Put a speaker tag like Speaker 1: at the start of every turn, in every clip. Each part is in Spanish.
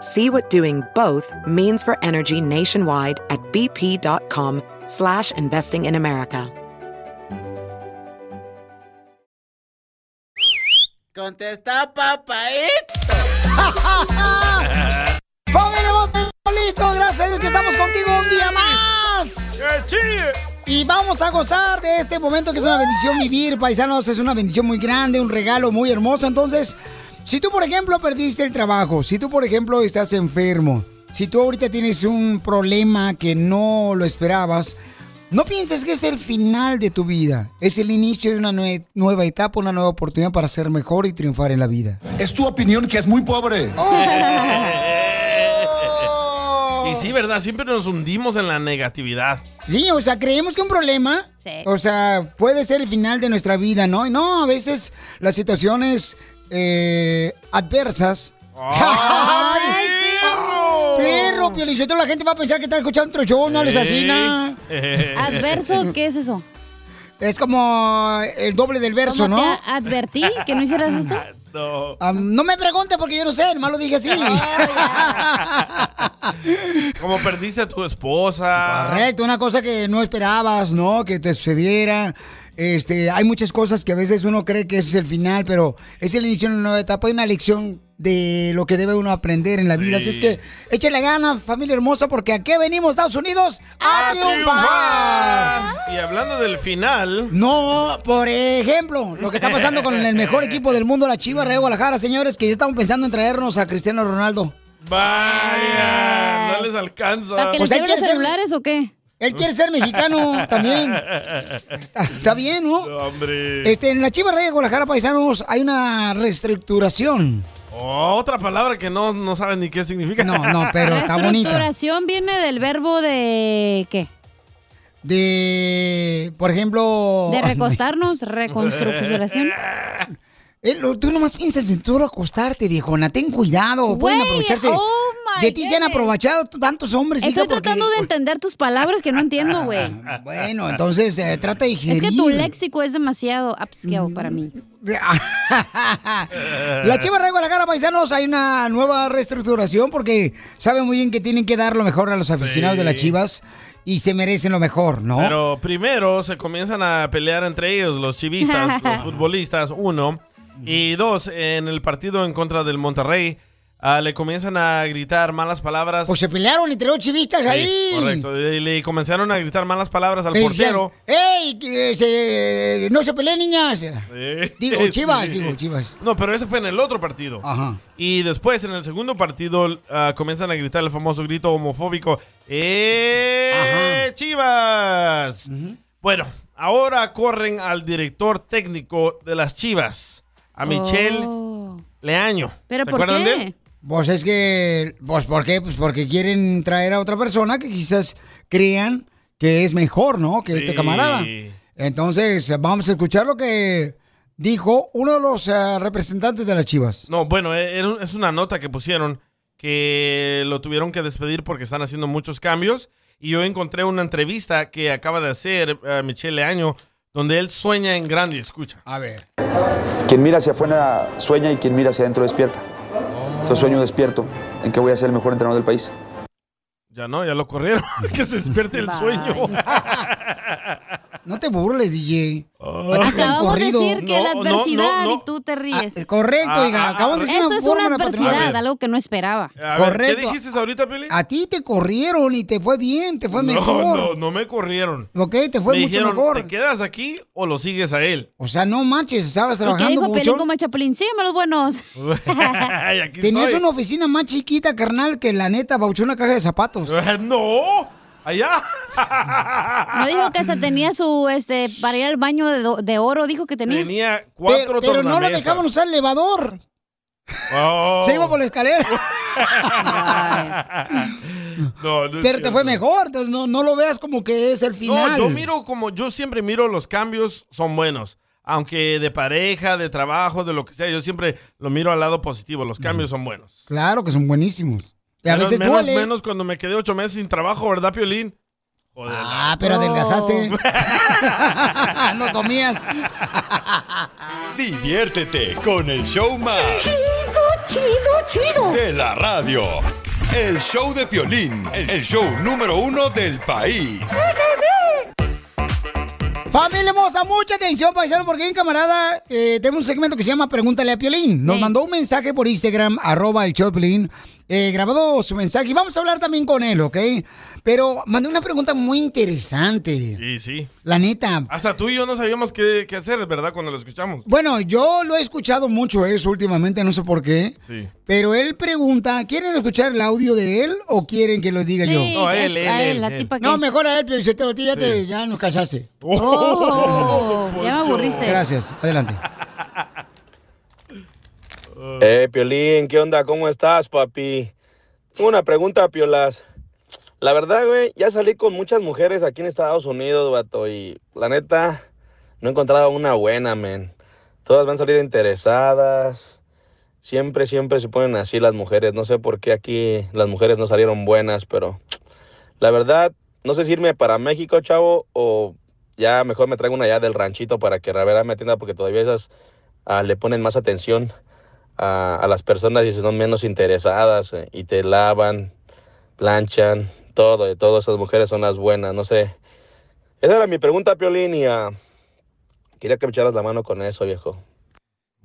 Speaker 1: See what doing both means for energy nationwide at bp.com slash investing in America.
Speaker 2: Contesta, papaito.
Speaker 3: ¡Familia hermosa, estamos listos! Gracias a Dios que estamos contigo un día más. Y vamos a gozar de este momento que es una bendición vivir, paisanos. Es una bendición muy grande, un regalo muy hermoso. Entonces, si tú, por ejemplo, perdiste el trabajo, si tú, por ejemplo, estás enfermo, si tú ahorita tienes un problema que no lo esperabas, no pienses que es el final de tu vida. Es el inicio de una nue- nueva etapa, una nueva oportunidad para ser mejor y triunfar en la vida.
Speaker 2: Es tu opinión que es muy pobre.
Speaker 4: Y sí, ¿verdad? Siempre nos hundimos en la negatividad.
Speaker 3: Sí, o sea, creemos que un problema, o sea, puede ser el final de nuestra vida, ¿no? Y no, a veces las situaciones eh, adversas. ¡Ay, perro! Piolichoto, la gente va a pensar que está escuchando otro show, no les asina.
Speaker 5: ¿Adverso? ¿Qué es eso?
Speaker 3: Es como el doble del verso,
Speaker 5: ¿Cómo
Speaker 3: ¿no?
Speaker 5: te advertí que no hicieras esto?
Speaker 3: Ah, no me pregunte porque yo no sé, nomás lo dije así.
Speaker 5: Ah.
Speaker 4: Como perdiste a tu esposa.
Speaker 3: Correcto, una cosa que no esperabas, ¿no? Que te sucediera. Este, hay muchas cosas que a veces uno cree que ese es el final, pero es el inicio de una nueva etapa y una lección de lo que debe uno aprender en la vida. Así es que échale ganas, familia hermosa, porque aquí venimos, Estados Unidos, a, triunfar.
Speaker 4: Y hablando del final,
Speaker 3: No, por ejemplo, lo que está pasando con el mejor equipo del mundo, la Chiva Real Guadalajara, señores, que ya estamos pensando en traernos a Cristiano Ronaldo.
Speaker 4: vaya, no les alcanza.
Speaker 5: ¿Para
Speaker 3: Pues,
Speaker 5: que le quiebren los celulares o qué?
Speaker 3: Él quiere ser mexicano también. Está bien, ¿no?
Speaker 4: Hombre.
Speaker 3: Este, en la Chiva Reyes de Guadalajara, paisanos, hay una reestructuración.
Speaker 4: Oh, otra palabra que no, no saben ni qué significa.
Speaker 3: No, no, pero está bonita.
Speaker 5: Reestructuración viene del verbo de qué?
Speaker 3: De, eh, por ejemplo...
Speaker 5: De recostarnos, reconstructuración.
Speaker 3: Eh, lo- tú nomás piensas en tú acostarte, viejona. Ten cuidado, pueden
Speaker 5: Güey,
Speaker 3: aprovecharse.
Speaker 5: oh my
Speaker 3: de ti se han
Speaker 5: goodness.
Speaker 3: aprovechado t- tantos hombres,
Speaker 5: Estoy
Speaker 3: hija, porque...
Speaker 5: tratando de entender tus palabras que no entiendo, güey.
Speaker 4: Ah,
Speaker 3: Bueno, entonces eh, trata de Mm,
Speaker 5: Es
Speaker 3: digerir.
Speaker 5: que tu léxico es demasiado upscale para mí.
Speaker 3: La Chiva Rey Guadalajara, paisanos, hay una nueva reestructuración porque saben muy bien que tienen que dar lo mejor a los aficionados
Speaker 4: Sí.
Speaker 3: de las Chivas y se merecen lo mejor, ¿no?
Speaker 4: Pero primero se comienzan a pelear entre ellos, los chivistas, los futbolistas, uno. Y dos, en el partido en contra del Monterrey, ah, le comienzan a gritar malas palabras.
Speaker 3: Pues se pelearon entre los chivistas
Speaker 4: Sí,
Speaker 3: ahí.
Speaker 4: correcto. Y le comenzaron a gritar malas palabras al
Speaker 3: Le decían,
Speaker 4: portero.
Speaker 3: ¡Ey! que eh, se- no se peleen, niñas.
Speaker 4: Sí.
Speaker 3: Digo, Chivas,
Speaker 4: Sí.
Speaker 3: digo, Chivas.
Speaker 4: No, pero ese fue en el otro partido.
Speaker 3: Ajá.
Speaker 4: Y después, en el segundo partido, ah, comienzan a gritar el famoso grito homofóbico. ¡Eh, Chivas! Bueno, ahora corren al director técnico de las Chivas, a Michelle
Speaker 5: Oh.
Speaker 4: Leaño.
Speaker 5: ¿Pero
Speaker 4: ¿Se
Speaker 5: por
Speaker 4: acuerdan de
Speaker 5: qué?
Speaker 4: él?
Speaker 3: Pues es que. Pues ¿por qué? Pues porque quieren traer a otra persona que quizás crean que es mejor, ¿no? Que este
Speaker 4: Sí.
Speaker 3: camarada. Entonces, vamos a escuchar lo que dijo uno de los eh, representantes de las Chivas.
Speaker 4: No, bueno, e- era un- es una nota que pusieron que lo tuvieron que despedir porque están haciendo muchos cambios. Y yo encontré una entrevista que acaba de hacer eh, Michelle Leaño, donde él sueña en grande y escucha.
Speaker 3: A ver.
Speaker 6: Quien mira hacia afuera sueña y quien mira hacia adentro despierta. Entonces sueño despierto en que voy a ser el mejor entrenador del país.
Speaker 4: Ya no, ya lo corrieron. que se despierte el sueño.
Speaker 3: No te burles, DJ.
Speaker 4: Ah.
Speaker 3: A ti te han
Speaker 5: Acabamos de
Speaker 3: ah, corrido.
Speaker 5: decir que la adversidad y tú te ríes.
Speaker 3: Ah, eh, correcto, hija, acabamos de decir
Speaker 5: Eso
Speaker 3: una
Speaker 5: es
Speaker 3: forma
Speaker 5: una
Speaker 3: de patrimonio. A
Speaker 5: adversidad,
Speaker 3: ver.
Speaker 5: algo que no esperaba.
Speaker 4: A ver, ¿Qué
Speaker 3: Correcto.
Speaker 4: dijiste ahorita, Pili?
Speaker 3: A ti te corrieron y te fue bien, te fue
Speaker 4: No,
Speaker 3: mejor.
Speaker 4: no, no me corrieron.
Speaker 3: Ok, te fue
Speaker 4: Me
Speaker 3: mucho
Speaker 4: dijeron,
Speaker 3: mejor.
Speaker 4: ¿Te quedas aquí o lo sigues a él?
Speaker 3: O sea, no manches, estabas
Speaker 5: ¿Y qué
Speaker 3: trabajando
Speaker 5: dijo Pelín
Speaker 3: mucho.
Speaker 5: como el Chapulín? Sígueme los buenos.
Speaker 4: Ay, aquí
Speaker 3: Tenías
Speaker 4: estoy.
Speaker 3: una oficina más chiquita, carnal, que la neta bauchó una caja de zapatos.
Speaker 4: Ah, No, allá.
Speaker 5: No dijo que hasta tenía su, este, para ir al baño de, do- de oro, dijo que tenía.
Speaker 4: Tenía cuatro
Speaker 3: pero pero no lo
Speaker 4: tornamesas.
Speaker 3: dejaban usar el elevador.
Speaker 4: Oh.
Speaker 3: Se iba por la escalera.
Speaker 4: No, no es
Speaker 3: pero te
Speaker 4: cierto.
Speaker 3: fue mejor, entonces no, no lo veas como que es el final.
Speaker 4: No, yo miro como, yo siempre miro los cambios son buenos. Aunque de pareja, de trabajo, de lo que sea, yo siempre lo miro al lado positivo. Los cambios son buenos.
Speaker 3: Claro que son buenísimos. Y a
Speaker 4: Menos-
Speaker 3: veces
Speaker 4: menos,
Speaker 3: duele.
Speaker 4: menos cuando me quedé ocho meses sin trabajo, ¿verdad, Piolín? Joder,
Speaker 3: Ah, pero adelgazaste. no comías.
Speaker 7: Diviértete con el show más.
Speaker 3: Chido, chido, chido.
Speaker 7: de la radio. El show de Piolín, el show número uno del país.
Speaker 3: Familia hermosa, mucha atención, paisano, porque hay un camarada, eh, tenemos un segmento que se llama Pregúntale a Piolín. Nos
Speaker 5: Sí.
Speaker 3: mandó un mensaje por Instagram, arroba el show de Piolín, eh, grabado su mensaje y vamos a hablar también con él, ¿ok? Pero mandé una pregunta muy interesante,
Speaker 4: Y sí.
Speaker 3: la neta.
Speaker 4: Hasta tú y yo no sabíamos qué, qué hacer, ¿verdad? Cuando lo escuchamos.
Speaker 3: Bueno, yo lo he escuchado mucho eso últimamente, no sé por qué.
Speaker 4: Sí.
Speaker 3: Pero él pregunta, ¿quieren escuchar el audio de él o quieren que lo diga
Speaker 5: Sí,
Speaker 3: yo?
Speaker 4: No,
Speaker 5: es-
Speaker 4: él, él,
Speaker 5: a él,
Speaker 4: él,
Speaker 5: la
Speaker 4: él.
Speaker 5: tipa que...
Speaker 3: No, mejor a él, Piolín, Sotelo, a ti ya, te- ya nos casaste.
Speaker 5: Oh, ya me aburriste.
Speaker 3: Gracias, adelante.
Speaker 8: Eh, Piolín, ¿qué onda? ¿Cómo estás, papi? Tengo Una pregunta, Piolas. La verdad, güey, ya salí con muchas mujeres aquí en Estados Unidos, vato, y la neta, no he encontrado una buena, men. Todas me han salido interesadas. Siempre, siempre se ponen así las mujeres. No sé por qué aquí las mujeres no salieron buenas, pero la verdad, no sé si irme para México, chavo, o ya mejor me traigo una allá del ranchito para que la verdad me atienda, porque todavía esas ah, le ponen más atención a, a las personas y son menos interesadas eh, y te lavan, planchan, todo, y todas esas mujeres son las buenas, no sé. Esa era mi pregunta, Piolín, y ah, quería que me echaras la mano con eso, viejo.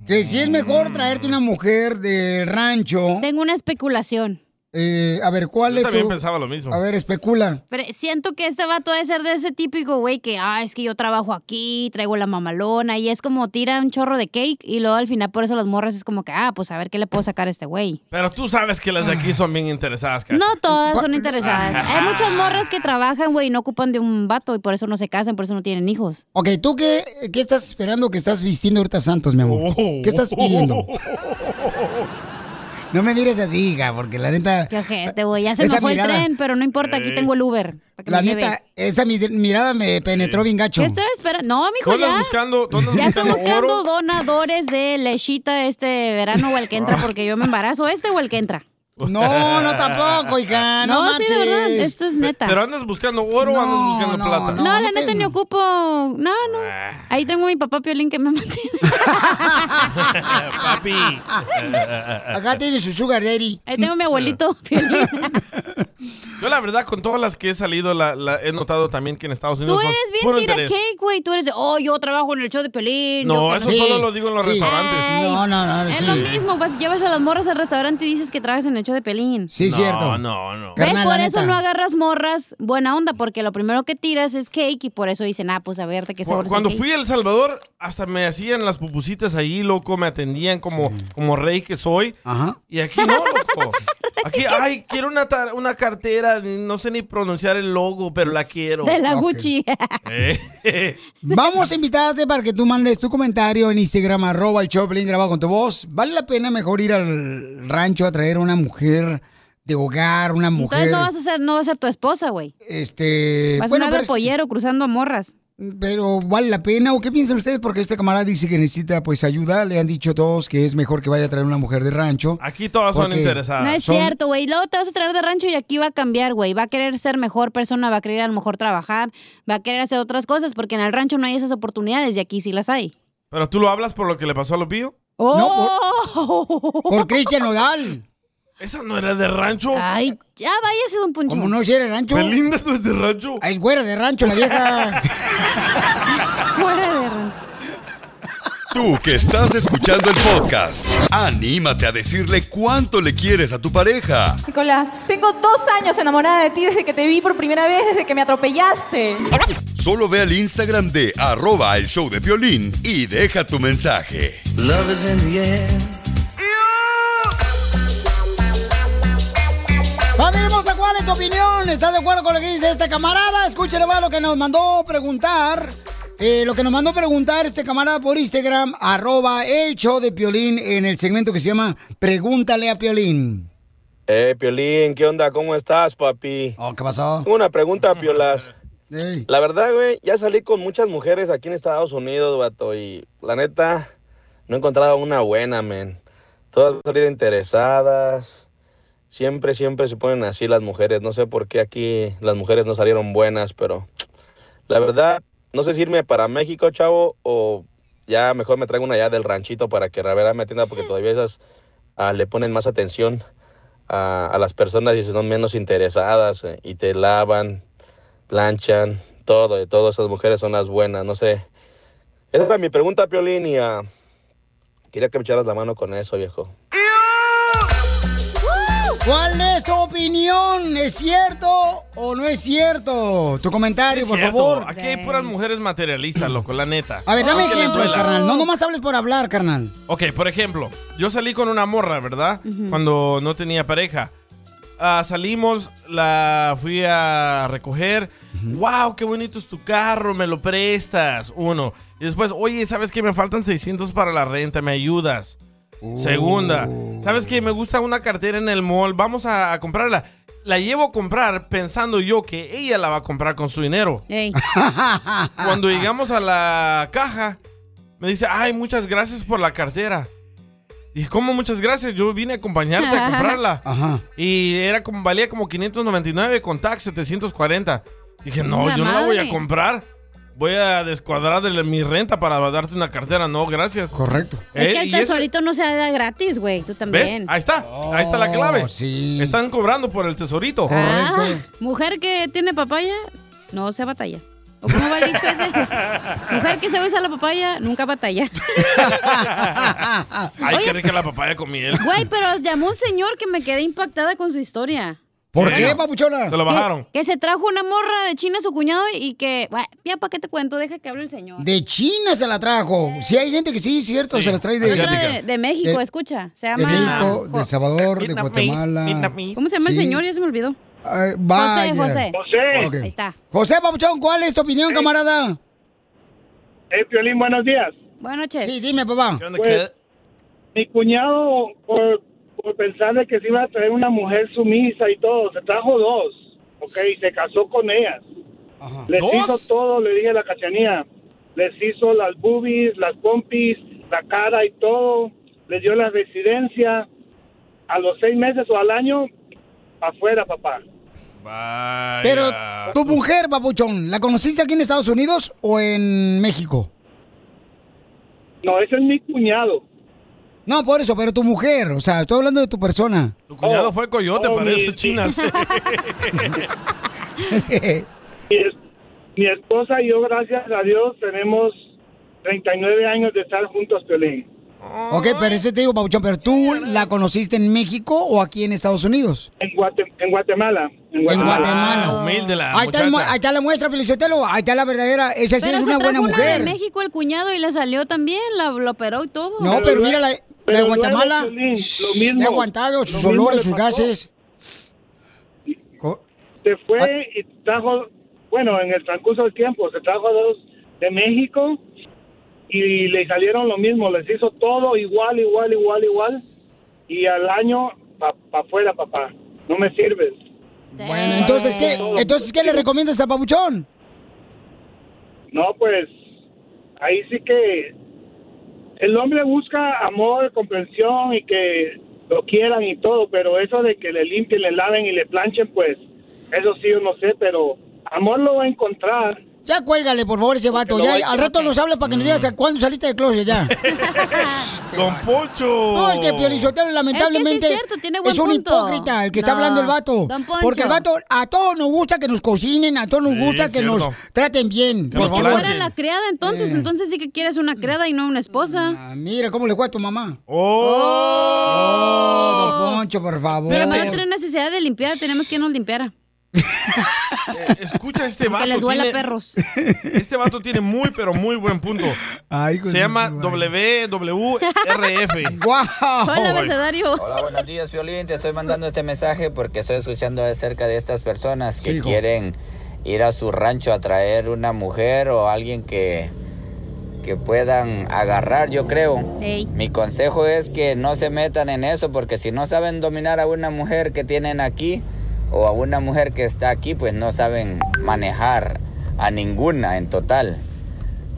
Speaker 3: Que si es mejor traerte una mujer del rancho.
Speaker 5: Tengo una especulación.
Speaker 3: eh, a ver, ¿cuál
Speaker 4: Yo
Speaker 3: es
Speaker 4: también
Speaker 3: tu...?
Speaker 4: pensaba lo mismo.
Speaker 3: A ver, especula.
Speaker 5: Pero siento que este vato debe ser de ese típico güey que, ah, es que yo trabajo aquí, traigo la mamalona, y es como tira un chorro de cake y luego al final por eso las morras es como que, ah, pues a ver qué le puedo sacar a este güey.
Speaker 4: Pero tú sabes que las de aquí son bien interesadas, cara.
Speaker 5: No todas son interesadas. Hay muchas morras que trabajan, güey, y no ocupan de un vato y por eso no se casan, por eso no tienen hijos.
Speaker 3: Ok, ¿tú qué, qué estás esperando que estás vistiendo ahorita Santos, mi amor?
Speaker 4: Oh.
Speaker 3: ¿Qué estás pidiendo? No me mires así, hija, porque la neta...
Speaker 5: Qué ojete, güey. Ya se
Speaker 3: Esa
Speaker 5: me fue
Speaker 3: mirada.
Speaker 5: el tren, pero no importa,
Speaker 4: Eh.
Speaker 5: aquí tengo el Uber. Para que
Speaker 3: La
Speaker 5: me lleve.
Speaker 3: neta, esa mi- mirada me penetró bien gacho.
Speaker 5: ¿Qué estás esperando? No,
Speaker 4: ¿Tú
Speaker 5: mijo,
Speaker 4: andas
Speaker 5: ya.
Speaker 4: buscando, tú andas
Speaker 5: Ya estoy
Speaker 4: buscando
Speaker 5: buscando
Speaker 4: oro?
Speaker 5: donadores de lechita este verano o el que
Speaker 3: Ah.
Speaker 5: entra, porque yo me embarazo este o el que entra.
Speaker 3: No, no tampoco, hija, no,
Speaker 5: No, sí,
Speaker 3: manches.
Speaker 5: de verdad, esto es neta.
Speaker 4: ¿Pero andas buscando oro o andas
Speaker 3: No,
Speaker 4: buscando
Speaker 3: no,
Speaker 4: plata?
Speaker 5: no, la
Speaker 3: no
Speaker 5: neta
Speaker 3: te-
Speaker 5: ni ocupo. No, no.
Speaker 4: Ah.
Speaker 5: Ahí tengo a mi papá Piolín que me mantiene.
Speaker 4: Papi.
Speaker 3: Acá tiene su sugar daddy.
Speaker 5: Ahí tengo a mi abuelito
Speaker 4: Ah.
Speaker 5: Piolín.
Speaker 4: Yo la verdad, con todas las que he salido, la, la- he notado también que en Estados Unidos
Speaker 5: Tú
Speaker 4: son
Speaker 5: eres bien
Speaker 4: Pues puro
Speaker 5: tira
Speaker 4: interés.
Speaker 5: cake, güey. Tú eres de, oh, yo trabajo en el show de Piolín. yo
Speaker 4: No,
Speaker 5: que
Speaker 4: eso
Speaker 3: Sí,
Speaker 4: solo lo digo en los
Speaker 3: sí.
Speaker 4: restaurantes.
Speaker 5: Ay,
Speaker 3: No, no, no,
Speaker 5: Es
Speaker 3: sí.
Speaker 5: lo mismo, pues llevas a las morras al restaurante y dices que trabajas en el show de Pelín.
Speaker 3: Sí, es
Speaker 4: no,
Speaker 3: cierto.
Speaker 4: no, no.
Speaker 5: ¿Ves?
Speaker 3: Carnal,
Speaker 5: Por
Speaker 3: la
Speaker 5: eso
Speaker 3: neta.
Speaker 5: no agarras morras buena onda, porque lo primero que tiras es cake y por eso dicen, ah, pues a verte que
Speaker 4: Cu-
Speaker 5: sabor es el
Speaker 4: Cuando
Speaker 5: cake".
Speaker 4: fui a El Salvador, hasta me hacían las pupusitas ahí, loco, me atendían como, como rey que soy.
Speaker 3: Ajá.
Speaker 4: Y aquí no, loco. Aquí, ay, quiero una, tar- una cartera, no sé ni pronunciar el logo, pero la quiero.
Speaker 5: De la
Speaker 3: Ok.
Speaker 5: Gucci.
Speaker 4: Eh,
Speaker 3: Vamos a invitarte para que tú mandes tu comentario en Instagram, arroba el Choplin grabado con tu voz. ¿Vale la pena mejor ir al rancho a traer una mujer de hogar, una mujer?
Speaker 5: Entonces no vas a ser, no vas a ser tu esposa, güey.
Speaker 3: Este.
Speaker 5: Vas
Speaker 3: bueno,
Speaker 5: a andar
Speaker 3: pero,
Speaker 5: de pollero cruzando morras.
Speaker 3: pero ¿vale la pena? ¿O qué piensan ustedes? Porque este camarada dice que necesita pues ayuda. Le han dicho todos que es mejor que vaya a traer una mujer de rancho.
Speaker 4: aquí todas son
Speaker 3: Porque-
Speaker 4: interesadas.
Speaker 5: No es
Speaker 3: son-
Speaker 5: cierto, güey. Luego te vas a traer de rancho y aquí va a cambiar, güey. Va a querer ser mejor persona, va a querer a lo mejor trabajar, va a querer hacer otras cosas, porque en el rancho no hay esas oportunidades y aquí sí las hay.
Speaker 4: Pero tú lo hablas por lo que le pasó a Lupillo.
Speaker 5: ¡Oh!
Speaker 3: Por Cristian Nodal.
Speaker 4: ¿Esa no era de rancho?
Speaker 5: Ay, ya váyase, don Poncho.
Speaker 3: Como no si era de rancho.
Speaker 4: Belinda no es de rancho.
Speaker 3: Ay, güera de rancho, la vieja.
Speaker 5: Fuera de rancho.
Speaker 7: Tú que estás escuchando el podcast, anímate a decirle cuánto le quieres a tu pareja.
Speaker 9: Nicolás, tengo dos años enamorada de ti desde que te vi por primera vez, desde que me atropellaste.
Speaker 7: Solo ve al Instagram de arroba el show de violín y deja tu mensaje.
Speaker 3: Familia hermosa, ¿cuál es tu opinión? ¿Estás de acuerdo con lo que dice este camarada? Escúchale va lo que nos mandó preguntar. Eh, lo que nos mandó preguntar este camarada por Instagram, arroba el show de Piolín en el segmento que se llama Pregúntale a Piolín.
Speaker 8: Eh, Piolín, ¿qué onda? ¿Cómo estás, papi?
Speaker 3: Oh, ¿qué pasó?
Speaker 8: Una pregunta, Piolas.
Speaker 3: Ey.
Speaker 8: La verdad, güey, ya salí con muchas mujeres aquí en Estados Unidos, vato, y la neta, no he encontrado una buena, men. Todas salidas interesadas. Siempre, siempre se ponen así las mujeres. No sé por qué aquí las mujeres no salieron buenas, pero la verdad, no sé si irme para México, chavo, o ya mejor me traigo una allá del ranchito para que la verdad me atienda, porque todavía esas ah, le ponen más atención a, a las personas y son menos interesadas eh, y te lavan, planchan, todo, y todas esas mujeres son las buenas, no sé. Esa fue mi pregunta, Piolín, y ah, quería que me echaras la mano con eso, viejo.
Speaker 3: ¿Cuál es tu opinión? ¿Es cierto o no es cierto? Tu comentario,
Speaker 4: Es
Speaker 3: por
Speaker 4: cierto,
Speaker 3: favor.
Speaker 4: Aquí hay puras mujeres materialistas, loco, la neta.
Speaker 3: A ver, dame
Speaker 4: Aunque la
Speaker 3: ejemplos,
Speaker 4: duela.
Speaker 3: carnal. No nomás hables por hablar, carnal.
Speaker 4: Ok, por ejemplo, yo salí con una morra, ¿verdad?
Speaker 3: Ujú.
Speaker 4: Cuando no tenía pareja. Ah, salimos, la fui a recoger. ¡Wow! ¡Qué bonito es tu carro! ¡Me lo prestas! Uno. Y después, oye, ¿sabes qué? Me faltan 600 para la renta, ¿me ayudas?
Speaker 3: Uh.
Speaker 4: Segunda. ¿Sabes qué? Me gusta una cartera en el mall, vamos a, a comprarla. La llevo a comprar pensando yo que ella la va a comprar con su dinero.
Speaker 5: Ey.
Speaker 4: Cuando llegamos a la caja, me dice, ay, muchas gracias por la cartera. Dije, ¿cómo muchas gracias? Yo vine a acompañarte a comprarla.
Speaker 3: Ajá.
Speaker 4: Y era como, valía como 599 con tax, 740. Dije, no,
Speaker 10: La
Speaker 4: yo no la voy a
Speaker 10: madre.
Speaker 4: comprar. Voy a descuadrar de mi renta para darte una cartera. No, gracias. Eh,
Speaker 3: Correcto.
Speaker 5: Es que el tesorito no se da gratis, güey. Tú también.
Speaker 4: ¿Ves? Ahí está. Ahí está la
Speaker 3: Oh,
Speaker 4: clave. Están cobrando por el tesorito.
Speaker 5: Ah, mujer que tiene papaya, no se batalla. ¿O cómo va el dicho ese? Mujer que se besa la papaya, nunca batalla.
Speaker 4: Ay,
Speaker 5: Oye.
Speaker 4: qué rica la papaya con miel.
Speaker 5: Güey, pero llamó un señor que me quedé impactada con su historia.
Speaker 3: ¿Por qué, papuchona?
Speaker 4: Se lo bajaron.
Speaker 5: Que se trajo una morra de China a su cuñado y que... Bueno, ya, ¿para qué te cuento? Deja que hable el señor.
Speaker 3: De China se la trajo. Sí, hay gente que sí, cierto, se las trae de,
Speaker 5: Es otra de, de México, escucha. Se
Speaker 3: de
Speaker 5: llama...
Speaker 3: México, de El Salvador, de
Speaker 5: Vietnam,
Speaker 3: Guatemala.
Speaker 5: ¿Cómo se llama el
Speaker 3: Sí.
Speaker 5: señor? Ya se me olvidó.
Speaker 3: Eh, vaya.
Speaker 5: José, José. José.
Speaker 3: Ok.
Speaker 5: Ahí está.
Speaker 3: José, papuchón, ¿cuál es tu opinión, camarada?
Speaker 11: Hey, Eh, Piolín, buenos días.
Speaker 5: Buenas noches.
Speaker 3: Sí, dime, papá.
Speaker 11: Pues, mi cuñado, por, por pensar de que se iba a traer una mujer sumisa y todo, se trajo dos, ¿ok? Y se casó con ellas. Les
Speaker 12: ¿Dos?
Speaker 11: hizo todo, le dije a la cachanía. Les hizo las boobies, las pompis, la cara y todo. Les dio la residencia. A los seis meses o al año, afuera, papá.
Speaker 3: Pero, ¿tu mujer, papuchón, la conociste aquí en Estados Unidos o en México?
Speaker 11: No, ese es mi cuñado.
Speaker 3: No, por eso, pero tu mujer, o sea, estoy hablando de tu persona.
Speaker 4: Tu cuñado fue coyote,
Speaker 11: oh,
Speaker 4: parece
Speaker 11: mi-
Speaker 4: China.
Speaker 11: mi, es- mi esposa y yo, gracias a Dios, tenemos 39 años de estar juntos, Piolín.
Speaker 3: ok, pero ese te digo, papuchón, pero tú la conociste en México o aquí en Estados Unidos?
Speaker 11: En, Guate- en Guatemala. En
Speaker 3: Guatemala.
Speaker 4: Ah, humilde la
Speaker 3: Ahí está, el mu-
Speaker 4: muchacha.
Speaker 3: ahí está la muestra, Pelichotelo. Ahí está la verdadera. Esa sí
Speaker 5: Pero
Speaker 3: es
Speaker 5: se
Speaker 3: una
Speaker 5: trajo
Speaker 3: buena
Speaker 5: una de
Speaker 3: mujer.
Speaker 5: México el cuñado y le salió también, la, lo operó y todo.
Speaker 3: No, pero, mira la, la de Guatemala.
Speaker 11: lo mismo.
Speaker 3: Le ha aguantado sus
Speaker 11: Lo mismo
Speaker 3: olores,
Speaker 11: le
Speaker 3: sus
Speaker 11: pasó.
Speaker 3: gases.
Speaker 11: Se fue y trajo, bueno, en el transcurso del tiempo, se trajo a dos de México y le salieron lo mismo, les hizo todo igual, igual, igual, igual. Y al año, para afuera, papá. No me sirves.
Speaker 3: Bueno, entonces, ¿qué, entonces, ¿qué le recomiendas a Papuchón?
Speaker 11: No, pues ahí sí que el hombre busca amor, comprensión y que lo quieran y todo, pero eso de que le limpien, le laven y le planchen, pues eso sí yo no sé, pero amor lo va a encontrar
Speaker 3: Ya cuélgale, por favor, ese vato.
Speaker 4: lo
Speaker 3: Ya,
Speaker 4: voy-
Speaker 3: al rato nos hablas para que nos digas a cuándo saliste de closet ya. Este
Speaker 4: Don Poncho.
Speaker 3: No, es que Piolizotero lamentablemente
Speaker 5: Es que sí es cierto, tiene buen
Speaker 3: es un
Speaker 5: punto.
Speaker 3: hipócrita el que está
Speaker 5: No,
Speaker 3: hablando el vato.
Speaker 5: don Poncho.
Speaker 3: Porque el vato, a todos nos gusta que nos cocinen, a todos nos
Speaker 5: Sí,
Speaker 3: gusta que
Speaker 5: cierto.
Speaker 3: nos traten bien.
Speaker 5: Pues
Speaker 3: por
Speaker 5: que
Speaker 3: favor.
Speaker 5: fuera la criada, entonces, entonces sí que quieres una criada y no una esposa.
Speaker 3: Ah, mira, ¿cómo le fue a tu mamá?
Speaker 4: ¡Oh!
Speaker 3: Don Poncho, por favor.
Speaker 5: Pero mamá no tiene necesidad de limpiar, tenemos que nos limpiara.
Speaker 4: Escucha este vato.
Speaker 3: pues
Speaker 5: les duela
Speaker 4: tiene-
Speaker 5: perros.
Speaker 4: Este vato tiene muy, pero muy buen punto. Se llama WWRF.
Speaker 3: ¡Guau!
Speaker 10: Hola, buenos días, Violín. Te estoy mandando este mensaje porque estoy escuchando acerca de estas personas
Speaker 12: Sí,
Speaker 10: que
Speaker 12: hijo.
Speaker 10: quieren ir a su rancho a traer una mujer o alguien que, que puedan agarrar, yo creo.
Speaker 5: Ey.
Speaker 10: Mi consejo es que no se metan en eso porque si no saben dominar a una mujer que tienen aquí o a una mujer que está aquí, pues no saben manejar a ninguna en total.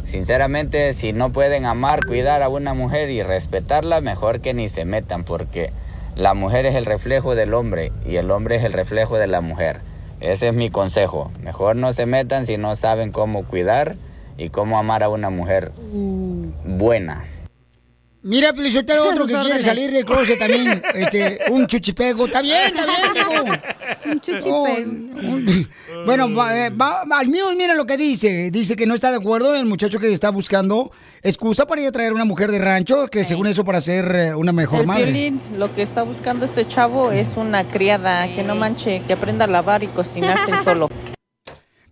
Speaker 10: Sinceramente, si no pueden amar, cuidar a una mujer y respetarla, mejor que ni se metan porque la mujer es el reflejo del hombre y el hombre es el reflejo de la mujer. Ese es mi consejo. Mejor no se metan si no saben cómo cuidar y cómo amar a una mujer buena.
Speaker 3: Mira, Piolizotero, otro
Speaker 5: Sus
Speaker 3: que quiere
Speaker 5: órdenes.
Speaker 3: salir del closet también. Este, un chuchipego. Está bien, está bien, hijo.
Speaker 5: Un
Speaker 3: Bueno, va- eh, va- al mío, mira lo que dice. Dice que no está de acuerdo el muchacho que está buscando excusa para ir a traer una mujer de rancho, que según eso para ser eh, una mejor
Speaker 9: El
Speaker 3: madre.
Speaker 9: violín, lo que está buscando este chavo es una criada, que no manche, que aprenda a lavar y cocinarse él solo.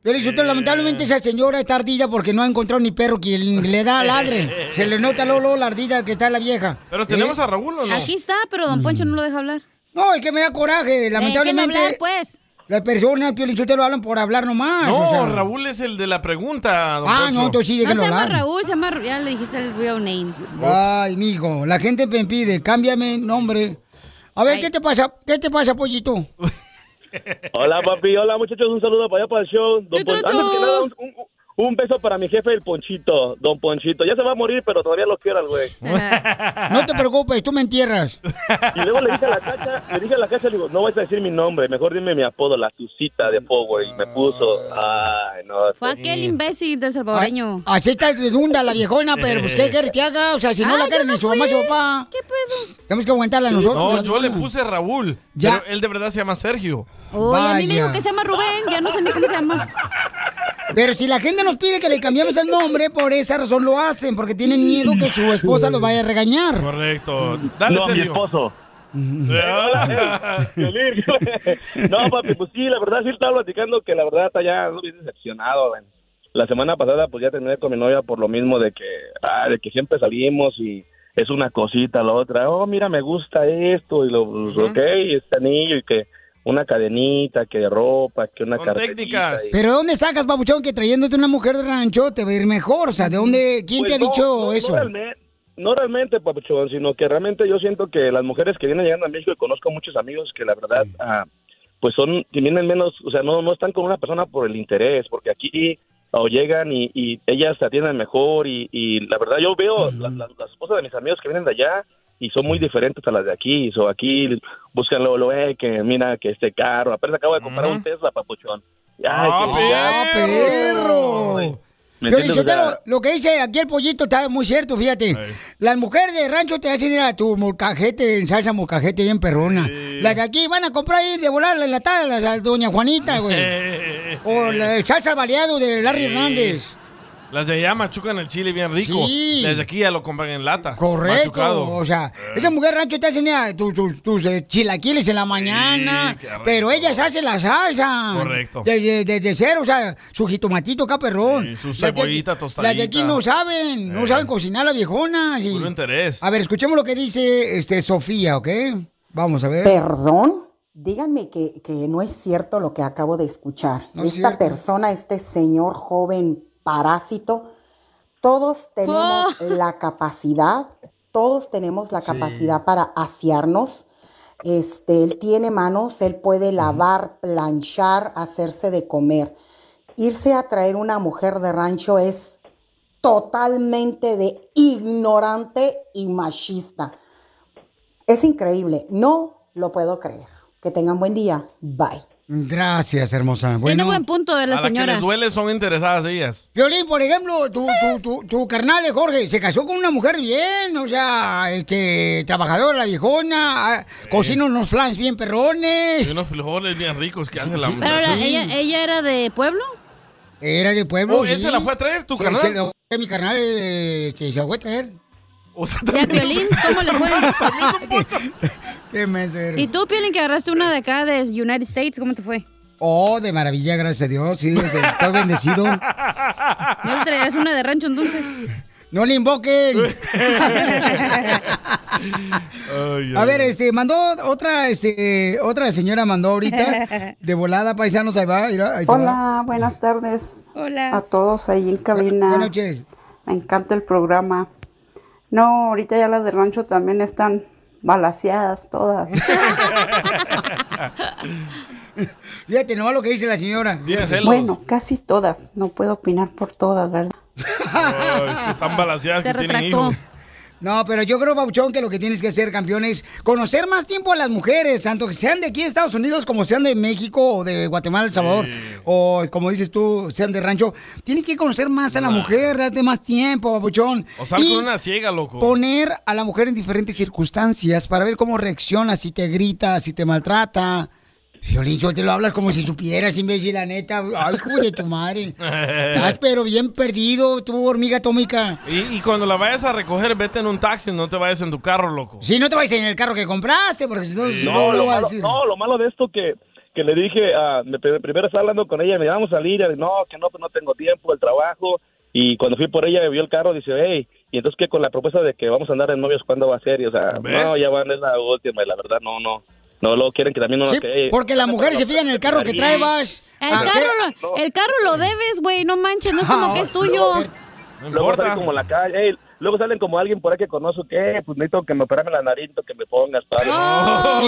Speaker 3: Piolizotero, lamentablemente esa señora está ardida porque no ha encontrado ni perro que le da ladre. Se le nota luego, luego la ardida que está la vieja. ¿Eh?
Speaker 4: Pero tenemos a Raúl o no?
Speaker 5: Aquí está, Ah, pero don Poncho no lo deja hablar.
Speaker 3: Mm.
Speaker 5: Eh,
Speaker 3: No, es que me da coraje, lamentablemente.
Speaker 5: hablar, pues?
Speaker 3: Las personas, Piolichotero, hablan por hablar nomás.
Speaker 4: No,
Speaker 3: o sea.
Speaker 4: Raúl es el de la pregunta. don
Speaker 3: Ah,
Speaker 4: Poncho.
Speaker 3: no, entonces sí,
Speaker 5: No
Speaker 3: déjenlo
Speaker 5: se llama
Speaker 3: hablar.
Speaker 5: Raúl, se llama, ya le dijiste el real name.
Speaker 3: Ay, mijo, la gente me pide, cámbiame nombre. A ver, ¿qué te pasa? ¿Qué te pasa, pollito?
Speaker 8: Pues, Hola, papi. Hola, muchachos. Un saludo para allá para el show. Don Pon- Antes que nada, un, un- un beso para mi jefe, el Ponchito. Don Ponchito. Ya se va a morir, pero todavía lo quiero al güey.
Speaker 3: No te preocupes, tú me entierras.
Speaker 8: Y luego le dije a la cacha, le dije a la cacha, le digo, no vas a decir mi nombre, mejor dime mi apodo, la Susita de Power. Y me puso, ay, no.
Speaker 5: Fue aquel imbécil del salvadoreño.
Speaker 3: Ah, Así está de dunda la viejona, pero pues, ¿qué quieres que haga? O sea, si no
Speaker 5: Ay,
Speaker 3: la
Speaker 5: yo
Speaker 3: quieren
Speaker 5: no
Speaker 3: ni su mamá,
Speaker 5: fui.
Speaker 3: su papá. ¿Qué pedo? Tenemos que aguantarla nosotros.
Speaker 4: No,
Speaker 3: la
Speaker 4: yo le
Speaker 3: viejona.
Speaker 4: puse Raúl.
Speaker 3: Ya.
Speaker 4: Pero él de verdad se llama Sergio.
Speaker 5: Uy, a mí me dijo
Speaker 3: Vaya.
Speaker 5: que se llama Rubén, ya no sé ni cómo se llama.
Speaker 3: Pero si la gente nos pide que le cambiemos el nombre, por esa razón lo hacen, porque tienen miedo que su esposa los vaya a regañar.
Speaker 4: Correcto. Dale,
Speaker 8: no, a mi
Speaker 4: Sergio.
Speaker 8: esposo. Violín. no, papi, pues sí, la verdad sí estaba platicando que la verdad está ya bien decepcionado. güey. La semana pasada pues ya terminé con mi novia por lo mismo de que, ah, de que siempre salimos y es una cosita, la otra, oh, mira, me gusta esto y lo, pues, ok, y este anillo y que una cadenita, que ropa, que una cartera.
Speaker 4: Técnicas.
Speaker 3: Pero ¿de dónde sacas, papuchón, que trayéndote una mujer de rancho te va a ir mejor? O sea, ¿de dónde? ¿Quién
Speaker 8: Pues
Speaker 3: te ha
Speaker 8: no,
Speaker 3: dicho
Speaker 8: no, no
Speaker 3: eso?
Speaker 8: realme- No realmente, papuchón, sino que realmente yo siento que las mujeres que vienen llegando a México, y conozco muchos amigos que la verdad, ah, pues son, que vienen menos, o sea, no, no están con una persona por el interés, porque aquí o llegan y, y ellas se atienden mejor y, y la verdad yo veo la- la- las esposas de mis amigos que vienen de allá y son muy diferentes a las de aquí, so aquí buscan lo, lo eh, que mira que este carro, apenas acabo de comprar un Tesla, papuchón. Ay, que
Speaker 6: Ah,
Speaker 8: ya-
Speaker 3: ¡Ah, perro!
Speaker 8: ¿Me
Speaker 3: Yo,
Speaker 8: entiendes? O sea,
Speaker 3: Lichotero, lo que dice aquí el pollito está muy cierto, fíjate. Las mujeres de rancho te hacen ir a tu molcajete, en salsa molcajete bien perrona. Las de aquí van a comprar y de volar la enlatada, las a doña Juanita, güey. o la- el salsa baleado de Larry Hernández.
Speaker 4: Las de allá machucan el chile bien rico.
Speaker 3: Sí.
Speaker 4: Las de aquí ya lo compran en lata.
Speaker 3: Correcto,
Speaker 4: Machucado. Eh.
Speaker 3: o sea, esa mujer rancho te hace ir a tus, tus- tus, eh, chilaquiles en la mañana,
Speaker 4: qué rico.
Speaker 3: pero ellas hacen la salsa.
Speaker 4: Correcto.
Speaker 3: Desde, desde cero, o sea, su jitomatito acá perrón.
Speaker 4: su
Speaker 3: Las de-
Speaker 4: cebollita tostadita.
Speaker 3: Las de aquí no saben, no
Speaker 4: Eh.
Speaker 3: saben cocinar las viejonas. y-
Speaker 4: Puro interés.
Speaker 3: A ver, escuchemos lo que dice este, Sofía, ¿ok? Vamos a ver.
Speaker 13: Perdón, díganme que, que no es cierto lo que acabo de escuchar.
Speaker 3: No es
Speaker 13: Esta
Speaker 3: cierto.
Speaker 13: persona, este señor joven parásito, todos tenemos la capacidad, todos tenemos la capacidad para asearnos. Este, él tiene manos, él puede lavar, planchar, hacerse de comer. Irse a traer una mujer de rancho es totalmente de ignorante y machista. Es increíble, no lo puedo creer. Que tengan buen día. Bye.
Speaker 3: Gracias, hermosa. Bueno.
Speaker 5: buen punto de
Speaker 4: a las que les duele son interesadas ellas.
Speaker 3: Violín, por ejemplo, tu, tu, tu, tu carnal eh, Jorge se casó con una mujer bien, o sea, este, trabajadora, viejona, ah, cocina unos flans bien perrones.
Speaker 4: Y unos frijoles bien ricos que hace la
Speaker 5: Pero la-
Speaker 4: muchacha.
Speaker 5: ella, ella era de pueblo.
Speaker 3: Era de pueblo.
Speaker 4: Oh, ¿él se la fue a traer, tu
Speaker 3: Se-
Speaker 4: carnal?
Speaker 3: Se la fue mi carnal, eh, se, se la fue a traer.
Speaker 4: O sea,
Speaker 5: ¿Y a Piolín cómo le fue?
Speaker 3: Qué menso eres.
Speaker 5: ¿Y tú, Piolín, que agarraste una de acá de United States? ¿Cómo te fue?
Speaker 3: Oh, de maravilla, gracias a Dios. Sí, o sea, estoy bendecido.
Speaker 5: ¿No le traerías una de rancho entonces?
Speaker 3: No le invoquen. A ver, este, mandó otra, este, otra señora mandó ahorita de volada, paisanos, ahí va, ahí va, ahí te va.
Speaker 12: Hola, buenas tardes.
Speaker 5: Hola.
Speaker 12: A todos ahí en cabina.
Speaker 3: Buenas noches.
Speaker 12: Me encanta el programa. No, ahorita ya las de rancho también están balaseadas todas.
Speaker 3: Fíjate nomás lo que dice la señora.
Speaker 12: bueno, casi todas. No puedo opinar por todas, ¿verdad?
Speaker 4: Están balanceadas que tienen hijos.
Speaker 3: No, pero yo creo, Bauchón, que lo que tienes que hacer, campeón, es conocer más tiempo a las mujeres, tanto que sean de aquí de Estados Unidos como sean de México o de Guatemala, El Salvador, o como dices tú, sean de rancho. Tienes que conocer más a la mujer, date más tiempo, Bauchón.
Speaker 4: O sal
Speaker 3: Y-
Speaker 4: con una ciega, loco.
Speaker 3: poner a la mujer en diferentes circunstancias para ver cómo reacciona, si te grita, si te maltrata. Violín, yo te lo hablas como si supieras, imbécil, la neta. Ay, hijo de tu madre. Estás pero bien perdido, tú, hormiga atómica.
Speaker 4: Y, y cuando la vayas a recoger, vete en un taxi, no te vayas en tu carro, loco.
Speaker 3: Si no te vais en el carro que compraste, porque si no,
Speaker 4: No,
Speaker 3: no
Speaker 4: lo
Speaker 3: lo vas a
Speaker 4: malo-
Speaker 3: decir.
Speaker 8: No, lo malo de esto que, que le dije, ah, me- primero estaba hablando con ella, me vamos a salir, y, no, que no, pues no tengo tiempo, el trabajo, y cuando fui por ella, vio el carro, dice, hey, y entonces que con la propuesta de que vamos a andar en novios, ¿cuándo va a ser? Y, o sea,
Speaker 4: ¿Ves?
Speaker 8: no, ya van, es la última, y la verdad, no, no, no, lo quieren que también uno...
Speaker 3: Sí,
Speaker 8: que-
Speaker 3: porque las mujeres se fijan en el carro que trae, vas.
Speaker 5: El
Speaker 3: ¿A qué?
Speaker 5: carro, lo, el carro lo debes, güey, no manches, no es como que es tuyo.
Speaker 8: Luego salen como la calle, "Ey", luego salen como alguien por ahí que conozco, que pues necesito que me operarme la nariz, necesito que me pongas, padre.
Speaker 4: Oh,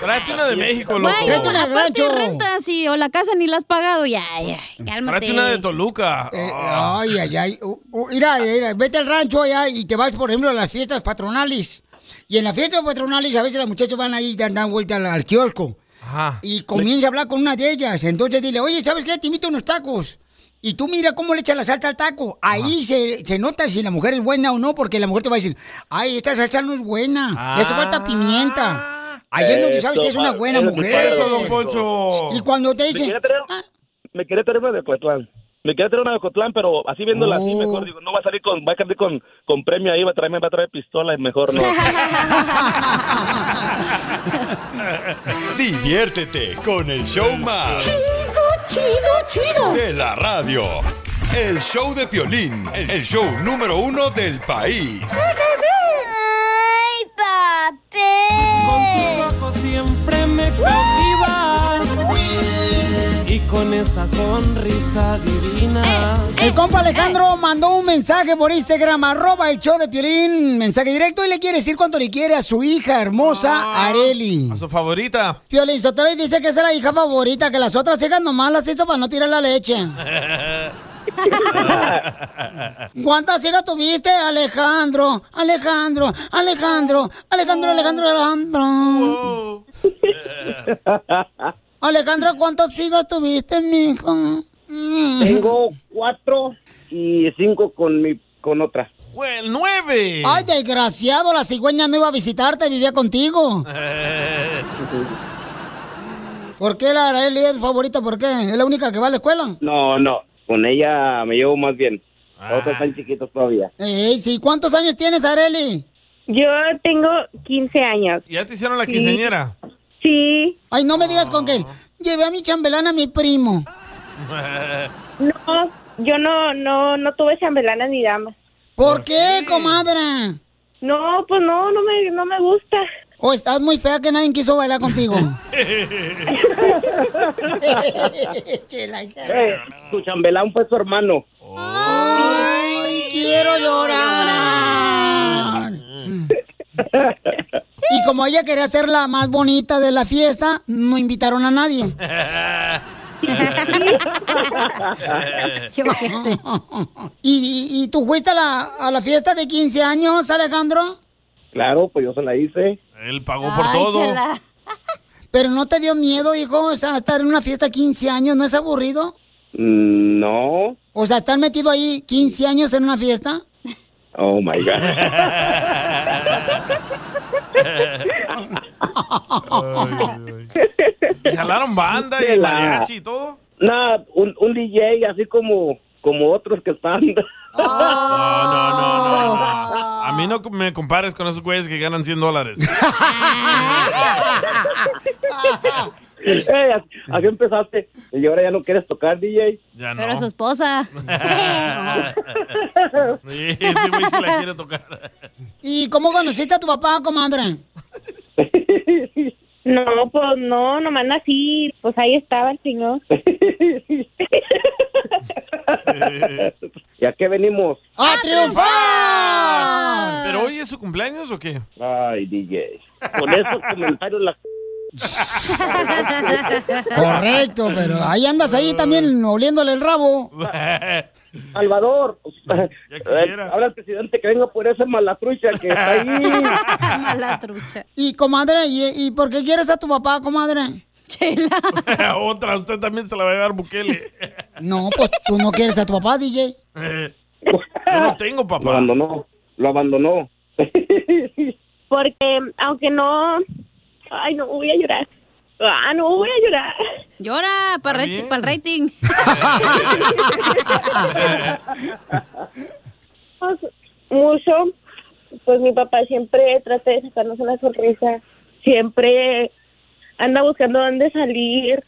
Speaker 4: Tráete una de México, loco.
Speaker 5: Güey, aparte rentas y, o la casa ni la has pagado, ya, ya, cálmate.
Speaker 4: Tráete una de Toluca.
Speaker 3: Eh,
Speaker 4: Ah.
Speaker 3: Ay, ay, ay. Uh, uh, mira, mira, vete al rancho allá y te vas, por ejemplo, a las fiestas patronales. Y en las fiestas patronales a veces las muchachas van ahí y dan, dan vuelta al, al kiosco.
Speaker 4: Ajá.
Speaker 3: Y comienza a hablar con una de ellas. Entonces dile, oye, ¿sabes qué? Te invito a unos tacos. Y tú mira cómo le echan la salsa al taco. Ahí se, se nota si la mujer es buena o no, porque la mujer te va a decir, ay, esta salsa no es buena. Le hace falta pimienta. Ahí es donde sabes que es una buena mujer.
Speaker 4: Ah, Eso, don Poncho.
Speaker 3: Y cuando te dicen,
Speaker 8: Me quería traer una de Cotlán. Me quería traer una de Cotlán, pero así viéndola así,
Speaker 3: Oh.
Speaker 8: mejor digo, no va a salir con, va a salir con, con premio ahí, va a traerme, va a traer pistola y mejor no.
Speaker 7: Diviértete con el show más.
Speaker 2: Chido, chido, chido.
Speaker 7: De la radio. El show de Piolín. El show número uno del país.
Speaker 2: Ay, papel. Con tus ojos siempre me cautivas.
Speaker 14: Y con esa sonrisa
Speaker 5: Eh.
Speaker 14: divina.
Speaker 3: El compa Alejandro mandó un mensaje por Instagram, arroba el show de Piolín, mensaje directo y le quiere decir cuánto le quiere a su hija hermosa Areli.
Speaker 4: Ah. A su favorita.
Speaker 3: Piolín Sotelo dice que esa es la hija favorita, que las otras hijas nomás las hizo para no tirar la leche. ¿Cuántas hijas tuviste, Alejandro? Alejandro, Alejandro, Alejandro, Alejandro, Alejandro. Alejandro, ¿cuántos hijos tuviste, mijo? Mm.
Speaker 15: Tengo cuatro y cinco con mi con otra.
Speaker 4: Pues, ¡El nueve!
Speaker 3: Mm. Ay, desgraciado, la cigüeña no iba a visitarte, vivía contigo. ¿Por qué la Arely es favorita? ¿Por qué? ¿Es la única que va a la escuela?
Speaker 15: No, no, con ella me llevo más bien. Las
Speaker 4: Ah.
Speaker 15: otras están chiquitos todavía.
Speaker 3: Eh, sí. ¿Cuántos años tienes, Areli?
Speaker 16: Yo tengo 15 años.
Speaker 4: ¿Ya te hicieron la quinceañera?
Speaker 16: Sí.
Speaker 3: Ay, no me digas con qué. Llevé a mi chambelán a mi primo.
Speaker 16: No, yo no, no, no tuve chambelanas ni damas.
Speaker 3: ¿Por qué, comadre?
Speaker 16: No, pues no, no me, no me gusta.
Speaker 3: O estás muy fea que nadie quiso bailar contigo.
Speaker 15: Eh, su chambelán fue su hermano.
Speaker 3: Ay, quiero llorar. Y como ella quería ser la más bonita de la fiesta, no invitaron a nadie. ¿Y, y, y tú fuiste a la, a la fiesta de 15 años, Alejandro?
Speaker 15: Claro, pues yo se la hice.
Speaker 4: Él pagó por todo.
Speaker 3: ¿Pero no te dio miedo, hijo? O sea, estar en una fiesta 15 años, ¿no es aburrido?
Speaker 17: Mm, No.
Speaker 3: O sea, estar metido ahí 15 años en una fiesta.
Speaker 17: Oh my God.
Speaker 4: ¿Y jalaron banda y
Speaker 17: De la-
Speaker 4: mariachi y todo?
Speaker 17: No, un, un DJ así como, como otros que están.
Speaker 4: A mí no me compares con esos güeyes que ganan 100 dólares.
Speaker 17: Ey, así- así empezaste. Y ahora ya no quieres tocar, DJ.
Speaker 4: Ya
Speaker 5: Pero su esposa.
Speaker 4: Sí, este güey sí la quiere tocar.
Speaker 3: ¿Y cómo conociste a tu papá, comadre?
Speaker 13: No, pues no, nomás nací, pues ahí estaba el señor.
Speaker 17: ¿Y a qué venimos?
Speaker 3: ¡A triunfar!
Speaker 4: ¿Pero hoy es su cumpleaños o qué?
Speaker 17: Ay, DJ. Con esos comentarios la...
Speaker 3: Correcto, pero ahí andas ahí también oliéndole el rabo.
Speaker 17: Salvador, eh, habla el presidente que venga por esa malatrucha que está ahí.
Speaker 5: Mala trucha.
Speaker 3: Y comadre, ¿y, y por qué quieres a tu papá, comadre?
Speaker 5: Chela.
Speaker 4: Otra, usted también se la va a llevar Bukele.
Speaker 3: No, pues tú no quieres a tu papá, DJ.
Speaker 4: Yo no tengo
Speaker 17: Lo
Speaker 4: papá.
Speaker 17: abandonó, lo abandonó.
Speaker 13: Porque aunque no, ay, no voy a llorar. Ah, no voy a llorar.
Speaker 5: Llora para el rating.
Speaker 13: Pues, mucho, pues mi papá siempre trata de sacarnos una sonrisa, siempre anda buscando dónde salir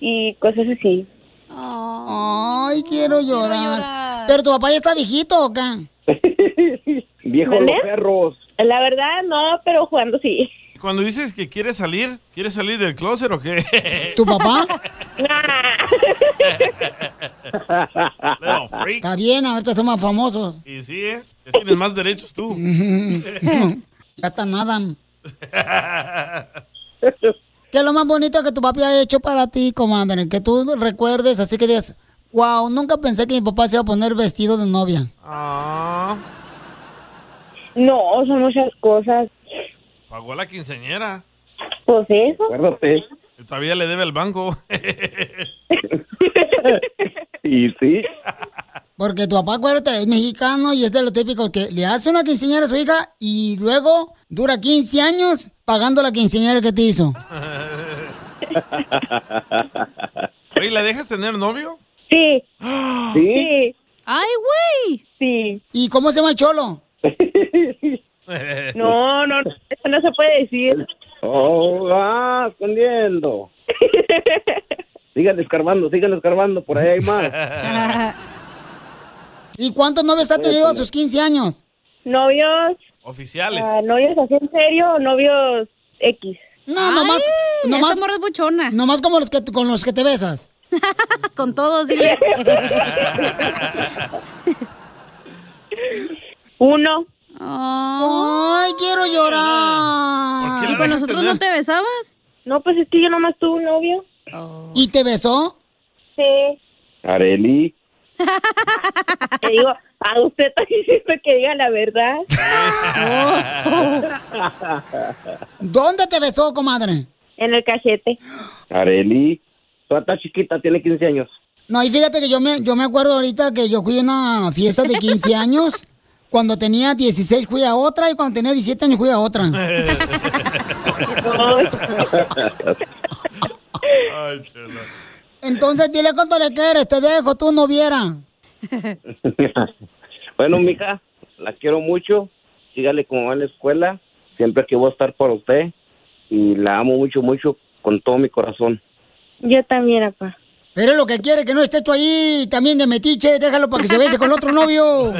Speaker 13: y cosas así.
Speaker 3: Ay, quiero llorar. Pero tu papá ya está viejito, ¿o qué?
Speaker 17: Viejo
Speaker 13: ¿Mande?
Speaker 17: los perros.
Speaker 13: La verdad, no, pero jugando sí.
Speaker 4: Cuando dices que quieres salir, ¿quieres salir del closet o qué?
Speaker 3: ¿Tu papá?
Speaker 4: Little freak.
Speaker 3: Está bien, ahorita son más famosos.
Speaker 4: Y sí, ¿eh? Ya tienes más derechos tú.
Speaker 3: Ya hasta nadan. ¿Qué es lo más bonito que tu papi ha hecho para ti, comadre? Que tú recuerdes, así que digas, wow, nunca pensé que mi papá se iba a poner vestido de novia.
Speaker 13: No, son muchas cosas.
Speaker 4: Pagó la quinceñera.
Speaker 13: Pues eso.
Speaker 17: Acuérdate.
Speaker 4: Todavía le debe al banco.
Speaker 17: Y sí.
Speaker 3: Porque tu papá, acuérdate, es mexicano y es de lo típico que le hace una quinceañera a su hija y luego dura 15 años pagando la quinceañera que te hizo.
Speaker 4: Oye, ¿la dejas tener novio?
Speaker 13: Sí.
Speaker 4: Sí.
Speaker 3: ¡Ay, güey! ¡Ah!
Speaker 13: Sí.
Speaker 3: ¿Y cómo se llama el cholo?
Speaker 13: No, no, eso no se puede decir.
Speaker 17: Oh, va escondiendo. sigan escarbando, sigan escarbando, por ahí hay más.
Speaker 3: ¿Y cuántos novios ha tenido a sus 15 años?
Speaker 13: Novios,
Speaker 4: Oficiales.
Speaker 13: ah, novios así en serio, o novios X.
Speaker 3: No, nomás, nomás. buchona. Nomás como los que, con los que te besas.
Speaker 5: Con todos, dile.
Speaker 13: Uno.
Speaker 3: ¡Ay, quiero llorar!
Speaker 5: ¿Y con nosotros no te besabas?
Speaker 13: No, pues es que yo nomás tuve un novio.
Speaker 3: ¿Y te besó?
Speaker 13: Sí.
Speaker 17: Areli.
Speaker 13: Te digo, a usted está diciendo que diga la verdad. Oh.
Speaker 3: ¿Dónde te besó, oh, comadre?
Speaker 13: En el cachete.
Speaker 17: Areli. Tú estás chiquita, tiene 15 años.
Speaker 3: No, y fíjate que yo me, yo me acuerdo ahorita que yo fui a una fiesta de 15 años. Cuando tenía 16 fui a otra y cuando tenía 17 años fui a otra.
Speaker 4: Ay, chela.
Speaker 3: Entonces dile cuánto le quieres, te dejo, tú no viera.
Speaker 17: bueno, mija, la quiero mucho. Sígale como va en la escuela. Siempre que voy a estar para usted. Y la amo mucho, mucho, con todo mi corazón.
Speaker 13: Yo también, papá.
Speaker 3: Pero es lo que quiere, que no estés tú ahí también de metiche, déjalo para que se bese con otro novio.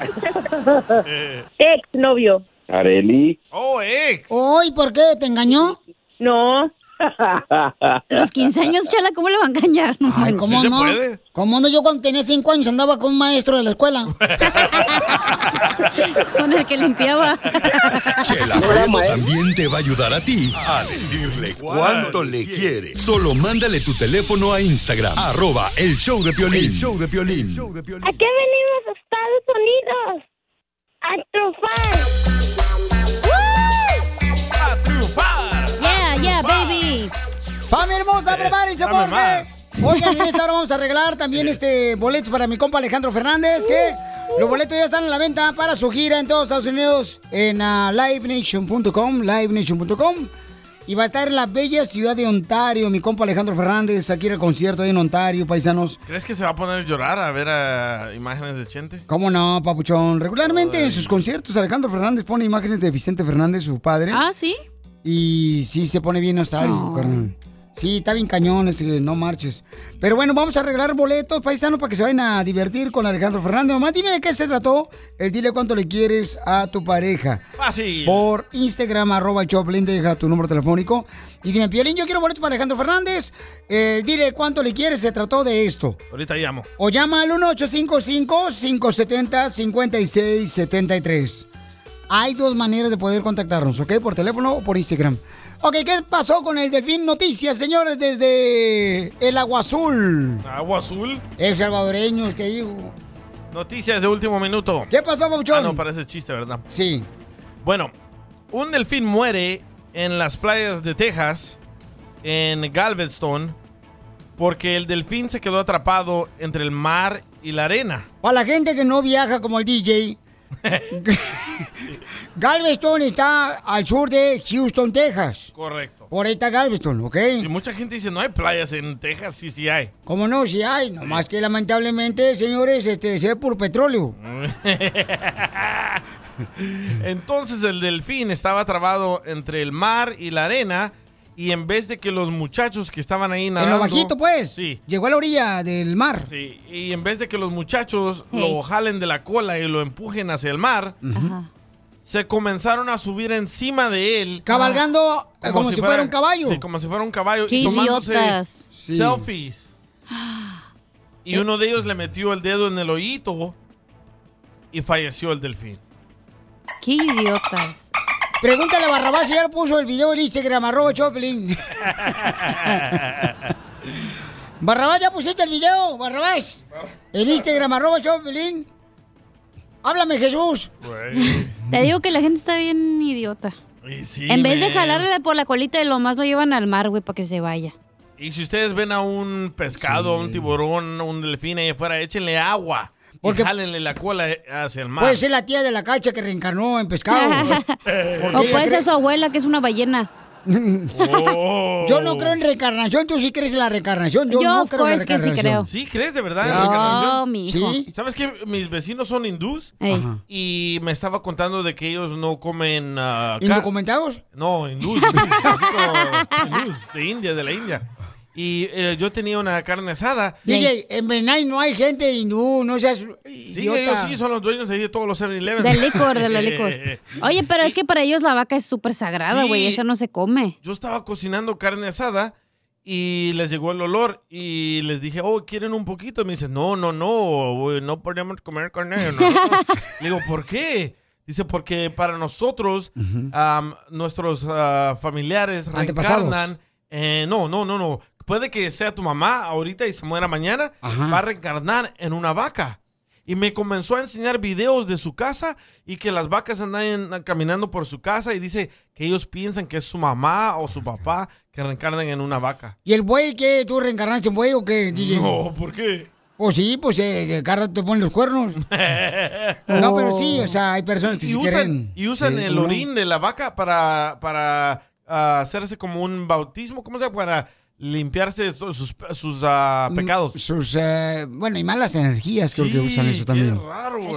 Speaker 13: Ex novio.
Speaker 17: Areli.
Speaker 4: Oh, ex.
Speaker 3: Hoy, ¿por qué? ¿Te engañó?
Speaker 13: No.
Speaker 5: Los 15 años, Chela, ¿cómo le va a engañar? No
Speaker 3: Ay,
Speaker 5: manches.
Speaker 3: ¿cómo no? ¿Cómo no? Yo cuando tenía 5 años andaba con un maestro de la escuela.
Speaker 5: Con el que limpiaba.
Speaker 7: Chela Prieto también te va a ayudar a ti a decirle cuánto le Ah. quiere. Solo mándale tu teléfono a Instagram, arroba el show de Piolín. show de Piolín.
Speaker 6: ¿A qué venimos a Estados Unidos? A triunfar.
Speaker 4: A triunfar.
Speaker 5: Yeah, yeah, baby.
Speaker 3: ¡Familia hermosa,
Speaker 4: Eh,
Speaker 3: prepárense
Speaker 4: dame
Speaker 3: porque!
Speaker 4: más.
Speaker 3: Oigan, en esta hora vamos a arreglar también este boletos para mi compa Alejandro Fernández, que
Speaker 4: Uh.
Speaker 3: los boletos ya están a la venta para su gira en todos Estados Unidos en ah, livenation.com, livenation.com. Y va a estar en la bella ciudad de Ontario, mi compa Alejandro Fernández, aquí en el concierto ahí en Ontario, paisanos.
Speaker 4: ¿Crees que se va a poner a llorar a ver a imágenes de Chente?
Speaker 3: ¿Cómo no, papuchón? Regularmente en sus conciertos Alejandro Fernández pone imágenes de Vicente Fernández, su padre.
Speaker 5: Ah, sí.
Speaker 3: Y sí, se pone bien nostálgico, carnal. Sí, está bien cañón, ese, no marches. Pero bueno, vamos a arreglar boletos, paisanos, para que se vayan a divertir con Alejandro Fernández. Mamá, dime de qué se trató. El dile cuánto le quieres a tu pareja.
Speaker 4: Fácil.
Speaker 3: Por Instagram, arroba el Choplin, deja tu número telefónico. Y dime, Piolín, yo quiero boletos para Alejandro Fernández. Eh, dile cuánto le quieres, se trató de esto.
Speaker 4: Ahorita llamo.
Speaker 3: O llama al 1-855-570-5673. Hay dos maneras de poder contactarnos, ¿ok? Por teléfono o por Instagram. Ok, ¿qué pasó con el Delfín Noticias, señores, desde el Agua Azul?
Speaker 4: Agua azul.
Speaker 3: El salvadoreño, el que dijo.
Speaker 4: Noticias de último minuto.
Speaker 3: ¿Qué pasó, Pauchón?
Speaker 4: Ah, no, parece chiste, ¿verdad?
Speaker 3: Sí.
Speaker 4: Bueno, un delfín muere en las playas de Texas, en Galveston, porque el delfín se quedó atrapado entre el mar y la arena.
Speaker 3: Para la gente que no viaja como el DJ, Galveston está al sur de Houston, Texas.
Speaker 4: Correcto.
Speaker 3: Por ahí está Galveston, ¿ok?
Speaker 4: Y mucha gente dice, no hay playas en Texas. Sí, sí hay.
Speaker 3: ¿Cómo no? Si hay, nomás que lamentablemente, señores, este, se ve por petróleo.
Speaker 4: Entonces el delfín estaba trabado entre el mar y la arena y en vez de que los muchachos que estaban ahí nadando...
Speaker 3: bajito, pues.
Speaker 4: Sí.
Speaker 3: Llegó a la orilla del mar.
Speaker 4: Sí, y en vez de que los muchachos
Speaker 3: Hey.
Speaker 4: lo jalen de la cola y lo empujen hacia el mar, se comenzaron a subir encima de él.
Speaker 3: Cabalgando, eh, como si fuera un caballo.
Speaker 4: Sí, como si fuera un caballo.
Speaker 3: Qué
Speaker 4: y tomándose
Speaker 3: idiotas. Sí.
Speaker 4: selfies. Y uno de ellos le metió el dedo en el oído y falleció el delfín.
Speaker 3: Qué idiotas. Pregúntale a Barrabás si ya lo puso el video en Instagram, arroba Choplin. Barrabás, ¿ya pusiste el video, Barrabás? En Instagram, arroba Choplin. Háblame, Jesús.
Speaker 5: Te digo que la gente está bien idiota.
Speaker 4: Y sí,
Speaker 5: en vez de
Speaker 4: man.
Speaker 5: jalarle por la colita, lo más lo llevan al mar, güey, para que se vaya.
Speaker 4: Y si ustedes ven a un pescado, a un tiburón, a un delfín ahí afuera, échenle agua.
Speaker 3: Porque-
Speaker 4: Y jálenle la cola hacia el mar.
Speaker 3: Puede ser la tía de la cacha que reencarnó en pescado.
Speaker 5: O puede ser su abuela, que es una ballena.
Speaker 4: Oh.
Speaker 3: Yo no creo en reencarnación, tú sí crees en la reencarnación. Yo,
Speaker 5: Yo,
Speaker 3: no
Speaker 5: of
Speaker 3: creo en la
Speaker 5: course que sí
Speaker 3: reencarnación.
Speaker 4: pues ¿Sí crees de verdad? en
Speaker 3: Claro.
Speaker 4: reencarnación?
Speaker 3: No, mijo. Sí.
Speaker 4: ¿Sabes que mis vecinos son hindús?
Speaker 3: Ey. Ajá.
Speaker 4: Y me estaba contando de que ellos no comen... ah, car-
Speaker 3: ¿Indocumentados?
Speaker 4: No, hindús. Así como hindús, de India, de la India. Y eh, yo tenía una carne asada.
Speaker 3: DJ, en Benay no hay gente hindú, no seas
Speaker 4: Sí,
Speaker 3: idiota.
Speaker 4: ellos sí son los dueños ahí de todos los 7-Eleven.
Speaker 5: Del licor, de la licor. Oye, pero es que para ellos la vaca es súper sagrada,
Speaker 4: Sí.
Speaker 5: güey. Esa no se come.
Speaker 4: yo estaba cocinando carne asada y les llegó el olor y les dije, oh, ¿quieren un poquito? Me dice, no, no, no, güey, no podemos comer carne. no, no". Le digo, ¿por qué? Dice, porque para nosotros, am, nuestros ah, familiares
Speaker 3: Antepasados.
Speaker 4: reencarnan. eh, no, no, no, no. Puede que sea tu mamá ahorita y se muera mañana, va a reencarnar en una vaca. Y me comenzó a enseñar videos de su casa y que las vacas andan en- caminando por su casa y dice que ellos piensan que es su mamá o su papá que reencarnan en una vaca.
Speaker 3: ¿Y el buey qué? ¿Tú reencarnaste en buey o qué, DJ?
Speaker 4: No, ¿por qué?
Speaker 3: Pues sí, pues eh, agarra, te ponen los cuernos. No, pero sí, o sea, hay personas
Speaker 4: Oh.
Speaker 3: que
Speaker 4: Y
Speaker 3: sí
Speaker 4: usan,
Speaker 3: quieren.
Speaker 4: y usan
Speaker 3: Sí,
Speaker 4: el
Speaker 3: ¿cómo no?
Speaker 4: orín de la vaca para, para ah, hacerse como un bautismo, ¿cómo se llama? Para limpiarse so- sus, sus,
Speaker 3: Mm.
Speaker 4: ah, pecados.
Speaker 3: Sus, eh, bueno, y malas energías creo que usan eso también.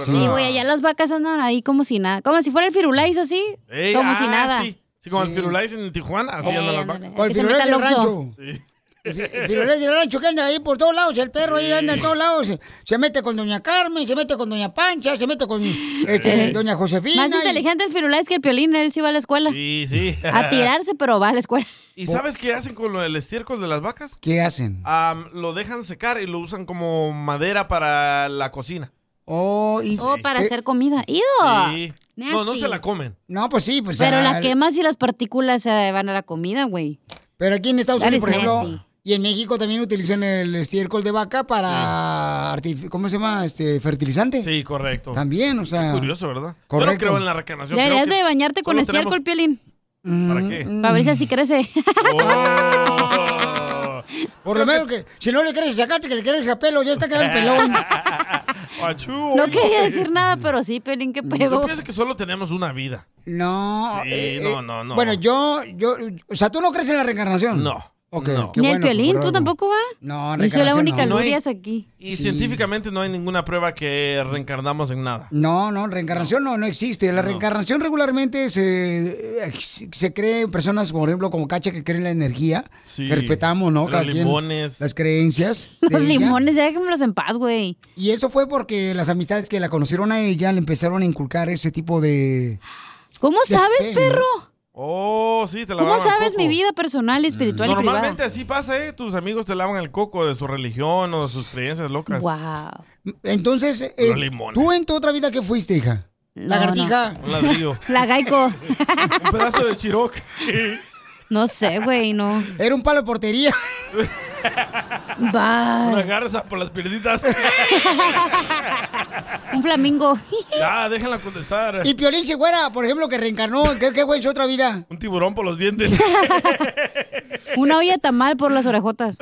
Speaker 5: Sí, güey, allá las vacas andan ahí como si nada. Como si fuera el firulais así.
Speaker 4: Ey,
Speaker 5: como
Speaker 4: ah,
Speaker 5: si nada.
Speaker 4: Sí, sí, como el Firulais en Tijuana, así
Speaker 5: Ey,
Speaker 4: andan las
Speaker 5: ándale,
Speaker 4: vacas.
Speaker 3: Con el que se Firulais meta al del Oxxo. rancho.
Speaker 4: Sí.
Speaker 3: El Firulais del rancho que anda ahí por todos lados, el perro ahí anda en todos lados. Se, se mete con doña Carmen, se mete con doña Pancha, se mete con este,
Speaker 5: Eh.
Speaker 3: doña Josefina.
Speaker 5: Más inteligente el firulais que el piolín, él sí va a la escuela.
Speaker 4: Sí, sí.
Speaker 5: A tirarse, pero va a la escuela.
Speaker 4: ¿Y sabes qué hacen con lo del estiércol de las vacas?
Speaker 3: ¿Qué hacen?
Speaker 4: Am, lo dejan secar y lo usan como madera para la cocina.
Speaker 3: Oh, y-
Speaker 5: Oh, para
Speaker 3: eh,
Speaker 5: hacer comida. ¡Ido!
Speaker 4: Sí. No, no
Speaker 5: Nasty.
Speaker 4: se la comen.
Speaker 3: No, pues sí, pues.
Speaker 5: Pero
Speaker 3: ah,
Speaker 5: la quemas y las partículas se van a la comida, güey.
Speaker 3: Pero aquí en Estados
Speaker 5: That
Speaker 3: Unidos, por
Speaker 5: is
Speaker 3: ejemplo,
Speaker 5: nasty.
Speaker 3: y en México también utilizan el estiércol de vaca para, artif- ¿cómo se llama? Este, fertilizante.
Speaker 4: Sí, correcto.
Speaker 3: También, o sea.
Speaker 4: Curioso, ¿verdad? Yo no
Speaker 3: Correcto.
Speaker 4: creo en la reencarnación.
Speaker 5: Deberías
Speaker 4: creo que
Speaker 5: de bañarte con
Speaker 4: solo Mm.
Speaker 3: Mm,
Speaker 5: estiércol, piolín.
Speaker 4: tenemos- ¿Para qué?
Speaker 5: Para ver si así crece.
Speaker 4: Oh.
Speaker 3: Por lo menos que si no le quieres sacarte, que le quieres a pelo, ya está quedando pelón.
Speaker 4: Achú,
Speaker 5: No
Speaker 4: oye.
Speaker 5: quería decir nada, pero sí, Pelín, qué
Speaker 4: Yo
Speaker 5: pedo.
Speaker 4: pienso que solo tenemos una vida.
Speaker 3: No.
Speaker 4: Sí,
Speaker 3: eh,
Speaker 4: no,
Speaker 3: eh,
Speaker 4: no, no.
Speaker 3: Bueno, yo, yo, o sea, ¿tú no crees en la reencarnación? No. Ok.
Speaker 4: no.
Speaker 3: qué
Speaker 5: Ni el
Speaker 3: bueno,
Speaker 5: Piolín, ¿tú
Speaker 3: bravo.
Speaker 5: tampoco va?
Speaker 3: No,
Speaker 5: Yo soy la
Speaker 3: reencarnación
Speaker 5: única
Speaker 3: no.
Speaker 5: lurias aquí.
Speaker 4: Y científicamente no hay ninguna prueba que reencarnamos en nada.
Speaker 3: No, no, reencarnación no, no existe. La reencarnación regularmente se, eh, se cree en personas, por ejemplo, como Cacha, que creen la energía.
Speaker 4: Sí.
Speaker 3: Que respetamos, ¿no?
Speaker 4: Los
Speaker 3: Cada quien,
Speaker 4: limones.
Speaker 3: las creencias. de
Speaker 5: Los
Speaker 3: ella.
Speaker 5: limones, déjenmelos en paz, güey.
Speaker 3: Y eso fue porque las amistades que la conocieron a ella le empezaron a inculcar ese tipo de...
Speaker 5: ¿Cómo
Speaker 3: de
Speaker 5: sabes,
Speaker 3: fe, ¿no?
Speaker 5: perro?
Speaker 4: Oh, sí, te la
Speaker 5: ¿Cómo
Speaker 4: lavan el
Speaker 5: sabes
Speaker 4: coco.
Speaker 5: mi vida personal, espiritual y privada?
Speaker 4: Normalmente así pasa, ¿eh? Tus amigos te lavan el coco de su religión o de sus creencias locas.
Speaker 5: Wow.
Speaker 3: Entonces, eh,
Speaker 4: Los limones.
Speaker 3: ¿tú en tu otra vida qué fuiste, hija? Lagartija.
Speaker 4: Un ladrillo.
Speaker 5: La Gaico.
Speaker 4: Un pedazo de chiroc.
Speaker 5: No sé, güey, no.
Speaker 3: Era un palo de portería.
Speaker 4: Una
Speaker 5: Bye.
Speaker 4: garza por las pierditas.
Speaker 5: Un flamingo.
Speaker 4: ya, déjala contestar.
Speaker 3: Y Piolín Chihuahua, por ejemplo, que reencarnó. ¿Qué, qué güey, su otra vida?
Speaker 4: Un tiburón por los dientes.
Speaker 5: Una olla de tamal por las orejotas.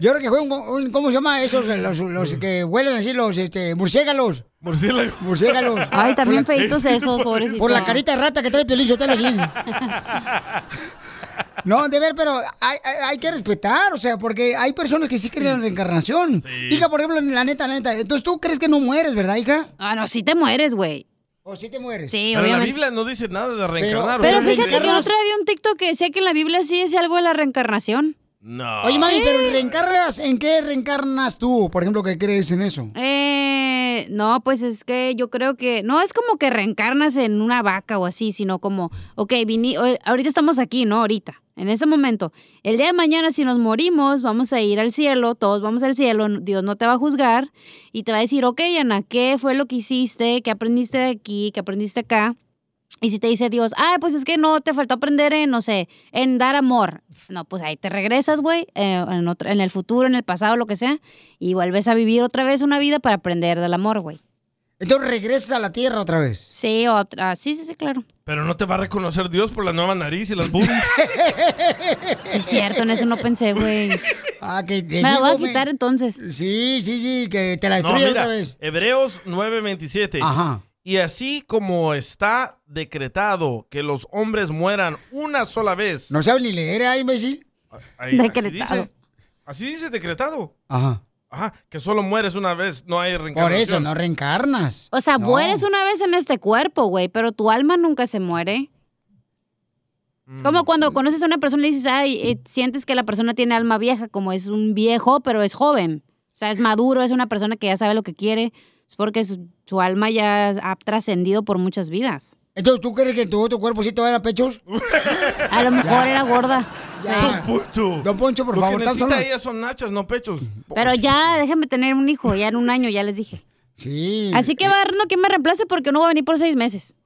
Speaker 3: Yo creo que fue un, un- ¿cómo se llama esos? Los, los que huelen así, los este, murciélagos.
Speaker 4: Murciélagos.
Speaker 3: Murciélagos.
Speaker 5: Ay, también
Speaker 3: Por la-
Speaker 5: feitos esos, pobrecitos.
Speaker 3: Por la carita de rata que trae Piolín Sotelo así. No, de ver, pero hay, hay- hay que respetar, o sea, porque hay personas que sí creen en la reencarnación. Hija, por ejemplo, la neta, la neta. Entonces tú crees que no mueres, ¿verdad, hija?
Speaker 5: Ah, no, sí te mueres, güey.
Speaker 3: ¿O sí te mueres?
Speaker 5: Sí,
Speaker 4: Pero la
Speaker 5: obviamente.
Speaker 4: Biblia no dice nada de reencarnar.
Speaker 5: Pero
Speaker 4: o sea,
Speaker 5: fíjate que
Speaker 4: reencarnas-
Speaker 5: otra había un TikTok que decía que en la Biblia sí decía algo de la reencarnación.
Speaker 4: No.
Speaker 3: Oye, mami, pero reencarnas, ¿en qué reencarnas tú? Por ejemplo, ¿qué crees en eso?
Speaker 5: Eh, no, pues es que yo creo que no es como que reencarnas en una vaca o así, sino como, ok, vini- o- ahorita estamos aquí, ¿no? Ahorita, en ese momento. El día de mañana, si nos morimos, vamos a ir al cielo, todos vamos al cielo, n- Dios no te va a juzgar y te va a decir, ok, Ana, ¿qué fue lo que hiciste? ¿Qué aprendiste de aquí? ¿Qué aprendiste acá? Y si te dice Dios, ah, pues es que no, te faltó aprender en, no sé, en dar amor. No, pues ahí te regresas, güey, eh, en, otro- en el futuro, en el pasado, lo que sea, y vuelves a vivir otra vez una vida para aprender del amor, güey.
Speaker 3: Entonces regresas a la tierra otra vez.
Speaker 5: Sí, otra, sí, sí, sí, claro.
Speaker 4: Pero no te va a reconocer Dios por la nueva nariz y las boobies.
Speaker 5: Sí, es cierto, en eso no pensé, güey.
Speaker 3: Ah, que
Speaker 5: Me la voy a quitar entonces.
Speaker 3: Sí, sí, sí, que te la
Speaker 4: No,
Speaker 3: destruye
Speaker 4: mira,
Speaker 3: otra vez.
Speaker 4: Hebreos 9:27.
Speaker 3: Ajá.
Speaker 4: Y así como está decretado que los hombres mueran una sola vez.
Speaker 3: No sabes ni leer, ¿eh, imbécil.
Speaker 4: Ahí, Así
Speaker 3: Decretado.
Speaker 4: dice, así dice decretado.
Speaker 3: Ajá.
Speaker 4: Ajá, que solo mueres una vez, no hay reencarnación.
Speaker 3: Por eso, no reencarnas.
Speaker 5: O sea,
Speaker 3: No.
Speaker 5: mueres una vez en este cuerpo, güey, pero tu alma nunca se muere. Es
Speaker 3: Mm,
Speaker 5: como cuando conoces a una persona y dices, ay, eh, sientes que la persona tiene alma vieja, como es un viejo, pero es joven. O sea, es maduro, es una persona que ya sabe lo que quiere. Es porque su, su alma ya ha trascendido por muchas vidas.
Speaker 3: Entonces, ¿tú crees que en tu otro cuerpo sí te van a pechos?
Speaker 5: A lo mejor era gorda.
Speaker 3: Ya.
Speaker 5: Sí.
Speaker 4: Don Poncho.
Speaker 3: Don Poncho, por favor,
Speaker 4: Lo que
Speaker 3: tan
Speaker 4: necesita
Speaker 3: solo-
Speaker 4: ella son nachas, no pechos.
Speaker 3: Pues
Speaker 5: Pero ya, déjame tener un hijo, ya en un año, ya les dije.
Speaker 3: Sí.
Speaker 5: Así que va a haber uno que me reemplace porque no va a venir por seis meses.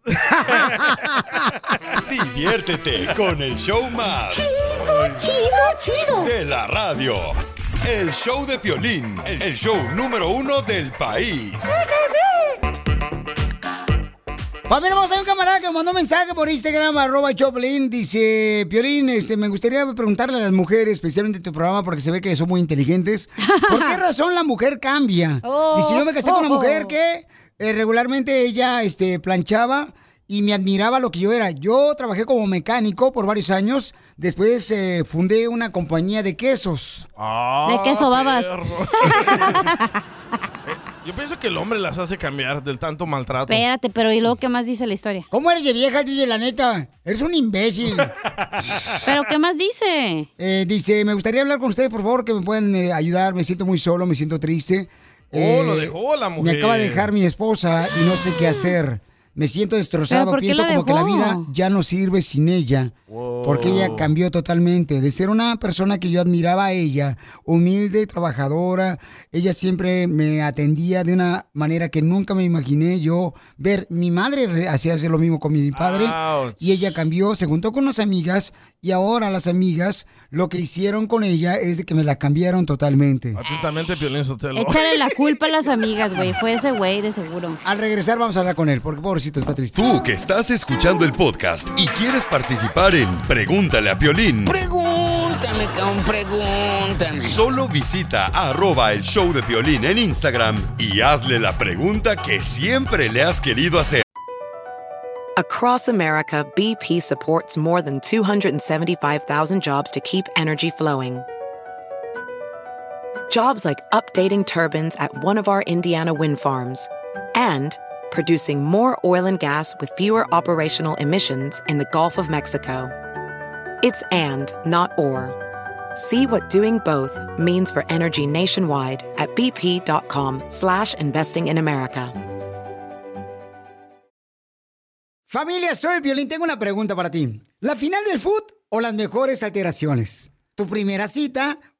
Speaker 7: Diviértete con el show más.
Speaker 5: Chido, chido.
Speaker 7: De la radio. El show de Piolín, el show número uno del país.
Speaker 3: Familia, vamos a un camarada que nos mandó un mensaje por Instagram, arroba Choplin. Dice, Piolín, este, me gustaría preguntarle a las mujeres, especialmente en tu programa, porque se ve que son muy inteligentes. ¿Por qué razón la mujer cambia?
Speaker 18: Oh,
Speaker 3: Dice, yo me casé con una
Speaker 18: oh.
Speaker 3: mujer que eh, regularmente ella este, planchaba y me admiraba lo que yo era. Yo trabajé como mecánico por varios años. Después eh, fundé una compañía de quesos.
Speaker 4: Ah,
Speaker 3: queso babas.
Speaker 4: perro. Yo pienso que el hombre las hace cambiar del tanto maltrato.
Speaker 5: Espérate, pero ¿y luego qué más dice la historia?
Speaker 3: ¿Cómo eres de vieja, DJ, la neta? Eres un imbécil.
Speaker 5: ¿Pero qué más dice?
Speaker 3: Eh, dice, me gustaría hablar con ustedes, por favor, que me pueden eh, ayudar. Me siento muy solo, me siento triste. Eh,
Speaker 4: Oh, lo dejó la mujer.
Speaker 3: Me acaba de dejar mi esposa y no sé qué hacer. Me siento destrozado.
Speaker 18: ¿Pero por qué
Speaker 3: Pienso
Speaker 18: la
Speaker 3: como que la
Speaker 18: dejó?
Speaker 3: vida ya no sirve sin ella. Porque ella cambió totalmente. De ser una persona que yo admiraba a ella, humilde, trabajadora, ella siempre me atendía de una manera que nunca me imaginé yo ver. Mi madre re- hacía hacer lo mismo con mi padre.
Speaker 4: Ouch.
Speaker 3: Y ella cambió, se juntó con unas amigas. Y ahora las amigas lo que hicieron con ella es de que me la cambiaron totalmente.
Speaker 4: Atentamente, Piolín Sotelo.
Speaker 5: Échale la culpa a las amigas, güey. Fue ese güey, de seguro.
Speaker 3: Al regresar vamos a hablar con él, porque pobrecito está triste.
Speaker 7: Tú que estás escuchando el podcast y quieres participar en Pregúntale a Piolín.
Speaker 3: Pregúntale
Speaker 18: Pregúntame, cabrón, pregúntame.
Speaker 7: Solo visita arroba el show de violín en Instagram y hazle la pregunta que siempre le has querido hacer.
Speaker 1: Across America, BP supports more than 275,000 jobs to keep energy flowing. Jobs like updating turbines at one of our Indiana wind farms and producing more oil and gas with fewer operational emissions in the Gulf of Mexico. It's and, not or. See what doing both means for energy nationwide at bp.com slash investing in America.
Speaker 3: Familia, soy Violín. Tengo una pregunta para ti. ¿La final del foot o las mejores alteraciones? ¿Tu primera cita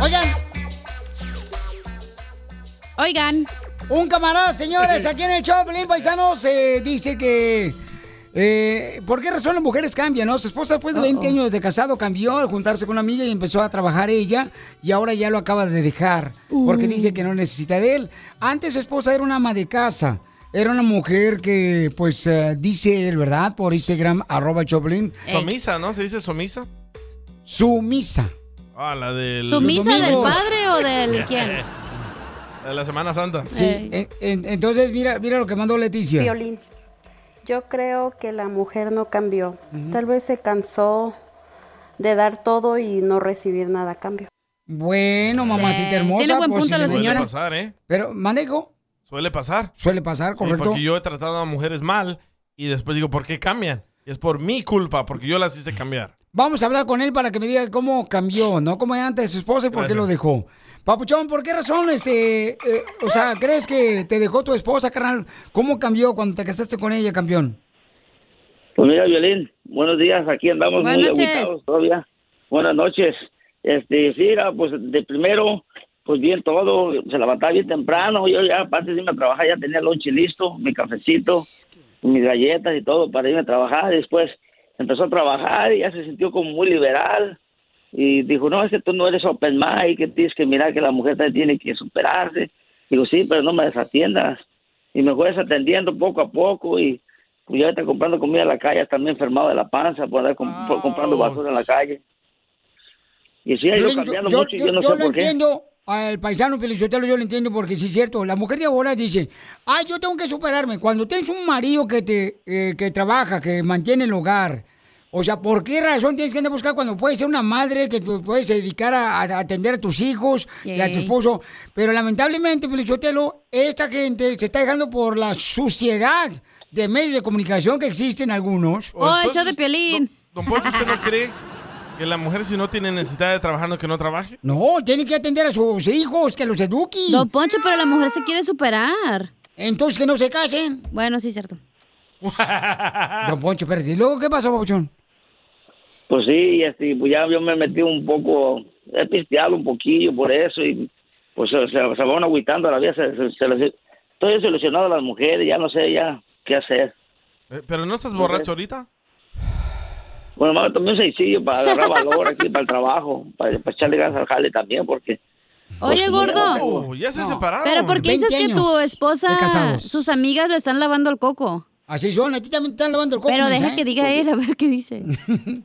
Speaker 3: Oigan,
Speaker 5: Oigan.
Speaker 3: Un camarada, señores, aquí en el show, Pelín Paisanos, eh, dice que... eh, ¿Por qué razón las mujeres cambian? No? Su esposa después de 20 años de casado cambió al juntarse con una amiga y empezó a trabajar ella y ahora ya lo acaba de dejar porque
Speaker 19: Uh.
Speaker 3: dice que no necesita de él. Antes su esposa era una ama de casa, era una mujer que pues eh, dice él, ¿verdad? Por Instagram, arroba Choplin,
Speaker 4: Somisa, ¿no? ¿Se dice somisa?
Speaker 3: sumisa.
Speaker 4: Ah, la del...
Speaker 5: ¿Sumisa del
Speaker 3: domingos.
Speaker 5: padre o del quién? Eh,
Speaker 4: De la Semana Santa.
Speaker 3: Sí, en- Eh, en- entonces mira, mira lo que mandó Leticia.
Speaker 19: Violín. Yo creo que la mujer no cambió. Tal vez se cansó de dar todo y no recibir nada a cambio.
Speaker 3: Bueno, mamacita hermosa. pues, sí,
Speaker 4: Suele
Speaker 3: bueno.
Speaker 4: pasar, ¿eh?
Speaker 3: Pero, manejo,
Speaker 4: Suele pasar.
Speaker 3: suele pasar,
Speaker 4: Sí,
Speaker 3: correcto.
Speaker 4: porque yo he tratado a mujeres mal y después digo, ¿por qué cambian? Y es por mi culpa, porque yo las hice cambiar.
Speaker 3: Vamos a hablar con él para que me diga cómo cambió, ¿no? Cómo era antes de su esposa y por qué
Speaker 4: Gracias.
Speaker 3: lo dejó. Papuchón, ¿por qué razón, este, eh, o sea, crees que te dejó tu esposa, carnal? ¿Cómo cambió cuando te casaste con ella, campeón?
Speaker 15: Pues mira, Violín, buenos días, aquí andamos muy
Speaker 3: Buenas noches.
Speaker 15: aguitados todavía. Buenas noches. Este, sí, era, pues de primero, pues bien todo, se levantaba bien temprano, yo ya aparte de irme a trabajar ya tenía el lonche listo, mi cafecito, mis galletas y todo para irme a trabajar. Después empezó a trabajar y ya se sintió como muy liberal y dijo, no, es que tú no eres open mind, que tienes que mirar que la mujer también tiene que superarse. Digo, sí, pero no me desatiendas. Y me fue desatendiendo poco a poco y pues ya está comprando comida en la calle, también enfermado de la panza por andar com- por- comprando basura en la calle. Y sí, ha ido
Speaker 3: Piolín,
Speaker 15: cambiando
Speaker 3: yo-
Speaker 15: mucho y
Speaker 3: yo-
Speaker 15: yo no
Speaker 3: yo
Speaker 15: sé
Speaker 3: lo
Speaker 15: por qué.
Speaker 3: entiendo al paisano Pelizotelo, yo lo entiendo porque sí es cierto. La mujer de ahora dice, ay, yo tengo que superarme. Cuando tienes un marido que te eh, que trabaja, que mantiene el hogar, o sea, ¿por qué razón tienes que andar a buscar cuando puedes ser una madre que te puedes dedicar a, a atender a tus hijos y a tu
Speaker 19: Yay.
Speaker 3: esposo? Pero lamentablemente, Pelizotelo, esta gente se está dejando por la suciedad de medios de comunicación que existen algunos.
Speaker 4: Oh, el show
Speaker 3: de
Speaker 5: Piolín!
Speaker 4: Don Poncho, ¿usted no cree que la mujer si no tiene necesidad de trabajar, no que no trabaje?
Speaker 3: No, tiene que atender a sus hijos, que los eduquen.
Speaker 5: Don Poncho, pero la mujer se quiere superar.
Speaker 3: Entonces que no se casen.
Speaker 5: Bueno, sí, cierto.
Speaker 3: Don Poncho Pérez. ¿Y luego qué pasó, Papuchón?
Speaker 15: Pues sí, este, pues ya yo me metí un poco, he pisteado un poquillo por eso y pues se, se, se van agüitando a la vida. Se, se- se les- estoy desilusionado a las mujeres, ya no sé ya qué hacer.
Speaker 4: Eh, ¿Pero no estás borracho ahorita?
Speaker 15: Bueno, mamá, tomé un sencillo para agarrar valor aquí, para el trabajo, para, para echarle ganas al jale también, porque...
Speaker 5: Oye, gordo.
Speaker 4: Oh, ya se separaron.
Speaker 5: Pero ¿por qué dices que tu esposa,
Speaker 15: casados.
Speaker 5: sus amigas le están lavando el coco?
Speaker 3: Así son, a ti también te están lavando el
Speaker 15: coco,
Speaker 5: Pero
Speaker 15: mija,
Speaker 5: deja
Speaker 15: ¿eh?
Speaker 5: que diga él a ver qué dice.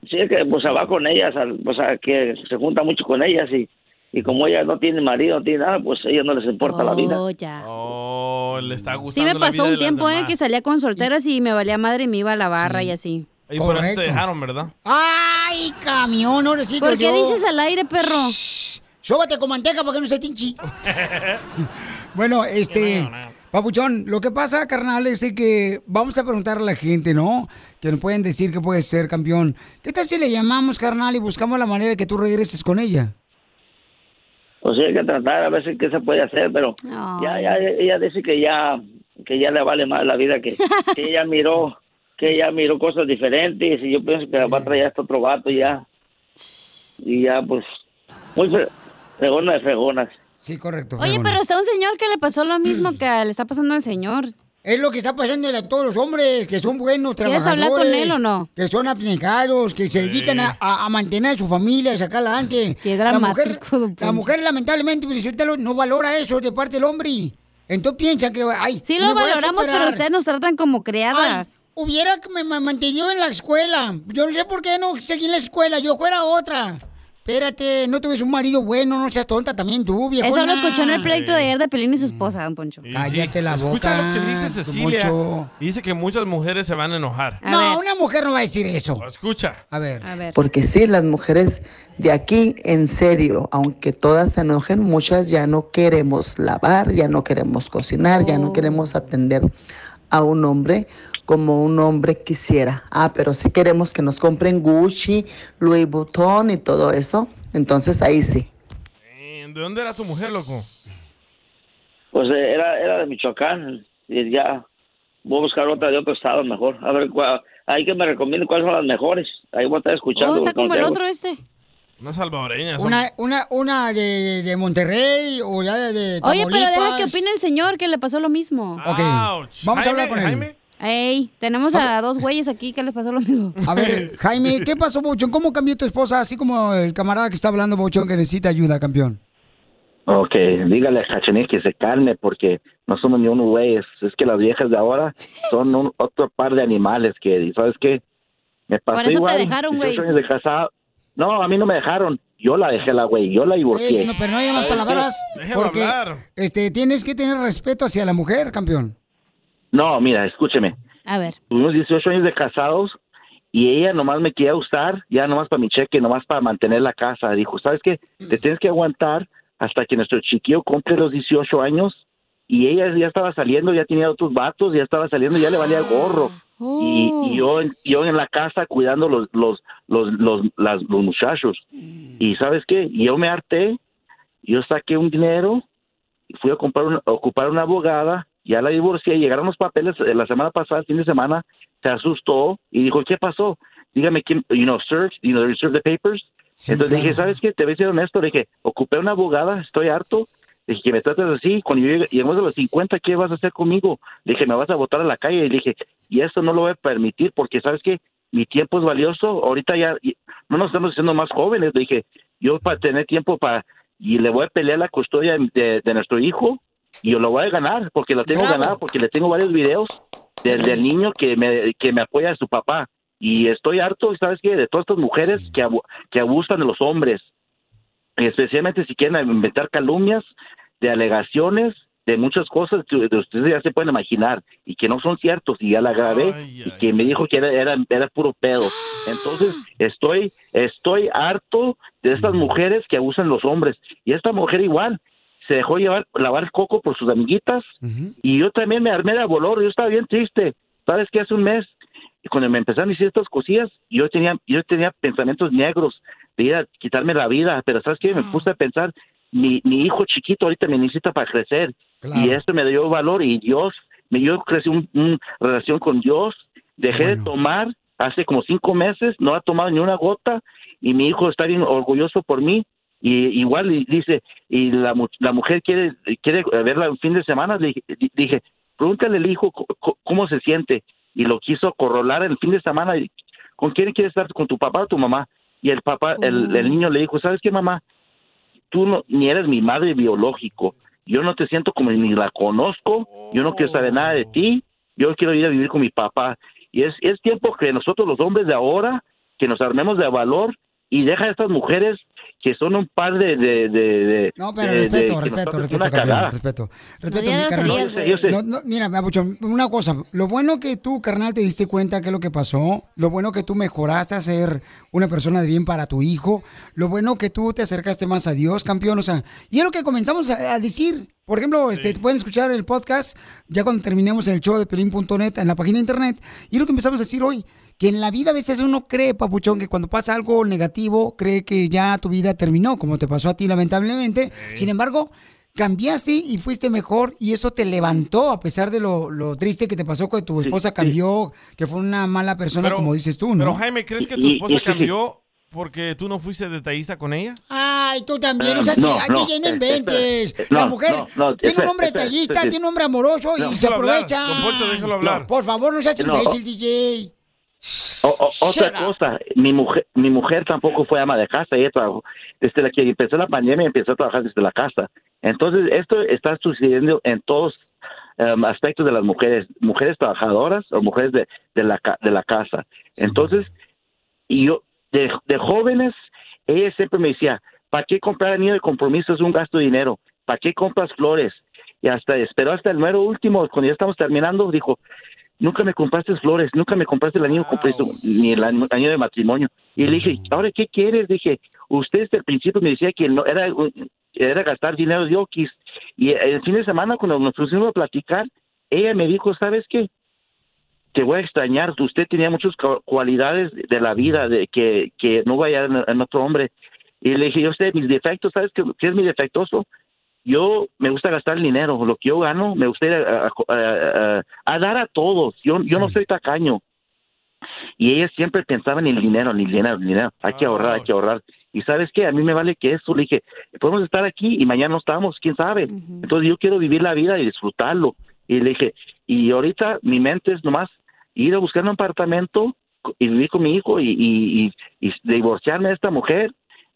Speaker 15: Sí, es que pues se va con ellas, al- pues a que se junta mucho con ellas y, y como ellas no tienen marido, no tienen nada, pues a ellas no les importa la vida.
Speaker 5: Oh, ya.
Speaker 4: Oh, le está
Speaker 5: Sí
Speaker 4: gustando
Speaker 5: me
Speaker 4: la
Speaker 5: pasó
Speaker 4: vida de
Speaker 5: un
Speaker 4: las
Speaker 5: tiempo eh,
Speaker 4: demás.
Speaker 5: que salía con solteras y me valía madre y me iba a la barra y así.
Speaker 4: Y por eso te
Speaker 3: Correcto.
Speaker 4: dejaron, ¿verdad?
Speaker 3: ¡Ah! ¡Ay, camión! Ahora sí,
Speaker 5: ¿Por qué dices al aire, perro?
Speaker 3: Sóbate con manteca para que no se tinchi. Bueno, este. Papuchón, lo que pasa, carnal, es de que vamos a preguntar a la gente, ¿no? Que nos pueden decir que puede ser campeón. ¿Qué tal si le llamamos, carnal, y buscamos la manera de que tú regreses con ella?
Speaker 15: Pues sí, hay que tratar a veces qué se puede hacer, pero ya, ya, ella dice que ya, que ya le vale más la vida, que, que ella miró, que ella miró cosas diferentes y yo pienso que la va a traer hasta otro vato ya. Y ya, pues, muy fre- fregona de fregonas.
Speaker 3: Sí, correcto.
Speaker 5: Oye, pero está un señor que le pasó lo mismo que le está pasando al señor.
Speaker 3: Es lo que está pasando a todos los hombres, que son buenos Mm.
Speaker 5: ¿Quieres hablar con él o no?
Speaker 3: Que son aplicados, que se dedican a, a- a mantener a su familia, a sacarla adelante. la mujer, la mujer lamentablemente, Felicítalo, no valora eso de parte del hombre. Entonces piensa que, ay,
Speaker 5: Sí lo
Speaker 3: me voy a
Speaker 5: valoramos, pero
Speaker 3: superar.
Speaker 5: ustedes nos tratan como criadas.
Speaker 3: Ay, hubiera que me ma- mantenido en la escuela. Yo no sé por qué no seguí en la escuela. Yo fuera otra. Espérate, no tuviese un marido bueno, no seas tonta también tú, viejo.
Speaker 5: Eso lo escuchó en el pleito de ayer de Pelín y su esposa, don Poncho.
Speaker 3: Cállate la
Speaker 4: Escucha
Speaker 3: boca,
Speaker 4: lo que dice
Speaker 3: don
Speaker 4: Cecilia.
Speaker 3: Poncho.
Speaker 4: Dice que muchas mujeres se van a enojar. Oh,
Speaker 3: No, una mujer no va a decir eso.
Speaker 4: Escucha.
Speaker 3: A ver.
Speaker 20: Porque sí, las mujeres de aquí, en serio, aunque todas se enojen, muchas ya no queremos lavar, ya no queremos cocinar, ya
Speaker 5: Oh.
Speaker 20: no queremos atender a un hombre como un hombre quisiera. Ah, pero sí queremos que nos compren Gucci, Louis Vuitton y todo eso. Entonces ahí sí.
Speaker 4: Eh, ¿De dónde era tu mujer, loco?
Speaker 15: Pues eh, era, era de Michoacán. Y ya voy a buscar otra de otro estado mejor. A ver, cua- ahí que me recomienden cuáles son las mejores. Ahí voy a estar
Speaker 5: Oh,
Speaker 3: Oh,
Speaker 15: escuchando. porque no tengo-
Speaker 5: este.
Speaker 4: Una salvadoreña. son-
Speaker 3: Una, una, una de, de Monterrey o ya de, de
Speaker 5: Oye, pero deja
Speaker 3: Tamaulipas.
Speaker 5: que opine el señor que le pasó lo mismo.
Speaker 3: Ok, vamos a hablar con él.
Speaker 5: Ey, tenemos a dos güeyes aquí que les pasó lo mismo.
Speaker 3: A ver, Jaime, ¿qué pasó, Bochón? ¿Cómo cambió tu esposa? Así como el camarada que está hablando, Bochón, que necesita ayuda, campeón.
Speaker 21: Ok, dígale a Cachaní que se calme porque no somos ni unos güeyes. Es que las viejas de ahora son un, otro par de animales que, ¿y ¿sabes qué? Me pasó
Speaker 5: Por eso te
Speaker 21: igual,
Speaker 5: dejaron, güey.
Speaker 21: 18 años de casado. No, a mí no me dejaron. Yo la dejé la güey, yo la divorcié.
Speaker 3: Eh, no, pero no llamas palabras.
Speaker 21: Ah, Déjalo
Speaker 3: Porque
Speaker 21: hablar.
Speaker 3: este, tienes que tener respeto hacia la mujer, campeón.
Speaker 21: No, mira, escúcheme.
Speaker 5: A ver.
Speaker 21: Tuvimos 18 años de casados y ella nomás me quería usar, ya nomás para mi cheque, nomás para mantener la casa. Dijo, ¿sabes qué? Te tienes que aguantar hasta que nuestro chiquillo cumple los 18 años. Y ella ya estaba saliendo, ya tenía otros vatos, ya estaba saliendo, ya le valía el gorro. Y,
Speaker 3: Uh.
Speaker 21: y yo, en- yo en la casa cuidando los, los, los, los, las- los muchachos. Y ¿sabes qué? Yo me harté, yo saqué un dinero y fui a comprar una- a ocupar una abogada, ya la divorcié, llegaron los papeles eh, la semana pasada, el fin de semana, se asustó y dijo, ¿qué pasó? Dígame, ¿quién, you know, search, you know, reserve the papers? Entonces dije, ¿sabes qué? Te voy a ser honesto, le dije, ocupé una abogada, estoy harto, le dije, que me tratas así, cuando yo llegue- lleguemos a los 50, ¿qué vas a hacer conmigo? Le dije, me vas a botar a la calle, y le dije, y esto no lo voy a permitir porque, ¿sabes qué? Mi tiempo es valioso, ahorita ya, y- no nos estamos haciendo más jóvenes, le dije, yo para tener tiempo para, y le voy a pelear la custodia de, de nuestro hijo, y yo lo voy a ganar, porque la tengo ganada, porque le tengo varios videos desde el niño que me, que me apoya a su papá. Y estoy harto, ¿sabes qué? De todas estas mujeres que, abu- que abusan de los hombres, especialmente si quieren inventar calumnias, de alegaciones, de muchas cosas que de ustedes ya se pueden imaginar y que no son ciertos. Y ya la grabé y que me dijo que era, era, era puro pedo. Entonces, estoy, estoy harto de estas mujeres que abusan de los hombres. Y esta mujer igual. Se dejó llevar, lavar el coco por sus amiguitas y yo también me armé de valor, yo estaba bien triste. ¿Sabes qué? Hace un mes, cuando me empezaron a decir estas cosillas, yo tenía, yo tenía pensamientos negros de ir a quitarme la vida, pero ¿sabes qué? Me puse a pensar, mi, mi hijo chiquito ahorita me necesita para crecer. Y esto me dio valor y Dios, me, yo crecí una relación con Dios, dejé de tomar hace como cinco meses, no ha tomado ni una gota y mi hijo está bien orgulloso por mí y igual y dice, y la, mu- la mujer quiere, quiere verla un fin de semana, le dije- dije, pregúntale al hijo co- co- cómo se siente, y lo quiso corrolar el fin de semana, y, ¿con quién quieres estar? ¿Con tu papá o tu mamá? Y el papá, el, el niño le dijo, ¿sabes qué mamá? Tú no, ni eres mi madre biológico, yo no te siento como ni la conozco, yo no quiero saber nada de ti, yo quiero ir a vivir con mi papá. Y es, es tiempo que nosotros los hombres de ahora, que nos armemos de valor y deja a estas mujeres que son un par de... de, de- de-
Speaker 3: No, pero
Speaker 21: de- de-
Speaker 3: respeto,
Speaker 21: que
Speaker 3: respeto,
Speaker 21: nosotros
Speaker 3: respeto,
Speaker 21: una
Speaker 3: campeón,
Speaker 21: cagada.
Speaker 3: respeto. Respeto, mi
Speaker 21: No, yo sé,
Speaker 3: carnal.
Speaker 21: yo sé, yo sé.
Speaker 3: No, no, mira, Papuchón, una cosa. Lo bueno que tú, carnal, te diste cuenta que es lo que pasó. Lo bueno que tú mejoraste a ser una persona de bien para tu hijo. Lo bueno que tú te acercaste más a Dios, campeón. O sea, y es lo que comenzamos a, a decir. Por ejemplo, este, pueden escuchar el podcast ya cuando terminemos en el show de pelín.net, en la página de internet. Y es lo que empezamos a decir hoy. Que en la vida a veces uno cree, papuchón, que cuando pasa algo negativo, cree que ya tu vida terminó, como te pasó a ti lamentablemente. Sin embargo, cambiaste y fuiste mejor y eso te levantó a pesar de lo, lo triste que te pasó que tu esposa cambió, que fue una mala persona como dices tú, ¿no?
Speaker 4: Pero Jaime, ¿crees que tu esposa cambió porque tú no fuiste detallista con ella?
Speaker 3: Ay, tú también, o sea,
Speaker 4: Eh, no,
Speaker 3: sí, ay,
Speaker 4: no,
Speaker 3: DJ, no
Speaker 4: eh,
Speaker 3: inventes.
Speaker 4: espera,
Speaker 3: la
Speaker 4: no,
Speaker 3: mujer
Speaker 4: no, no,
Speaker 3: tiene un
Speaker 4: espera,
Speaker 3: hombre
Speaker 4: espera,
Speaker 3: detallista,
Speaker 4: espera.
Speaker 3: tiene un hombre amoroso
Speaker 4: No.
Speaker 3: y se
Speaker 4: Déjalo hablar,
Speaker 3: aprovecha.
Speaker 4: don Poncho, déjalo hablar.
Speaker 3: No, por favor, no seas
Speaker 21: No.
Speaker 3: imbécil, DJ.
Speaker 21: O- o- otra
Speaker 3: Shut up.
Speaker 21: cosa, mi mujer, mi mujer tampoco fue ama de casa, ella trabajó, desde la que empezó la pandemia empezó a trabajar desde la casa. Entonces, esto está sucediendo en todos em, aspectos de las mujeres, mujeres trabajadoras o mujeres de, de, la, ca- de la casa. Entonces, y yo, de, de jóvenes, ella siempre me decía, ¿para qué comprar anillo de compromiso? Es un gasto de dinero. ¿Para qué compras flores? Y hasta esperó hasta el mero último, cuando ya estamos terminando, dijo, nunca me compraste flores, nunca me compraste el anillo de compromiso, ni el an- anillo de matrimonio. Y le dije, ¿ahora qué quieres? Dije, usted desde el principio me decía que no era, un- era gastar dinero de Oquis. Y el fin de semana, cuando nos pusimos a platicar, ella me dijo, ¿sabes qué? te voy a extrañar. Usted tenía muchas cu- cualidades de la vida de que, que no vaya en, en otro hombre. Y le dije, yo sé, mis defectos, ¿sabes qué, qué es mi defectoso? Yo me gusta gastar el dinero, lo que yo gano, me gusta ir a, a- a- a- a dar a todos. Yo, yo no soy tacaño. Y ella siempre pensaba en el dinero, en el dinero, en el dinero. Hay que ahorrar, hay que ahorrar. Y sabes qué, a mí me vale que eso. Le dije, podemos estar aquí y mañana no estamos, quién sabe. Entonces yo quiero vivir la vida y disfrutarlo. Y le dije, y ahorita mi mente es nomás ir a buscar un apartamento y vivir con mi hijo y, y, y- y divorciarme de esta mujer.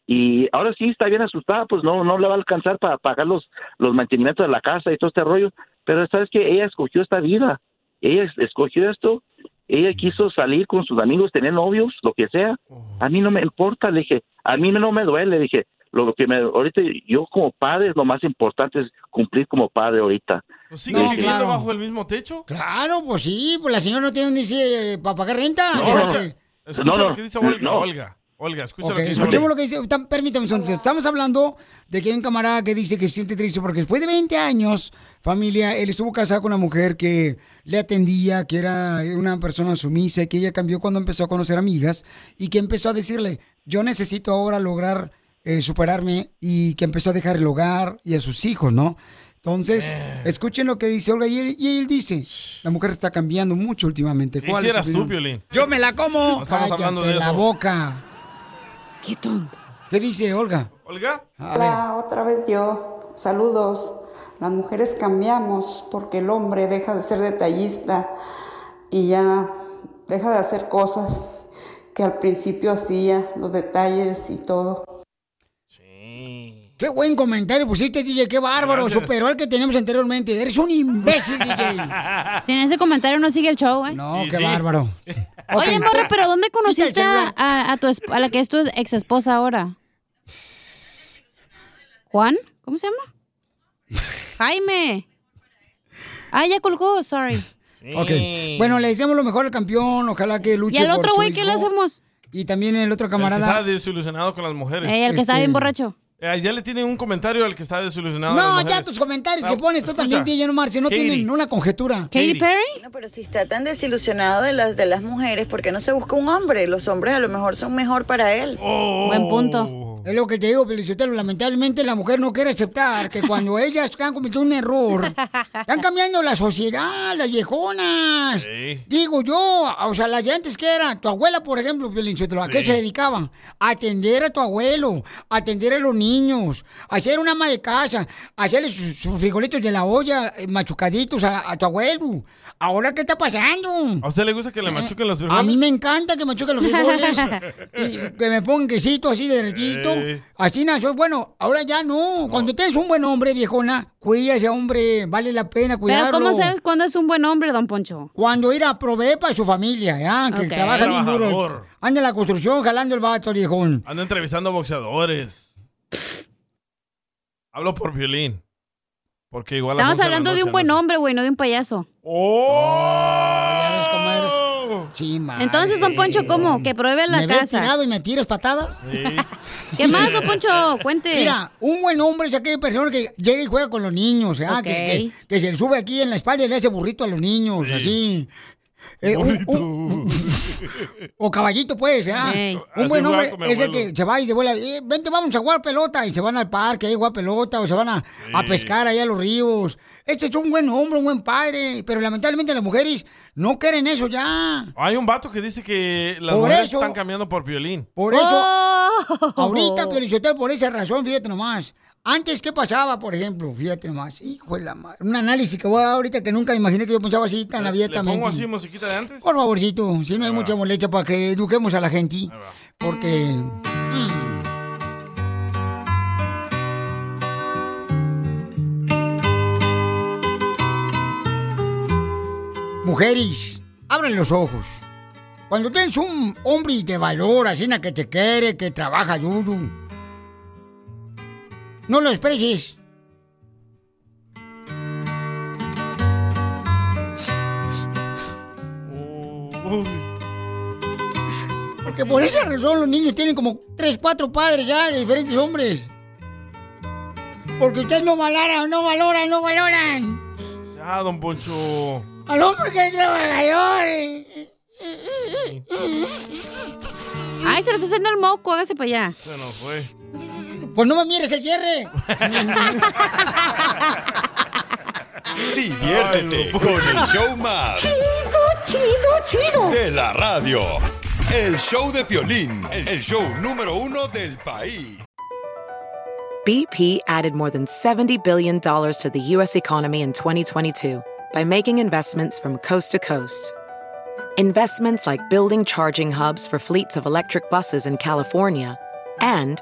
Speaker 21: Y ahora sí está bien asustada, pues no no le va a alcanzar para pagar los, los mantenimientos de la casa y todo este rollo. Pero sabes que ella escogió esta vida, ella es- escogió esto, ella quiso salir con sus amigos, tener novios, lo que sea. A mí no me importa, le dije, a mí no me duele, le dije. Lo que me, ahorita yo como padre, lo más importante es cumplir como padre ahorita. Este,
Speaker 4: ¿Siguen
Speaker 21: Le dije,
Speaker 4: viviendo bajo el mismo techo?
Speaker 3: Claro, pues sí, pues la señora no tiene dice eh, para pagar renta.
Speaker 4: No,
Speaker 3: Digo,
Speaker 4: no, no.
Speaker 3: que-
Speaker 4: Escucha
Speaker 21: No, no.
Speaker 4: lo que dice Olga.
Speaker 21: No.
Speaker 4: Olga, Olga, escucha
Speaker 3: Ok,
Speaker 4: lo que dice
Speaker 3: escuchemos
Speaker 4: Olga.
Speaker 3: lo que dice. tam- Permítame, un segundito. estamos hablando de que hay un camarada que dice que se siente triste porque después de 20 años, familia, él estuvo casado con una mujer que le atendía, que era una persona sumisa y que ella cambió cuando empezó a conocer amigas y que empezó a decirle, yo necesito ahora lograr eh, superarme y que empezó a dejar el hogar y a sus hijos, ¿no? Entonces,
Speaker 4: Eh.
Speaker 3: escuchen lo que dice Olga y él, y él dice, la mujer está cambiando mucho últimamente.
Speaker 4: ¿Qué
Speaker 3: ¿Cuál es su
Speaker 4: hicieras tú,
Speaker 3: opinión?
Speaker 4: Piolín?
Speaker 3: Yo me la como.
Speaker 4: No estamos
Speaker 3: Cállate
Speaker 4: hablando de
Speaker 3: la
Speaker 4: eso.
Speaker 3: boca. Qué tonto. ¿Qué dice Olga?
Speaker 4: ¿Olga?
Speaker 12: Hola, otra vez yo. Saludos. Las mujeres cambiamos porque el hombre deja de ser detallista y ya deja de hacer cosas que al principio hacía, los detalles y todo.
Speaker 3: Qué buen comentario pusiste, DJ. Qué bárbaro.
Speaker 12: Gracias.
Speaker 3: Superó al que teníamos anteriormente. Eres un imbécil, DJ.
Speaker 5: Sin ese comentario no sigue el show, ¿eh?
Speaker 3: No, qué bárbárbaro.
Speaker 5: Oye, morra, pero ¿dónde conociste a,
Speaker 3: celular.
Speaker 5: a- a tu esp- a la que es tu ex esposa ahora? ¿Juan? ¿Cómo se llama? Jaime. Ah, ya colgó, sorry.
Speaker 3: Ok. Bueno, le deseamos lo mejor al campeón. Ojalá que luche.
Speaker 5: ¿Y al
Speaker 3: por
Speaker 5: otro
Speaker 3: su
Speaker 5: güey qué le
Speaker 3: hijo.
Speaker 5: hacemos?
Speaker 3: Y también el otro
Speaker 4: El que está
Speaker 3: camarada. Este,
Speaker 4: desilusionado con las mujeres.
Speaker 5: Eh, el que está bien borracho.
Speaker 4: Eh, ya le tienen un comentario al que está desilusionado. con
Speaker 3: No,
Speaker 4: las
Speaker 3: ya
Speaker 4: mujeres.
Speaker 3: tus comentarios
Speaker 4: No,
Speaker 3: que pones tú
Speaker 4: escucha.
Speaker 3: también, DJ, no marches. No
Speaker 4: Katie.
Speaker 3: tienen una conjetura.
Speaker 22: No, pero si está tan desilusionado de las de las mujeres, ¿por qué no se busca un hombre? Los hombres a lo mejor son mejor para él.
Speaker 4: Oh.
Speaker 3: Buen punto. Es lo que te digo, Felicitelo. Lamentablemente la mujer no quiere aceptar que cuando ellas han cometido un error, están cambiando la sociedad, las viejonas.
Speaker 4: Sí.
Speaker 3: Digo yo, o sea, las de antes que era, tu abuela, por ejemplo, Felicitelo, ¿a qué
Speaker 4: Sí.
Speaker 3: se dedicaba? A atender a tu abuelo, a atender a los niños, a hacer una ama de casa, a hacerle sus, sus frijolitos de la olla eh, machucaditos a, a tu abuelo. Ahora, ¿qué está pasando?
Speaker 4: ¿A usted le gusta que
Speaker 5: Eh,
Speaker 4: le machuquen los Eh,
Speaker 3: A
Speaker 4: frijoles?
Speaker 3: mí me encanta que me choquen los frijoles. y que me pongan quesito así derretito.
Speaker 4: Ey.
Speaker 3: Así nació. Bueno, ahora ya no. Cuando tienes un buen hombre, viejona, cuida ese hombre. Vale la pena cuidarlo.
Speaker 5: Pero ¿cómo sabes cuándo es un buen hombre, don Poncho?
Speaker 3: Cuando ir a proveer para su familia, ¿ya? Que
Speaker 5: Ok.
Speaker 3: trabaja bien duro.
Speaker 4: Trabajador.
Speaker 3: Anda en la construcción jalando el vato, viejón.
Speaker 4: Anda entrevistando boxeadores. Hablo por violín. Porque igual. a las
Speaker 5: Estamos
Speaker 4: once la
Speaker 5: hablando de un
Speaker 4: noche,
Speaker 5: buen hombre, güey, no de un payaso.
Speaker 3: Ya ves cómo eres. Chima.
Speaker 5: Entonces, don Poncho, ¿cómo? Que pruebe la
Speaker 3: ¿Me
Speaker 5: casa.
Speaker 3: ves tirado y me tiras patadas?
Speaker 5: ¿Qué más, don Poncho? Cuente.
Speaker 3: Mira, un buen hombre es aquella persona que llega y juega con los niños, ¿ah? que, que- que se le sube aquí en la espalda y le hace burrito a los niños, así. Eh, un- un- o caballito, pues, ¿ah?
Speaker 6: Ey.
Speaker 3: Un
Speaker 6: Así
Speaker 3: buen
Speaker 6: jugaba
Speaker 3: hombre
Speaker 6: con mi
Speaker 3: es el
Speaker 6: abuelo.
Speaker 3: que se va y de vuela, eh, vente, vamos a jugar pelota, y se van al parque, ahí a jugar pelota, o se van a, a pescar allá a los ríos. Este es un buen hombre, un buen padre, pero lamentablemente las mujeres no quieren eso ya.
Speaker 4: Hay un vato que dice que las
Speaker 3: Por
Speaker 4: mujeres
Speaker 3: eso-
Speaker 4: están cambiando por violín.
Speaker 3: Por eso,
Speaker 5: Oh.
Speaker 3: ahorita, Piolichotel, por esa razón, fíjate nomás. Antes, ¿qué pasaba, por ejemplo? Fíjate nomás. Hijo de la madre. Un análisis que voy a dar ahorita que nunca imaginé que yo pensaba así tan
Speaker 4: ¿Le
Speaker 3: abiertamente.
Speaker 4: pongo así musiquita de antes?
Speaker 3: Por favorcito, si no hay mucha molestia para que eduquemos a la gente. Porque. mm. Mujeres, abren los ojos. Cuando tienes un hombre de valor, así na que te quiere, que trabaja duro, no lo expreses. Porque por esa razón los niños tienen como tres, cuatro padres ya de diferentes hombres. Porque ustedes no valoran, no valoran, no valoran
Speaker 4: Ya, don Poncho.
Speaker 3: al hombre que es trabajador.
Speaker 5: Ay, se les está haciendo el moco, hágase para allá.
Speaker 4: Se nos fue.
Speaker 3: Pues no me mires el cierre.
Speaker 7: Diviértete con el show más.
Speaker 3: Chido, chido, chido.
Speaker 7: De la radio. El show de Piolín, el show número uno del país.
Speaker 1: BP added more than $70 billion to the U.S. economy in 2022 by making investments from coast to coast. Investments like building charging hubs for fleets of electric buses in California and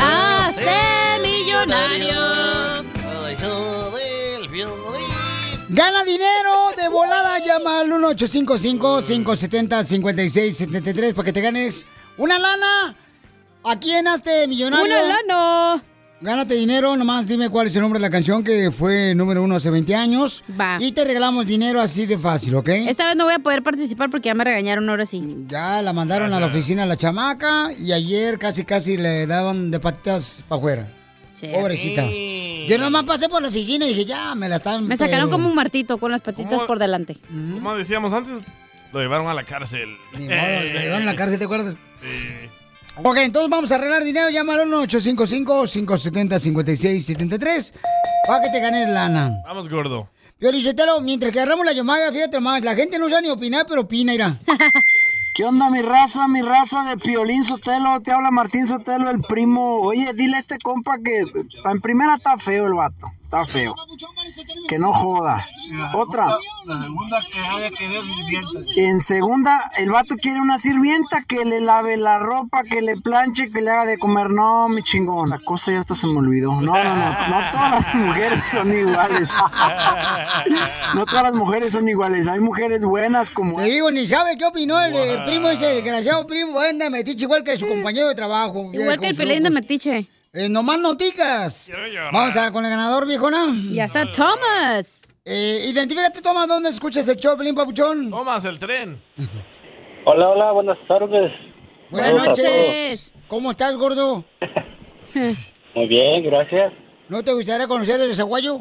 Speaker 5: ¡Hazte millonario!
Speaker 3: Gana dinero de volada, llama al 1-855-570-5673 para que te ganes una lana. Aquí en Hazte Millonario.
Speaker 5: Una lana.
Speaker 3: Gánate dinero, nomás dime cuál es el nombre de la canción que fue número uno hace 20 años. Y te regalamos dinero así de fácil, ¿ok?
Speaker 5: Esta vez no voy a poder participar porque ya me regañaron ahora sí.
Speaker 3: Ya la mandaron a la oficina a la chamaca y ayer casi casi le daban de patitas para afuera. Pobrecita. Yo nomás pasé por la oficina y dije, ya, me la están...
Speaker 5: Me sacaron
Speaker 3: pero-
Speaker 5: como un martito con las patitas
Speaker 4: ¿Cómo?
Speaker 5: por delante.
Speaker 4: Como decíamos antes, lo llevaron a la cárcel.
Speaker 3: Ni modo, lo llevaron a la cárcel, ¿te acuerdas? Ok, entonces vamos a arreglar dinero. Llámalo al 1-855-570-5673 para que te ganes lana.
Speaker 4: Vamos, gordo.
Speaker 3: Piorizotelo, mientras que agarramos la llamada, fíjate más, la gente no sabe ni opinar, pero opina, irá.
Speaker 23: ¿Qué onda, mi raza, mi raza de Piolín Sotelo? Te habla Martín Sotelo, el primo. Oye, dile a este compa que pa- en primera está feo el vato, está feo. Que no joda. Otra,
Speaker 17: La segunda que haya que ver sus dientes.
Speaker 23: en segunda, el vato quiere una sirvienta que le lave la ropa, que le planche, que le haga de comer. No, mi chingón. La cosa ya hasta se me olvidó. No, no, no. No todas las mujeres son iguales. No todas las mujeres son iguales. Hay mujeres buenas como...
Speaker 3: Te digo, ni sabe qué opinó el, eh, primo ese desgraciado primo. Anda, metiche igual que su compañero de trabajo.
Speaker 5: Igual que el Piolín de
Speaker 3: metiche. nomás noticas. Vamos a con el ganador, viejona. Ya está Thomas. identifícate, Thomas, ¿dónde escuchas el show, Pelín Papuchón?
Speaker 4: Tomas el tren.
Speaker 17: Hola, hola, buenas tardes.
Speaker 3: Buenas noches. ¿Cómo estás, gordo?
Speaker 17: Muy bien, gracias.
Speaker 3: ¿No te gustaría conocer el zaguayo?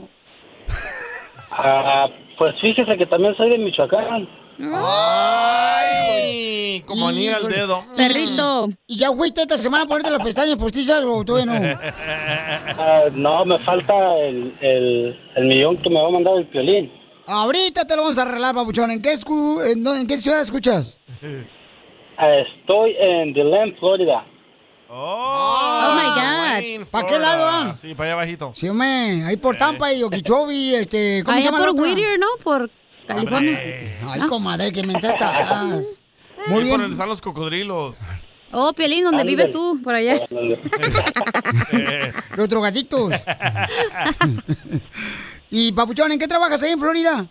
Speaker 17: Ah, pues fíjese que también soy de Michoacán.
Speaker 4: ¡Ay! Como anillo al
Speaker 3: Híjole.
Speaker 4: dedo.
Speaker 3: Perrito. ¿Y ya fuiste esta semana a pues, ponerte las pestañas postizas o todavía no?
Speaker 17: Ah, no, me falta el, el, el millón que me va a mandar el violín.
Speaker 3: Ahorita te lo vamos a arreglar, papuchón. ¿En qué, escu- en, dónde- en qué ciudad escuchas?
Speaker 17: Ah, Estoy en Deland, Florida.
Speaker 4: Oh,
Speaker 3: my God. ¿Para qué lado ah? va?
Speaker 4: Sí, para allá Eh. bajito.
Speaker 3: Sí, hombre, ahí por Tampa y Okeechobee, este, ¿cómo se
Speaker 5: Allá
Speaker 3: llama la
Speaker 5: por
Speaker 3: otra?
Speaker 5: Whittier, ¿no? Por California. Ah.
Speaker 3: Ay, comadre, qué mensaje estás.
Speaker 4: Ahí por donde están los cocodrilos.
Speaker 5: Oh, Pielín, ¿dónde
Speaker 4: Ándale.
Speaker 5: vives tú? Por allá.
Speaker 3: Los drogaditos. y, papuchón, ¿en qué trabajas ahí en Florida?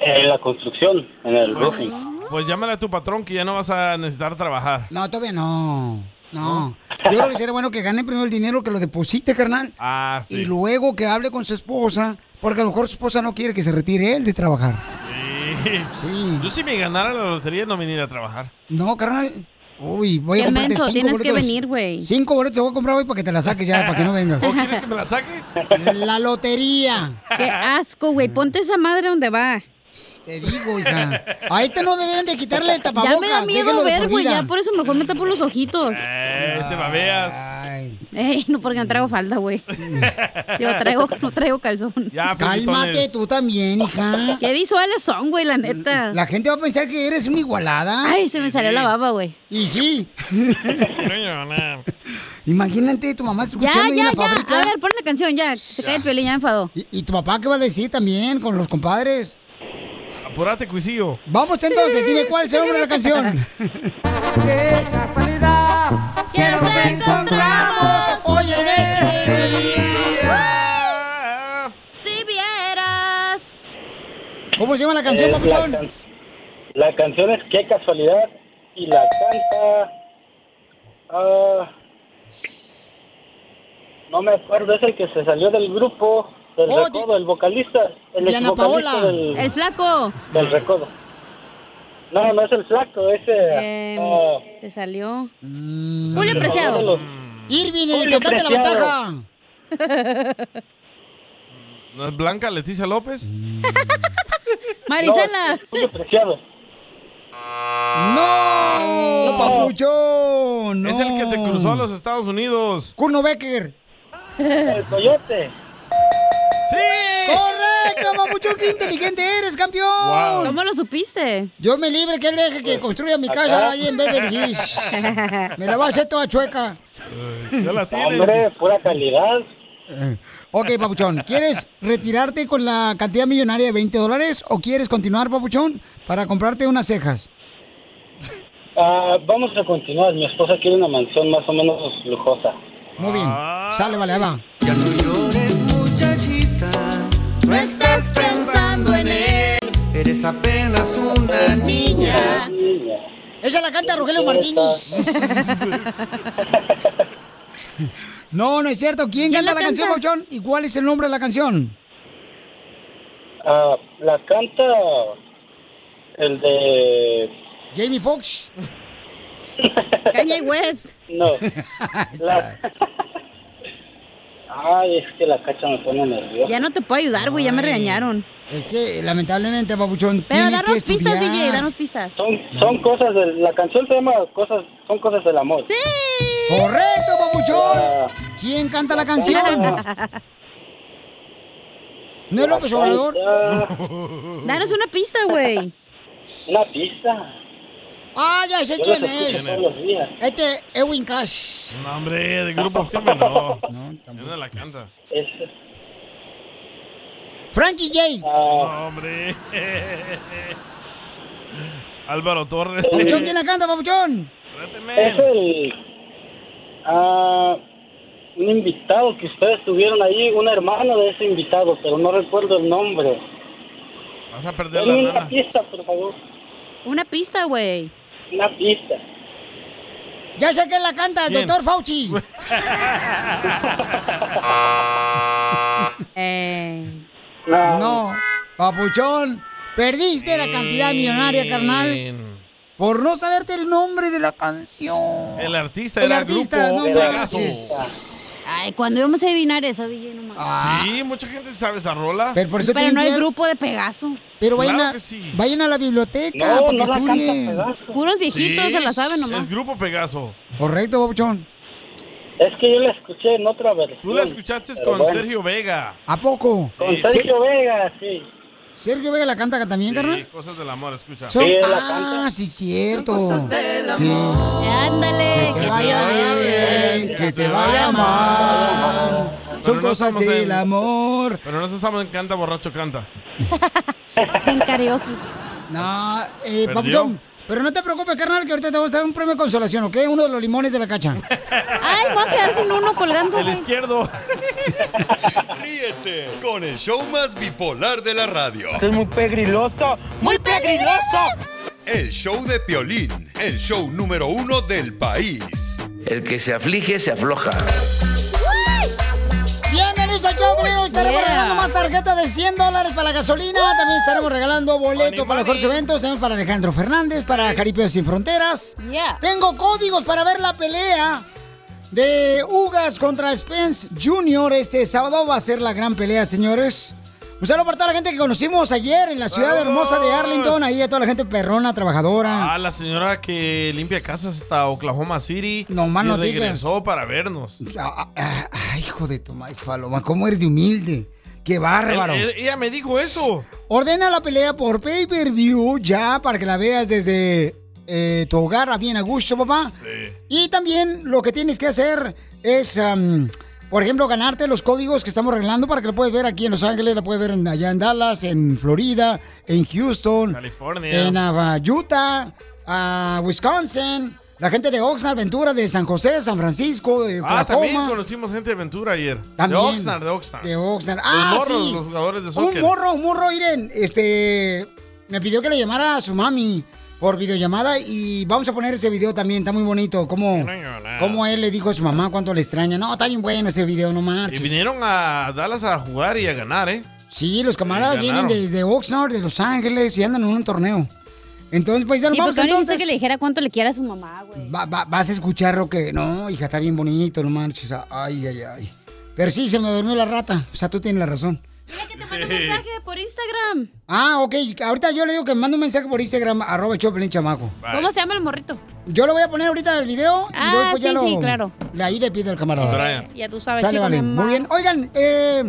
Speaker 17: En la construcción, en el roofing.
Speaker 4: Eh, Pues llámale a tu patrón que ya no vas a necesitar trabajar.
Speaker 3: No, todavía no. No. Yo creo que sería bueno que gane primero el dinero, que lo deposite, carnal.
Speaker 4: Ah,
Speaker 3: Y luego que hable con su esposa, porque a lo mejor su esposa no quiere que se retire él de trabajar.
Speaker 4: sí. Yo si me ganara la lotería no veniría a trabajar.
Speaker 3: No, carnal. Uy, voy a
Speaker 4: Qué
Speaker 3: comprarte
Speaker 4: menso,
Speaker 3: cinco
Speaker 4: tienes que
Speaker 3: boletos.
Speaker 4: venir,
Speaker 5: güey.
Speaker 3: Cinco boletos te voy a comprar hoy para que te la saques ya, para que no vengas.
Speaker 4: ¿O quieres que me la saque?
Speaker 3: La lotería.
Speaker 5: Qué asco, güey. Ponte esa madre donde va.
Speaker 3: Te digo, hija. A este no deberían de quitarle el tapabocas.
Speaker 5: Ya me da miedo
Speaker 3: déjenlo de
Speaker 5: ver,
Speaker 3: por
Speaker 5: güey.
Speaker 3: vida.
Speaker 5: Ya por eso mejor me tapo los ojitos.
Speaker 4: Eh, te babeas.
Speaker 5: Ey, no porque no traigo falda, güey. Yo traigo, no traigo calzón.
Speaker 4: Ya,
Speaker 3: Cálmate tú también, hija.
Speaker 5: Qué visuales son, güey, la neta.
Speaker 3: La gente va a pensar que eres una igualada.
Speaker 5: Ay, se me salió la baba, güey.
Speaker 3: Y sí. Imagínate tu mamá
Speaker 5: Ya,
Speaker 3: escuchando ahí
Speaker 5: ya,
Speaker 3: en la
Speaker 5: ya.
Speaker 3: fábrica.
Speaker 5: A ver, pon la canción, ya. Se cae el Piolín, ya enfadó.
Speaker 3: ¿Y, y tu papá qué va a decir también con los compadres?
Speaker 4: Apúrate, cuisillo.
Speaker 3: Vamos entonces, dime cuál es el nombre de la canción.
Speaker 6: ¡Qué casualidad! ¡Que nos encontramos hoy en
Speaker 5: ¡Ah!
Speaker 6: este día!
Speaker 5: Si vieras.
Speaker 3: ¿Cómo se llama la
Speaker 17: Eh, La, can- la canción es Qué casualidad y la canta. ah, no me acuerdo, es el que se salió del grupo, del
Speaker 5: Oh,
Speaker 17: recodo, el vocalista. El
Speaker 5: Diana
Speaker 17: vocalista
Speaker 5: Paola.
Speaker 17: Del,
Speaker 5: El flaco.
Speaker 17: del recodo. No, no es el flaco, ese.
Speaker 5: Em,
Speaker 17: ah,
Speaker 5: se salió. Julio Preciado.
Speaker 17: los-
Speaker 3: Irving, el
Speaker 5: Julio
Speaker 3: cantante de la
Speaker 5: Preciado.
Speaker 3: ventaja.
Speaker 4: ¿No es Blanca Leticia López?
Speaker 5: Marisela.
Speaker 17: Julio Preciado.
Speaker 3: ¡No! ¡Papuchón!
Speaker 4: Es el que te cruzó a los Estados Unidos.
Speaker 3: ¡Cuno Becker!
Speaker 17: ¡El coyote!
Speaker 4: ¡Sí!
Speaker 3: ¡Correcto, papuchón! ¡Qué inteligente eres, campeón!
Speaker 4: Wow.
Speaker 5: ¿Cómo lo supiste?
Speaker 3: Yo me libre que él deje que construya mi casa
Speaker 17: acá.
Speaker 3: ahí en Beverly Hills. Me la va a hacer toda chueca.
Speaker 4: Ya la tienes.
Speaker 17: Hombre, pura calidad.
Speaker 3: Ok, papuchón. ¿Quieres retirarte con la cantidad millonaria de 20 dólares o quieres continuar, papuchón, para comprarte unas cejas?
Speaker 17: Ah, vamos a continuar. Mi esposa quiere una mansión más o menos lujosa.
Speaker 3: Muy bien. Sale, vale, ahí va.
Speaker 6: Muchachita, no estás pensando en él. Eres apenas una niña.
Speaker 3: Esa la canta Rogelio Martínez. No, no es cierto. ¿Quién canta la, canción, papuchón? ¿Y cuál es el nombre de la canción?
Speaker 17: Ah, la canta el de...
Speaker 3: Jamie Foxx.
Speaker 5: Kanye West.
Speaker 17: No.
Speaker 3: Ah,
Speaker 17: La- Ay, es que la cacha me pone nerviosa.
Speaker 5: Ya no te puedo ayudar, güey. Ya me regañaron.
Speaker 3: Es que, lamentablemente, papuchón,
Speaker 5: Pero
Speaker 3: tienes que
Speaker 5: danos pistas,
Speaker 3: estudiar.
Speaker 5: DJ. Danos pistas.
Speaker 17: Son, son cosas del... La canción se llama cosas, Son cosas del amor. ¡Sí!
Speaker 3: ¡Correcto, papuchón! ¿Quién canta la canción? ¿No es López Obrador?
Speaker 5: Danos una pista, güey.
Speaker 17: Una pista.
Speaker 3: Ah, ya sé
Speaker 17: Yo
Speaker 3: quién
Speaker 17: los escucho
Speaker 3: es.
Speaker 17: todos los días.
Speaker 3: Este, Edwin Cash.
Speaker 4: No, hombre, de grupo firme no. Él No, la canta.
Speaker 3: Frankie J.
Speaker 4: No, hombre. Álvaro Torres.
Speaker 3: Papuchón, ¿quién la canta, papuchón?
Speaker 17: Es el... ah, un invitado que ustedes tuvieron ahí, un hermano de ese invitado, pero no recuerdo el nombre.
Speaker 4: Vas a perder
Speaker 17: Denme
Speaker 4: la
Speaker 17: una
Speaker 4: lana.
Speaker 17: pista, por favor.
Speaker 5: Una pista, güey.
Speaker 17: Una pista.
Speaker 3: Ya sé quién la canta, el
Speaker 5: ¿Quién?
Speaker 3: doctor Fauci.
Speaker 17: No.
Speaker 3: papuchón. Perdiste la cantidad millonaria, carnal, por no saberte el nombre de la canción.
Speaker 4: El artista
Speaker 3: El
Speaker 4: era
Speaker 3: artista,
Speaker 4: grupo
Speaker 3: no
Speaker 4: Pegaso.
Speaker 3: manches.
Speaker 5: Ay, cuando íbamos a adivinar esa, DJ, no más.
Speaker 4: Sí, mucha gente sabe esa rola.
Speaker 3: Pero Ah, por eso
Speaker 5: Pero
Speaker 3: tienen
Speaker 5: no
Speaker 3: que
Speaker 5: hay
Speaker 3: ir-
Speaker 5: grupo de Pegaso.
Speaker 3: Pero vayan,
Speaker 4: Claro
Speaker 3: a,
Speaker 4: que sí.
Speaker 3: vayan a la biblioteca
Speaker 4: No,
Speaker 3: para que
Speaker 4: no la canta
Speaker 3: estudien.
Speaker 5: Puros viejitos
Speaker 4: Sí,
Speaker 5: se la saben nomás.
Speaker 4: Es grupo Pegaso.
Speaker 3: Correcto, Babuchón.
Speaker 17: Es que yo la escuché en otra versión. Tú la escuchaste
Speaker 3: pero
Speaker 4: con
Speaker 3: bueno.
Speaker 4: Sergio Vega.
Speaker 3: ¿A poco?
Speaker 4: Con Sergio
Speaker 3: Vega, sí. ¿Sergio Vega la canta también,
Speaker 4: Sí,
Speaker 3: carnal?
Speaker 4: cosas del amor, escucha.
Speaker 3: Son- ah, sí, cierto. Sí.
Speaker 5: Ándale,
Speaker 3: que te vaya bien, que te vaya mal. Ah, Son
Speaker 4: Pero no
Speaker 3: cosas
Speaker 4: estamos
Speaker 3: del
Speaker 4: en-
Speaker 3: amor.
Speaker 4: Pero no se sabe en canta borracho canta.
Speaker 5: En karaoke.
Speaker 3: No, eh,
Speaker 4: ¿Perdió?
Speaker 3: Papuchón, pero no te preocupes, carnal, que ahorita te vamos a dar un premio de consolación, ¿ok? Uno de los limones de la cacha.
Speaker 5: Ay, voy a quedar sin uno colgando.
Speaker 7: El
Speaker 4: izquierdo.
Speaker 7: Ríete con el show más bipolar de la radio.
Speaker 6: Esto es muy pegriloso, muy pegriloso.
Speaker 7: El show de Piolín, el show número uno del país.
Speaker 18: El que se aflige, se afloja.
Speaker 3: Bienvenidos al show, Piolín. Estaremos
Speaker 6: Yeah.
Speaker 3: regalando más tarjetas de 100 dólares para la gasolina. También estaremos regalando boletos para los eventos. Tenemos para Alejandro Fernández, para Caripeos Sin Fronteras. Tengo códigos para ver la pelea de Ugas contra Spence Jr. Este sábado va a ser la gran pelea, señores. Un saludo para toda la gente que conocimos ayer en la ciudad hermosa de Arlington. Ahí a toda la gente perrona, trabajadora.
Speaker 4: Ah, la señora que limpia casas hasta Oklahoma City. No
Speaker 3: más no digas. Ah,
Speaker 4: regresó para vernos.
Speaker 3: Ay, hijo de ah, tu maíz, Paloma, cómo eres de humilde. Qué bárbaro.
Speaker 4: Él- él- ella me dijo eso.
Speaker 3: Ordena la pelea por pay-per-view ya para que la veas desde eh, tu hogar a bien a gusto, papá. Y también lo que tienes que hacer es, am, por ejemplo, ganarte los códigos que estamos regalando para que lo puedes ver aquí en Los Ángeles, la puedes ver en- allá en Dallas, en Florida, en Houston,
Speaker 4: California.
Speaker 3: en ah, Utah, ah, Wisconsin, la gente de Oxnard, Ventura, de San José, San Francisco, de
Speaker 4: Ah, también
Speaker 3: Oklahoma.
Speaker 4: conocimos gente de Ventura ayer.
Speaker 3: También.
Speaker 4: De Oxnard, de Oxnard.
Speaker 3: De Oxnard.
Speaker 4: Los
Speaker 3: Ah,
Speaker 4: morros,
Speaker 3: sí.
Speaker 4: los jugadores de
Speaker 3: Un
Speaker 4: soccer.
Speaker 3: morro, un morro, Iren, este, me pidió que le llamara a su mami por videollamada y vamos a poner ese video también, está muy bonito, cómo, cómo él le dijo a su mamá cuánto le extraña. No, está bien bueno ese video, no
Speaker 4: Y
Speaker 3: marches.
Speaker 4: vinieron a Dallas a jugar y a ganar, ¿eh?
Speaker 3: Sí, los camaradas vienen
Speaker 4: ganaron.
Speaker 3: desde Oxnard, de Los Ángeles y andan en un torneo. Entonces, pues ya
Speaker 5: Y
Speaker 3: nos
Speaker 5: por
Speaker 3: vamos
Speaker 5: qué no dijiste
Speaker 3: entonces.
Speaker 5: que le dijera cuánto le quiera a su mamá, güey.
Speaker 3: Va- va- vas a escuchar lo que... No, hija, está bien bonito, no marches. Ay, ay, ay. Pero sí, se me durmió la rata. O sea, tú tienes la razón.
Speaker 5: Mensaje por Instagram.
Speaker 3: Ah, ok. Ahorita yo le digo que me mande un mensaje por Instagram, arroba el Choplin Chamaco.
Speaker 5: ¿Cómo se llama el morrito?
Speaker 3: Yo lo voy a poner ahorita el video y
Speaker 5: Ah,
Speaker 3: luego pues ya
Speaker 5: sí,
Speaker 3: lo...
Speaker 5: sí, claro.
Speaker 3: de ahí le pido al camarada.
Speaker 4: Brian.
Speaker 5: Ya tú sabes,
Speaker 3: Sale,
Speaker 5: chico,
Speaker 3: vale.
Speaker 5: mi mamá.
Speaker 3: Muy bien. Oigan, eh,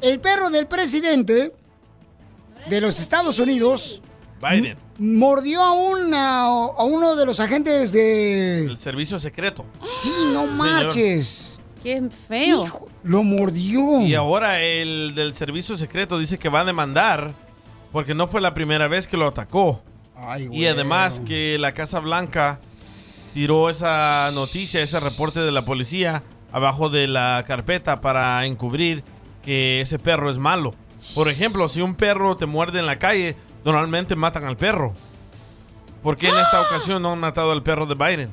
Speaker 3: el perro del presidente de los Estados Unidos
Speaker 4: Biden.
Speaker 3: mordió a, una, a uno de los agentes de...
Speaker 4: El servicio secreto.
Speaker 3: Sí, no marches.
Speaker 5: Qué feo.
Speaker 3: Lo mordió.
Speaker 4: Y ahora el del servicio secreto dice que va a demandar porque no fue la primera vez que lo atacó. y además que la Casa Blanca tiró esa noticia, ese reporte de la policía abajo de la carpeta para encubrir que ese perro es malo. Por ejemplo, si un perro te muerde en la calle, normalmente matan al perro. ¿Por qué en esta ocasión no han matado al perro de Biden?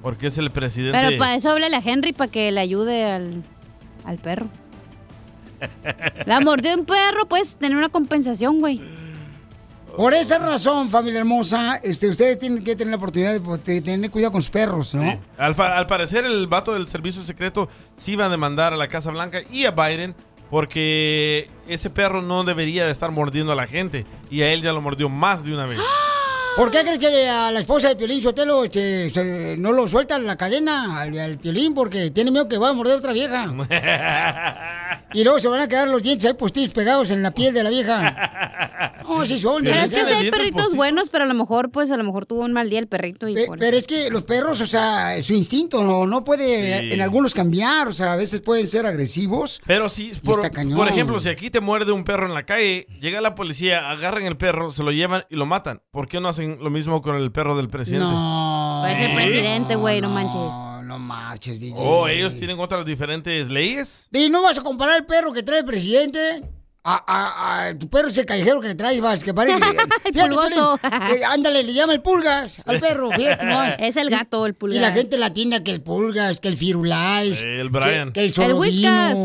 Speaker 4: Porque es el presidente.
Speaker 5: Pero para eso háblale a Henry para que le ayude al, al perro. La mordió un perro, puedes tener una compensación, güey.
Speaker 3: Por esa razón, familia hermosa, este, ustedes tienen que tener la oportunidad de, pues, de tener cuidado con sus perros, ¿no?
Speaker 4: Al, fa- al parecer el vato del servicio secreto sí va a demandar a la Casa Blanca y a Biden porque ese perro no debería de estar mordiendo a la gente y a él ya lo mordió más de una vez.
Speaker 3: ¿Por qué crees que a la esposa de Piolín Sotelo este, se- no lo suelta en la cadena al, al Piolín porque tiene miedo que va a morder otra vieja? Y luego se van a quedar los dientes ahí postizos pegados en la piel de la vieja. No, sí son.
Speaker 5: Pero es que sí
Speaker 3: desgraciadas.
Speaker 5: hay perritos buenos, pero a lo mejor, pues, a lo mejor tuvo un mal día el perrito y
Speaker 3: Pe-
Speaker 5: por
Speaker 3: Pero
Speaker 5: eso.
Speaker 3: es que los perros, o sea, su instinto no, no puede
Speaker 4: Sí.
Speaker 3: en algunos cambiar, o sea, a veces pueden ser agresivos.
Speaker 4: Pero si,
Speaker 3: Y
Speaker 4: por,
Speaker 3: está cañón.
Speaker 4: por ejemplo, si aquí te muerde un perro en la calle, llega la policía, agarran el perro, se lo llevan y lo matan. ¿Por qué no hacen lo mismo con el perro del presidente?
Speaker 3: No.
Speaker 5: Puede ser presidente, güey, no manches.
Speaker 3: No marches, DJ.
Speaker 4: ¿O Oh, ellos tienen otras diferentes leyes?
Speaker 3: Y no vas a comparar el perro que trae el presidente a, a- a tu perro ese callejero que traes, vas, que parece. Fíjate,
Speaker 5: pulgoso.
Speaker 3: Piolín, eh, ándale, le llama el pulgas al perro, fíjate nomás.
Speaker 5: Es el gato, el
Speaker 3: Y
Speaker 5: pulgar.
Speaker 3: la gente la tienda que el pulgas, que el firulais.
Speaker 4: El Brian.
Speaker 3: Que, que el
Speaker 4: El
Speaker 3: solovino.
Speaker 4: Whiskas.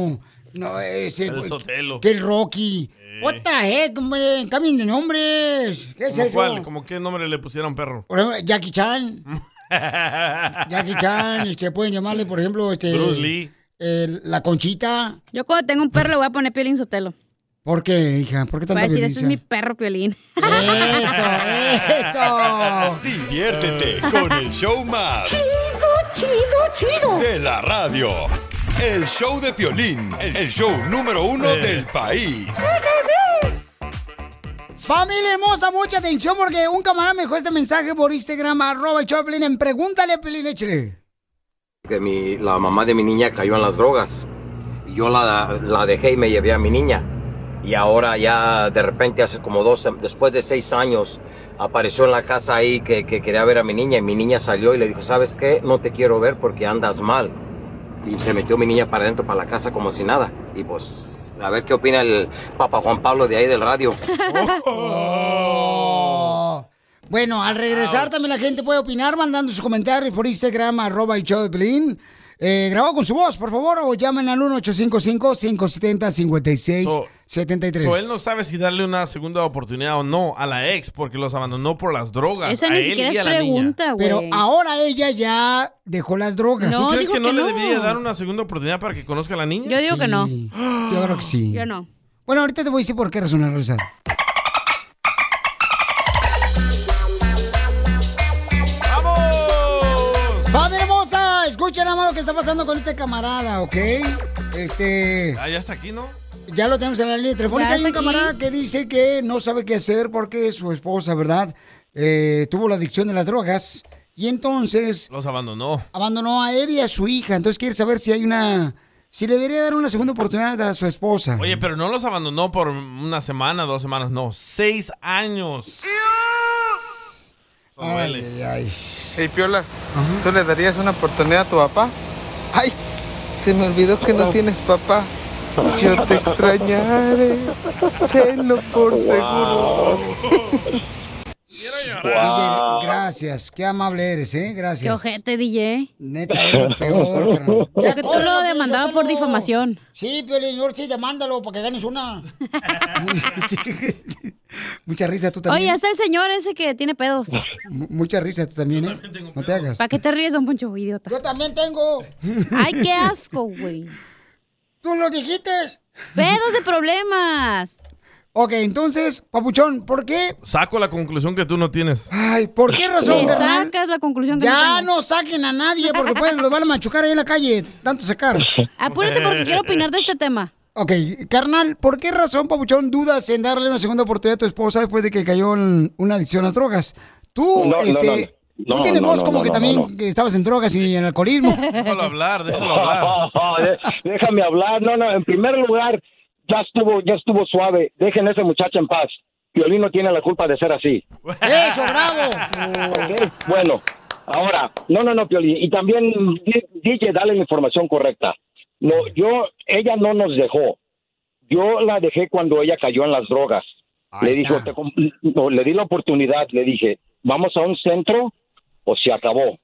Speaker 3: no, ese,
Speaker 4: El Eh.
Speaker 3: pues,
Speaker 4: Sotelo.
Speaker 3: Que el Rocky. eh, What the heck, hombre, cambien de nombres. ¿Qué es
Speaker 4: ¿Cómo
Speaker 3: eso?
Speaker 4: cuál? ¿Cómo qué nombre le pusieron perro?
Speaker 3: Por ejemplo, Jackie Chan. Jackie Chan, este, pueden llamarle, por ejemplo, este.
Speaker 4: Bruce Lee.
Speaker 3: eh, la conchita.
Speaker 5: Yo cuando tengo un perro le voy a poner Piolín Sotelo.
Speaker 3: ¿Por qué, hija? ¿Por qué
Speaker 5: Voy
Speaker 3: tanta
Speaker 5: a decir, este
Speaker 3: violencia?
Speaker 5: es mi perro Piolín.
Speaker 3: Eso, eso.
Speaker 7: Diviértete con el show más. Chido, chido, chido. De la radio. El show de Piolín, el show número uno del país.
Speaker 3: Familia hermosa, mucha atención porque un camarada me dejó este mensaje por Instagram, arroba el Choplin, en Pregúntale, Pelín, échale.
Speaker 8: que mi, la mamá de mi niña cayó en las drogas. Y Yo la, la dejé y me llevé a mi niña. Y ahora ya de repente hace como dos, después de seis años, apareció en la casa ahí que, que quería ver a mi niña y mi niña salió y le dijo, ¿sabes qué? No te quiero ver porque andas mal. Y se metió mi niña para adentro, para la casa como si nada. Y pues, a ver qué opina el Papa Juan Pablo de ahí del radio.
Speaker 3: Oh. Bueno, al regresar también la gente puede opinar mandando sus comentarios por Instagram, arroba el show de Pelín. Eh, grabado con su voz, por favor, o llamen al 1-855-570-5673.
Speaker 4: So, él no sabe si darle una segunda oportunidad o no a la ex porque los abandonó por las drogas. a él y a la niña.
Speaker 3: Pero ahora ella ya dejó las drogas.
Speaker 4: ¿Tú crees que no le debería dar una segunda oportunidad para que conozca a la niña?
Speaker 3: Yo digo que no. Sí, yo creo que sí. Yo
Speaker 5: no.
Speaker 3: Bueno, ahorita te voy a decir por qué razón, al regresar. ¡Familia hermosa! Escuchen nada más lo que está pasando con este camarada, ¿ok? Este...
Speaker 4: Ah, ya está aquí, ¿no?
Speaker 3: Ya lo tenemos en la línea telefónica.
Speaker 4: Ya
Speaker 3: Hay un
Speaker 4: está aquí.
Speaker 3: camarada que dice que no sabe qué hacer porque su esposa, ¿verdad? Eh, tuvo la adicción de las drogas y entonces
Speaker 4: Los abandonó.
Speaker 3: abandonó a él y a su hija. Entonces quiere saber si hay una... Si le debería dar una segunda oportunidad a su esposa.
Speaker 4: Oye, pero no los abandonó por una semana, dos semanas, no. Seis años.
Speaker 9: Hey, Piolas, ¿tú le darías una oportunidad a tu papá? ¡Ay! Se me olvidó que no tienes papá. Yo te extrañaré, tenlo por seguro.
Speaker 3: Wow. DJ, gracias, qué amable eres, ¿eh? Gracias.
Speaker 5: Qué ojete, DJ.
Speaker 3: Neta, eres lo peor, carnal.
Speaker 5: Lo que tú lo demandaba por difamación.
Speaker 3: Sí, Piolín, yo sí, demándalo para que ganes una. Mucha risa tú también.
Speaker 5: Oye, hasta el señor ese que tiene pedos.
Speaker 3: M- Mucha risa tú también, ¿eh? No te hagas.
Speaker 5: ¿Para qué te ríes, don Poncho, idiota?
Speaker 3: Yo también tengo.
Speaker 5: Ay, qué asco, güey.
Speaker 3: Tú lo dijiste.
Speaker 5: Pedos de problemas.
Speaker 3: Ok, entonces, papuchón, ¿por qué?
Speaker 4: Saco la conclusión que tú no tienes.
Speaker 3: Ay, ¿por qué razón,
Speaker 5: Me
Speaker 3: carnal?
Speaker 5: sacas la conclusión que
Speaker 3: Ya no saquen a nadie porque pues, los van a machucar ahí en la calle, tanto sacar.
Speaker 5: Apúrate porque quiero opinar de este tema.
Speaker 3: Ok, carnal, ¿por qué razón, Papuchón, dudas en darle una segunda oportunidad a tu esposa después de que cayó en una adicción a las drogas? Tú,
Speaker 9: No, no,
Speaker 3: este,
Speaker 9: no.
Speaker 3: tú
Speaker 9: No,
Speaker 3: tienes
Speaker 9: no,
Speaker 3: voz
Speaker 9: no,
Speaker 3: como
Speaker 9: no,
Speaker 3: que
Speaker 9: no,
Speaker 3: también
Speaker 9: no.
Speaker 3: que estabas en drogas y en alcoholismo.
Speaker 4: Déjalo hablar, déjalo hablar.
Speaker 9: Déjame hablar. No, no, en primer lugar, ya estuvo, ya estuvo suave. Dejen a ese muchacho en paz. Piolín no tiene la culpa de ser así.
Speaker 3: ¡Eso, bravo!
Speaker 9: Ok, Bueno, ahora, no, no, no, Piolín. Y también, di- DJ, dale la información correcta. No, yo, ella no nos dejó. Yo la dejé cuando ella cayó en las drogas.
Speaker 10: Ahí
Speaker 9: Le
Speaker 10: está.
Speaker 9: dijo, te com- no, le di la oportunidad, le dije, vamos a un centro o se acabó.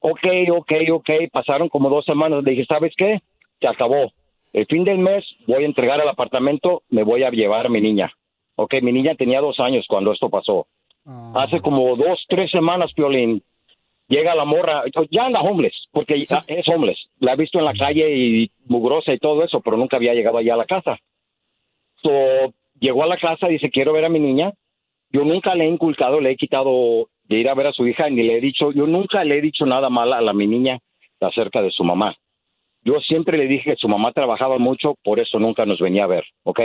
Speaker 9: Ok, ok, ok. Pasaron como dos semanas. Le dije, ¿sabes qué? Se acabó. El fin del mes voy a entregar al apartamento, me voy a llevar a mi niña. Ok, mi niña tenía dos años cuando esto pasó. Hace como dos, tres semanas, Piolín, llega la morra, ya anda homeless, porque ya es homeless. La he visto en la calle y mugrosa y todo eso, pero nunca había llegado allá a la casa. So, llegó a la casa, dice, quiero ver a mi niña. Yo nunca le he inculcado, le he quitado de ir a ver a su hija, ni le he dicho, yo nunca le he dicho nada mal a la mi niña acerca de su mamá. Yo siempre le dije que su mamá trabajaba mucho, por eso nunca nos venía a ver, ¿ok?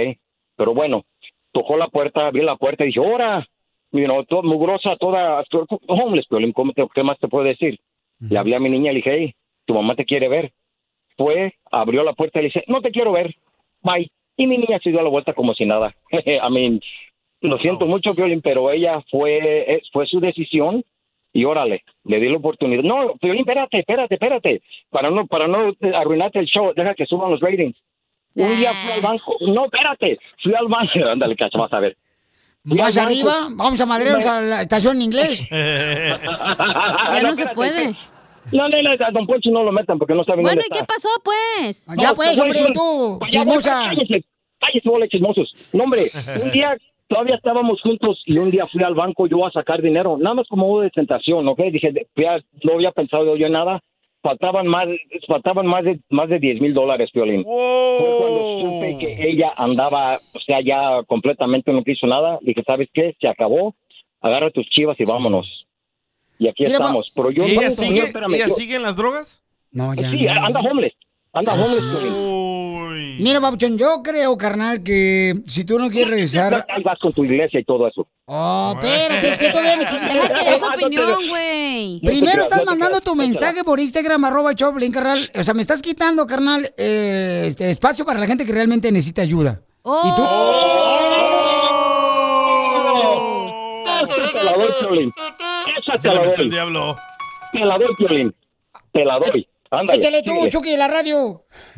Speaker 9: Pero bueno, tocó la puerta, abrí la puerta y dije, ¡hora! You know, todo mugrosa, toda homeless, pero ¿cómo te- ¿qué más te puedo decir? Le hablé a mi niña y le dije, hey, tu mamá te quiere ver. Fue, abrió la puerta y le dice, no te quiero ver, bye. Y mi niña se dio la vuelta como si nada. I mean, lo siento mucho, Violín, pero ella fue, eh, fue su decisión y órale, le di la oportunidad. No, Violín, espérate, espérate, espérate. Para no, para no arruinarte el show, deja que suban los ratings. Un día fui al banco. No, espérate. Fui al banco. Ándale, cacho, vas a ver. Fui
Speaker 3: Vamos
Speaker 9: al banco.
Speaker 3: arriba, vamos a madrearnos
Speaker 9: pues. Me-
Speaker 3: a la estación en inglés.
Speaker 9: ya
Speaker 3: no se puede.
Speaker 9: No, no, no, a Don Poncho no lo metan porque no saben
Speaker 5: Bueno,
Speaker 9: dónde
Speaker 5: ¿y qué
Speaker 9: está.
Speaker 5: pasó, pues?
Speaker 9: No, no, pues, no, no,
Speaker 5: chismosa.
Speaker 9: Cállese, cállese, bola de chismosos. No, hombre, un día todavía estábamos juntos y un día fui al banco yo a sacar dinero, nada más como modo de tentación, ¿ok? Dije, de- fui a- no había pensado yo en nada. faltaban más, faltaban más de más de 10 mil dólares, Piolín. Fue cuando supe que ella andaba, o sea, ya completamente no quiso nada. Dije, ¿sabes qué? Se acabó. Agarra tus chivas y vámonos. Y aquí
Speaker 4: Mira,
Speaker 9: estamos. Pero yo
Speaker 4: ¿Y ella
Speaker 9: no,
Speaker 4: sigue,
Speaker 9: no, espérame,
Speaker 4: ella
Speaker 9: yo-
Speaker 4: sigue en las drogas?
Speaker 3: No,
Speaker 9: ya Pues Sí, no. anda homeless. Anda homeless, Piolín.
Speaker 3: Mira, Babuchón, yo creo, carnal, que si tú no quieres regresar.
Speaker 9: Ahí vas con tu iglesia y todo eso. Ah,
Speaker 3: Oh, espérate, es que todavía no
Speaker 5: Deja que dé su opinión, güey.
Speaker 3: Primero estás mandando tu mensaje por Instagram, arroba Choplin, carnal. O sea, me estás quitando, carnal, eh, este, espacio para la gente que realmente necesita ayuda. Y tú.
Speaker 4: Oh.
Speaker 9: Esa te la doy, Piolín. Esa te la doy. Te la doy, Piolín. Te la doy. Ándale.
Speaker 3: Échale tú,
Speaker 9: síguele.
Speaker 3: Chucky, de la radio.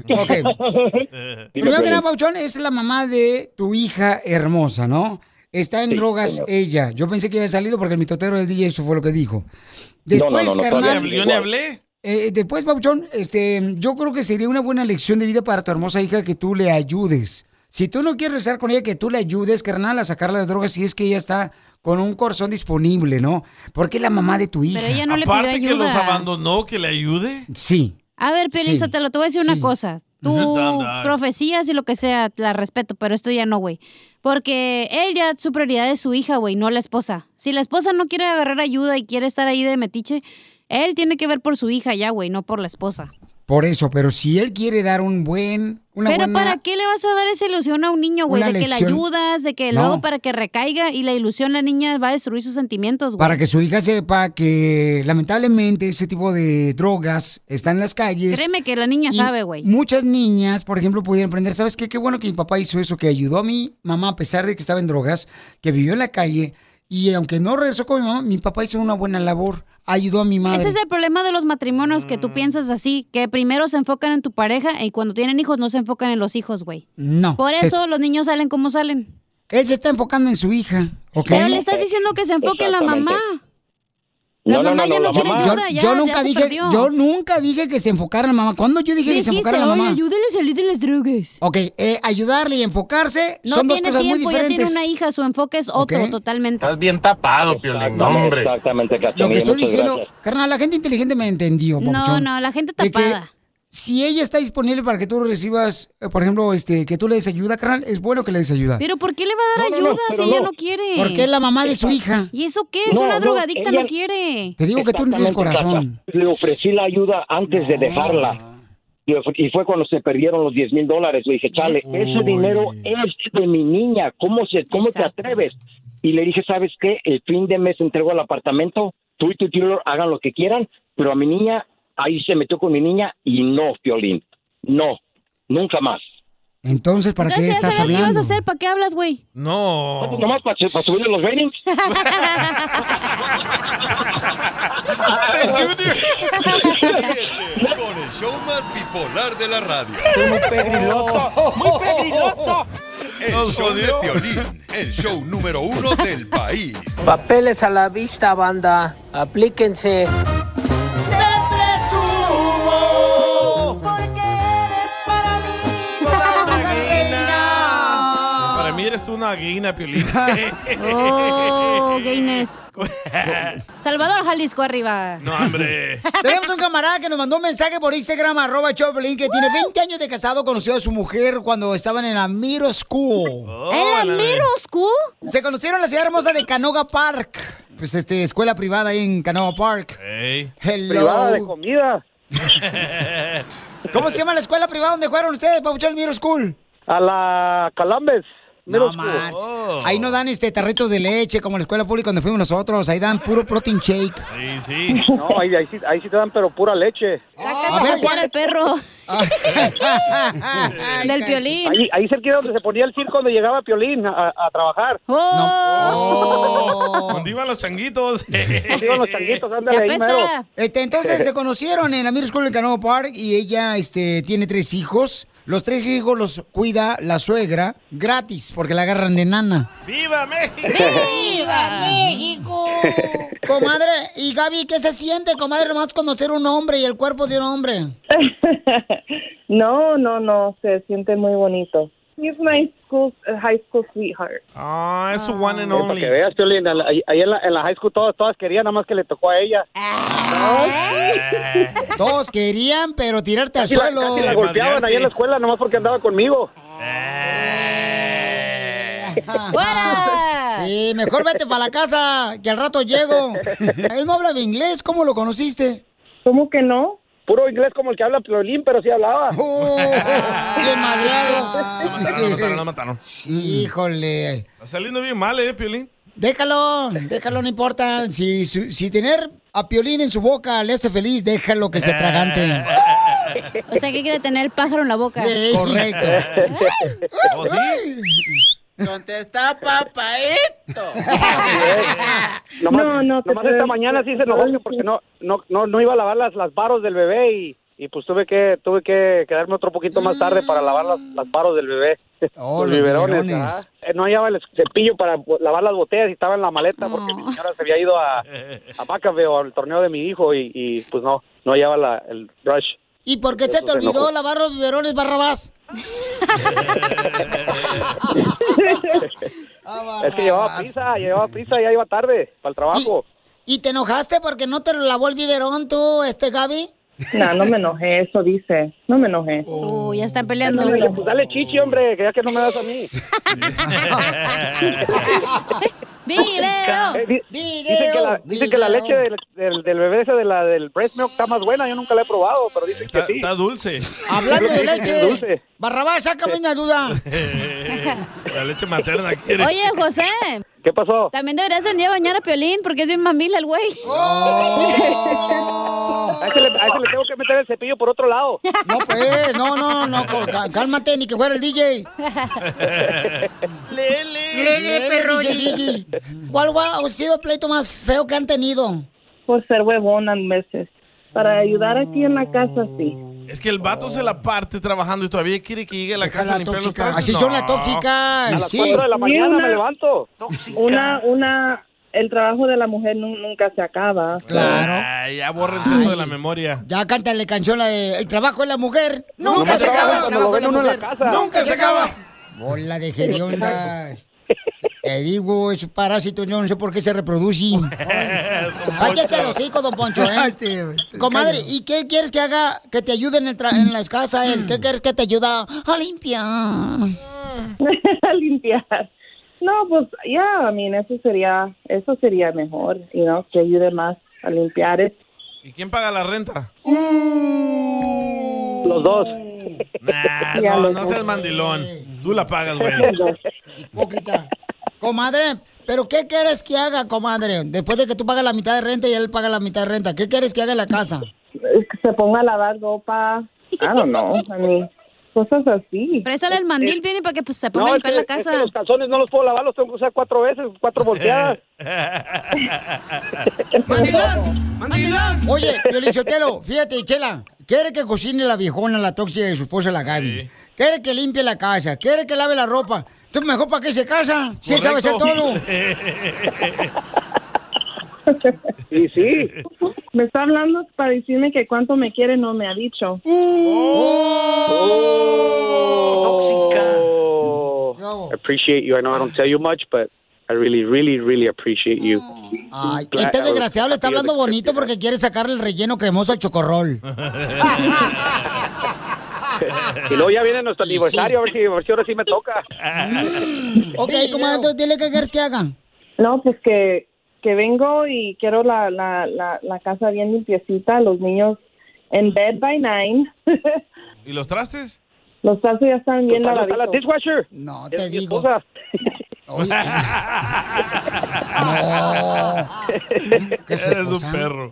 Speaker 3: Ok.
Speaker 9: Dime,
Speaker 3: Primero Pues que
Speaker 9: Piolín.
Speaker 3: nada, Pauchón, es la mamá de tu hija hermosa, ¿no? Está en
Speaker 9: Sí,
Speaker 3: drogas
Speaker 9: señor.
Speaker 3: ella. Yo pensé que había salido porque el mitotero del DJ eso fue lo que dijo.
Speaker 9: No, no, no,
Speaker 3: Después,
Speaker 9: no, todavía
Speaker 3: carnal.
Speaker 9: Yo ni hablé.
Speaker 3: Eh, después, Pauchón, este, yo creo que sería una buena lección de vida para tu hermosa hija que tú le ayudes. Si tú no quieres estar con ella, que tú le ayudes, carnal, a sacar las drogas si es que ella está con un corazón disponible, ¿no? Porque es la mamá de tu hija.
Speaker 4: Aparte que los abandonó, que le ayude.
Speaker 3: Sí.
Speaker 5: A ver,
Speaker 3: Sí.
Speaker 5: Piolín, te lo te voy a decir una cosa. Tú,
Speaker 4: Anda.
Speaker 5: profecías y lo que sea, la respeto, pero esto ya no, güey. Porque él ya, su prioridad es su hija, güey, no la esposa. Si la esposa no quiere agarrar ayuda y quiere estar ahí de metiche, él tiene que ver por su hija ya, güey, no por la esposa.
Speaker 3: Por eso, pero si él quiere dar un buen, una
Speaker 5: pero
Speaker 3: buena...
Speaker 5: ¿para qué le vas a dar esa ilusión a un niño, güey?
Speaker 3: Una
Speaker 5: De que la
Speaker 3: lección.
Speaker 5: ayudas, de que
Speaker 3: No.
Speaker 5: luego para que recaiga y la ilusión la niña va a destruir sus sentimientos, güey.
Speaker 3: Para que su hija sepa que lamentablemente ese tipo de drogas está en las calles.
Speaker 5: Créeme que la niña
Speaker 3: Y
Speaker 5: sabe, güey.
Speaker 3: Muchas niñas, por ejemplo, pudieron aprender, ¿sabes qué? Qué bueno que mi papá hizo eso, que ayudó a mi mamá a pesar de que estaba en drogas, que vivió en la calle. Y aunque no regresó con mi mamá, mi papá hizo una buena labor, ayudó a mi madre.
Speaker 5: Ese es el problema de los matrimonios
Speaker 9: Mm.
Speaker 5: que tú piensas así, que primero se enfocan en tu pareja y cuando tienen hijos no se enfocan en los hijos, güey.
Speaker 3: No.
Speaker 5: Por
Speaker 3: se
Speaker 5: eso
Speaker 3: est-
Speaker 5: los niños salen como salen.
Speaker 3: Él se está enfocando en su hija, ¿ok?
Speaker 5: Pero le estás diciendo que se enfoque en la mamá. La mamá ya no quiere
Speaker 3: Yo-
Speaker 5: ayuda,
Speaker 3: yo,
Speaker 5: ya- ya
Speaker 3: nunca
Speaker 5: se
Speaker 3: dije,
Speaker 5: perdió.
Speaker 3: yo nunca dije que se enfocara en la mamá. ¿Cuándo yo dije que se enfocara en la mamá?
Speaker 5: ayúdale a salir de las drogas.
Speaker 3: Ok, eh, ayudarle y enfocarse
Speaker 5: No
Speaker 3: son dos
Speaker 5: tiene
Speaker 3: cosas
Speaker 5: tiempo,
Speaker 3: muy
Speaker 5: ya
Speaker 3: diferentes.
Speaker 5: tiene una hija, su enfoque es otro
Speaker 3: Ok.
Speaker 5: totalmente.
Speaker 9: Estás bien tapado, Piolín.
Speaker 3: hombre.
Speaker 9: Exactamente,
Speaker 3: Lo que
Speaker 9: Cachanilla.
Speaker 3: estoy
Speaker 9: muchas
Speaker 3: diciendo,
Speaker 9: gracias.
Speaker 3: carnal, la gente inteligente me entendió.
Speaker 5: No,
Speaker 3: papuchón.
Speaker 5: no, la gente
Speaker 3: De que
Speaker 5: tapada.
Speaker 3: Si ella está disponible para que tú recibas, eh, por ejemplo, este, que tú le des ayuda, carnal, es bueno que le des ayuda.
Speaker 5: Pero ¿por qué le va a dar
Speaker 3: No, no, no,
Speaker 5: ayuda si
Speaker 3: pero
Speaker 5: ella
Speaker 3: no.
Speaker 5: no quiere?
Speaker 3: Porque es la mamá de su hija.
Speaker 5: ¿Y eso qué? Es
Speaker 3: No,
Speaker 5: una
Speaker 3: no,
Speaker 5: drogadicta,
Speaker 3: ella-
Speaker 5: no quiere.
Speaker 3: Te digo que tú no tienes
Speaker 9: Exactamente,
Speaker 3: corazón.
Speaker 9: Cacha. Le ofrecí la ayuda antes de dejarla. Y fue- Y fue cuando se perdieron los 10 mil dólares. Le dije, chale, ese dinero es de mi niña. ¿Cómo, se, cómo te atreves? Y le dije, ¿sabes qué? El fin de mes entrego al apartamento. Tú y tu tío hagan lo que quieran. Pero a mi niña, ahí se metió con mi niña y no, Piolín. No, nunca más.
Speaker 3: Entonces, ¿para qué
Speaker 5: Entonces, ya
Speaker 3: estás
Speaker 5: sabes ¿Qué vas a
Speaker 3: hablando?
Speaker 5: hacer? ¿Para qué hablas, güey?
Speaker 4: No.
Speaker 9: Nomás para, para subirle los ratings.
Speaker 6: Ah,
Speaker 7: Ríete Con el show más bipolar de la radio.
Speaker 6: Muy pegriloso, muy pegriloso.
Speaker 7: El show de Piolín, el show número uno del país.
Speaker 10: Papeles a la vista, banda. Aplíquense.
Speaker 4: Para mí eres tú una guina, Piolín.
Speaker 5: Oh, gaines. Salvador Jalisco arriba.
Speaker 4: No, hombre.
Speaker 3: Tenemos un camarada que nos mandó un mensaje por Instagram, arroba Choplin, que tiene 20 años de casado, conoció a su mujer cuando estaban en la Miro School.
Speaker 5: ¿En la la Miro de- School?
Speaker 3: Se conocieron en la ciudad hermosa de Canoga Park. Pues este, escuela privada ahí en Canoga Park.
Speaker 4: Ey.
Speaker 3: Hello.
Speaker 4: Privada de
Speaker 3: comida. ¿Cómo se llama la escuela privada donde jugaron ustedes, Papuchón Miro School? A la Calambes.
Speaker 6: Middle
Speaker 3: No,
Speaker 6: School.
Speaker 3: marches.
Speaker 4: Oh.
Speaker 3: Ahí no dan este tarritos de leche como en la escuela pública donde fuimos nosotros. Ahí dan puro protein shake.
Speaker 4: Ahí sí.
Speaker 6: No, ahí, ahí sí, ahí sí te dan, pero pura leche.
Speaker 3: Ah, a ver, ¿cuál- Ah.
Speaker 5: el perro. Del piolín.
Speaker 6: Ahí, ahí cerquita donde se ponía el circo cuando llegaba Piolín a, a trabajar.
Speaker 4: ¿Dónde iban los changuitos? ¿Dónde
Speaker 6: iban los changuitos?
Speaker 4: Ándale, ahí mero.
Speaker 3: Este, entonces se conocieron en la Middle School de Canoa Park y ella este, tiene tres hijos. Los tres hijos los cuida la suegra gratis porque la agarran de nana.
Speaker 4: ¡Viva México!
Speaker 3: ¡Viva México! Comadre, y Gaby, ¿qué se siente, comadre, nomás conocer un hombre y el cuerpo de un hombre?
Speaker 11: No, no, no, se siente muy bonito.
Speaker 16: He's my school, uh, high school sweetheart.
Speaker 4: Ah, es su one and
Speaker 16: Eh,
Speaker 4: only.
Speaker 17: Que veas, Piolín, a la- ahí ahí en la, en la high school todas, todas querían, nada más que le tocó a ella.
Speaker 6: Ah.
Speaker 3: ¿Eh? Todos querían, pero tirarte al
Speaker 17: Casi la-
Speaker 3: suelo.
Speaker 17: casi la golpeaban ahí en la escuela, nomás porque andaba conmigo.
Speaker 3: ¡Fuera! Eh. Sí, mejor vete para la casa, que al rato llego. Él no habla de inglés, ¿cómo lo conociste?
Speaker 16: ¿Cómo que no?
Speaker 17: Puro inglés como el que habla Piolín, pero sí hablaba.
Speaker 3: Oh. ¡Bien madreado!
Speaker 4: Lo mataron, lo mataron, lo mataron.
Speaker 3: Híjole.
Speaker 4: Está saliendo bien mal, ¿eh, Piolín?
Speaker 3: Déjalo, déjalo, no importa. Si, su- si tener a Piolín en su boca le hace feliz, déjalo que se tragante.
Speaker 5: O sea, que quiere tener el pájaro en la boca.
Speaker 3: Correcto.
Speaker 4: ¿O sí?
Speaker 6: Contesta, papaito.
Speaker 17: Nomás,
Speaker 6: No, no, te
Speaker 17: nomás esta
Speaker 6: creo.
Speaker 17: mañana sí
Speaker 3: pues,
Speaker 17: se enojó que porque no, no, no, no iba a lavar las, las baros del bebé y, y pues tuve que, tuve que quedarme otro poquito más tarde para lavar las, las baros del bebé.
Speaker 3: los
Speaker 17: biberones.
Speaker 3: biberones.
Speaker 17: ajá. Eh, No hallaba el cepillo para lavar las botellas y estaba en la maleta porque mi señora se había ido a, a Vacaveo al torneo de mi hijo y, y, pues no, no hallaba la, el rush.
Speaker 3: ¿Y por qué se
Speaker 17: Eso
Speaker 3: te
Speaker 17: se
Speaker 3: olvidó
Speaker 17: enojó.
Speaker 3: lavar los biberones, Barrabás?
Speaker 17: es que llevaba prisa, llevaba prisa, ya iba tarde para el trabajo.
Speaker 3: ¿Y te enojaste porque no te lo lavó el biberón tú, este Gaby?
Speaker 16: No, no me enojé, eso dice. No me enojé.
Speaker 5: Uh, ya están
Speaker 17: No,
Speaker 5: peleando.
Speaker 17: le dije, pues dale chichi, hombre, que ya que no me das a mí.
Speaker 5: ¡Video!
Speaker 17: Eh, di- Dicen que la, dicen que la leche del, del, del bebé esa de la del breast milk está más buena, yo nunca la he probado, pero dicen que sí. Está
Speaker 4: dulce.
Speaker 3: Hablando de leche.
Speaker 17: Dulce.
Speaker 3: Barrabás, sácame una duda.
Speaker 4: La leche materna quiere.
Speaker 5: Oye, José.
Speaker 17: ¿Qué pasó?
Speaker 5: También deberías venir a bañar a Piolín porque es bien mamila el güey.
Speaker 3: Oh.
Speaker 17: A ese, le, a ese le tengo que meter el cepillo por otro lado.
Speaker 3: No, pues, no, no, no, co- cá- cálmate, ni que fuera el DJ.
Speaker 6: Lele, perro.
Speaker 3: DJ. ¿Cuál ha sido el pleito más feo que han tenido?
Speaker 16: Por ser huevona a veces. Para ayudar aquí en la casa, sí.
Speaker 4: Es que el vato se la parte trabajando y todavía quiere que llegue a la casa a limpiar los trastes.
Speaker 3: Así son las
Speaker 4: tóxicas.
Speaker 3: tóxicas.
Speaker 4: las cuatro de la mañana me levanto.
Speaker 16: Una, una, el trabajo de la mujer nu- nunca se acaba.
Speaker 4: Ay, ya bórrense eso de la memoria.
Speaker 3: Ya cántale canción la de El trabajo de la mujer.
Speaker 4: No,
Speaker 3: Nunca
Speaker 4: no
Speaker 3: se
Speaker 4: trabaja
Speaker 3: acaba.
Speaker 4: cuando lo
Speaker 3: Trabajo de
Speaker 4: ven uno en la casa.
Speaker 3: Nunca se acaba. Bola de
Speaker 6: Exacto.
Speaker 3: hediondas. Te digo, esos parásitos, yo no sé por qué se reproducen. Cállese los hijos, don Poncho, ¿eh? Comadre, ¿y qué quieres que haga que te ayude en, el tra- en las casas? él?
Speaker 4: Mm.
Speaker 3: ¿Qué quieres que te ayude a limpiar?
Speaker 16: a limpiar. No, pues ya, a mí eso sería, eso sería mejor, you know, que ayude más a limpiar. Es-
Speaker 4: ¿Y quién paga la renta?
Speaker 17: Los dos.
Speaker 4: Nah,
Speaker 16: Ya,
Speaker 4: no,
Speaker 16: los
Speaker 4: no
Speaker 16: dos.
Speaker 4: seas mandilón. Tú la pagas, güey.
Speaker 3: Hipócrita. Comadre, ¿pero qué quieres que haga, comadre? Después de que tú pagas la mitad de renta y él paga la mitad de renta, ¿qué quieres que haga en la casa?
Speaker 16: es que se ponga a lavar ropa, I don't know, I mean, cosas así.
Speaker 5: Préstale el mandil, viene para que pues, se ponga a
Speaker 17: No, es
Speaker 5: limpiar
Speaker 17: que,
Speaker 5: la
Speaker 17: es
Speaker 5: casa.
Speaker 17: que los calzones no los puedo lavar, los tengo que usar cuatro veces, cuatro volteadas.
Speaker 6: Mandilón, mandilón.
Speaker 3: Oye, Piolichotelo, fíjate, Chela, quiere que cocine la viejona, la tóxica de su esposa, la Gaby. Quiere que limpie la casa, quiere que lave la ropa. Entonces, mejor para qué se casa, si él sabe hacer todo.
Speaker 17: Y sí.
Speaker 16: Me está hablando para decirme que cuánto me quiere no me ha dicho.
Speaker 17: Oh, appreciate you. I know I don't tell you much, but I really, really, really appreciate you.
Speaker 3: Ay, Este desgraciado le está hablando bonito porque quiere sacarle el relleno cremoso al chocorrol.
Speaker 17: y luego ya viene nuestro aniversario, a ver si, a ver si ahora sí me toca.
Speaker 3: Mm. Ok, comadre, entonces dile qué quieres que haga.
Speaker 16: No, pues que, que vengo y quiero la, la, la, la casa bien limpiecita, los niños en bed by nine.
Speaker 4: ¿Y los trastes?
Speaker 16: Los tazos ya están bien lavaditos.
Speaker 17: dishwasher?
Speaker 3: No,
Speaker 17: te digo.
Speaker 7: Eres
Speaker 3: un
Speaker 7: perro.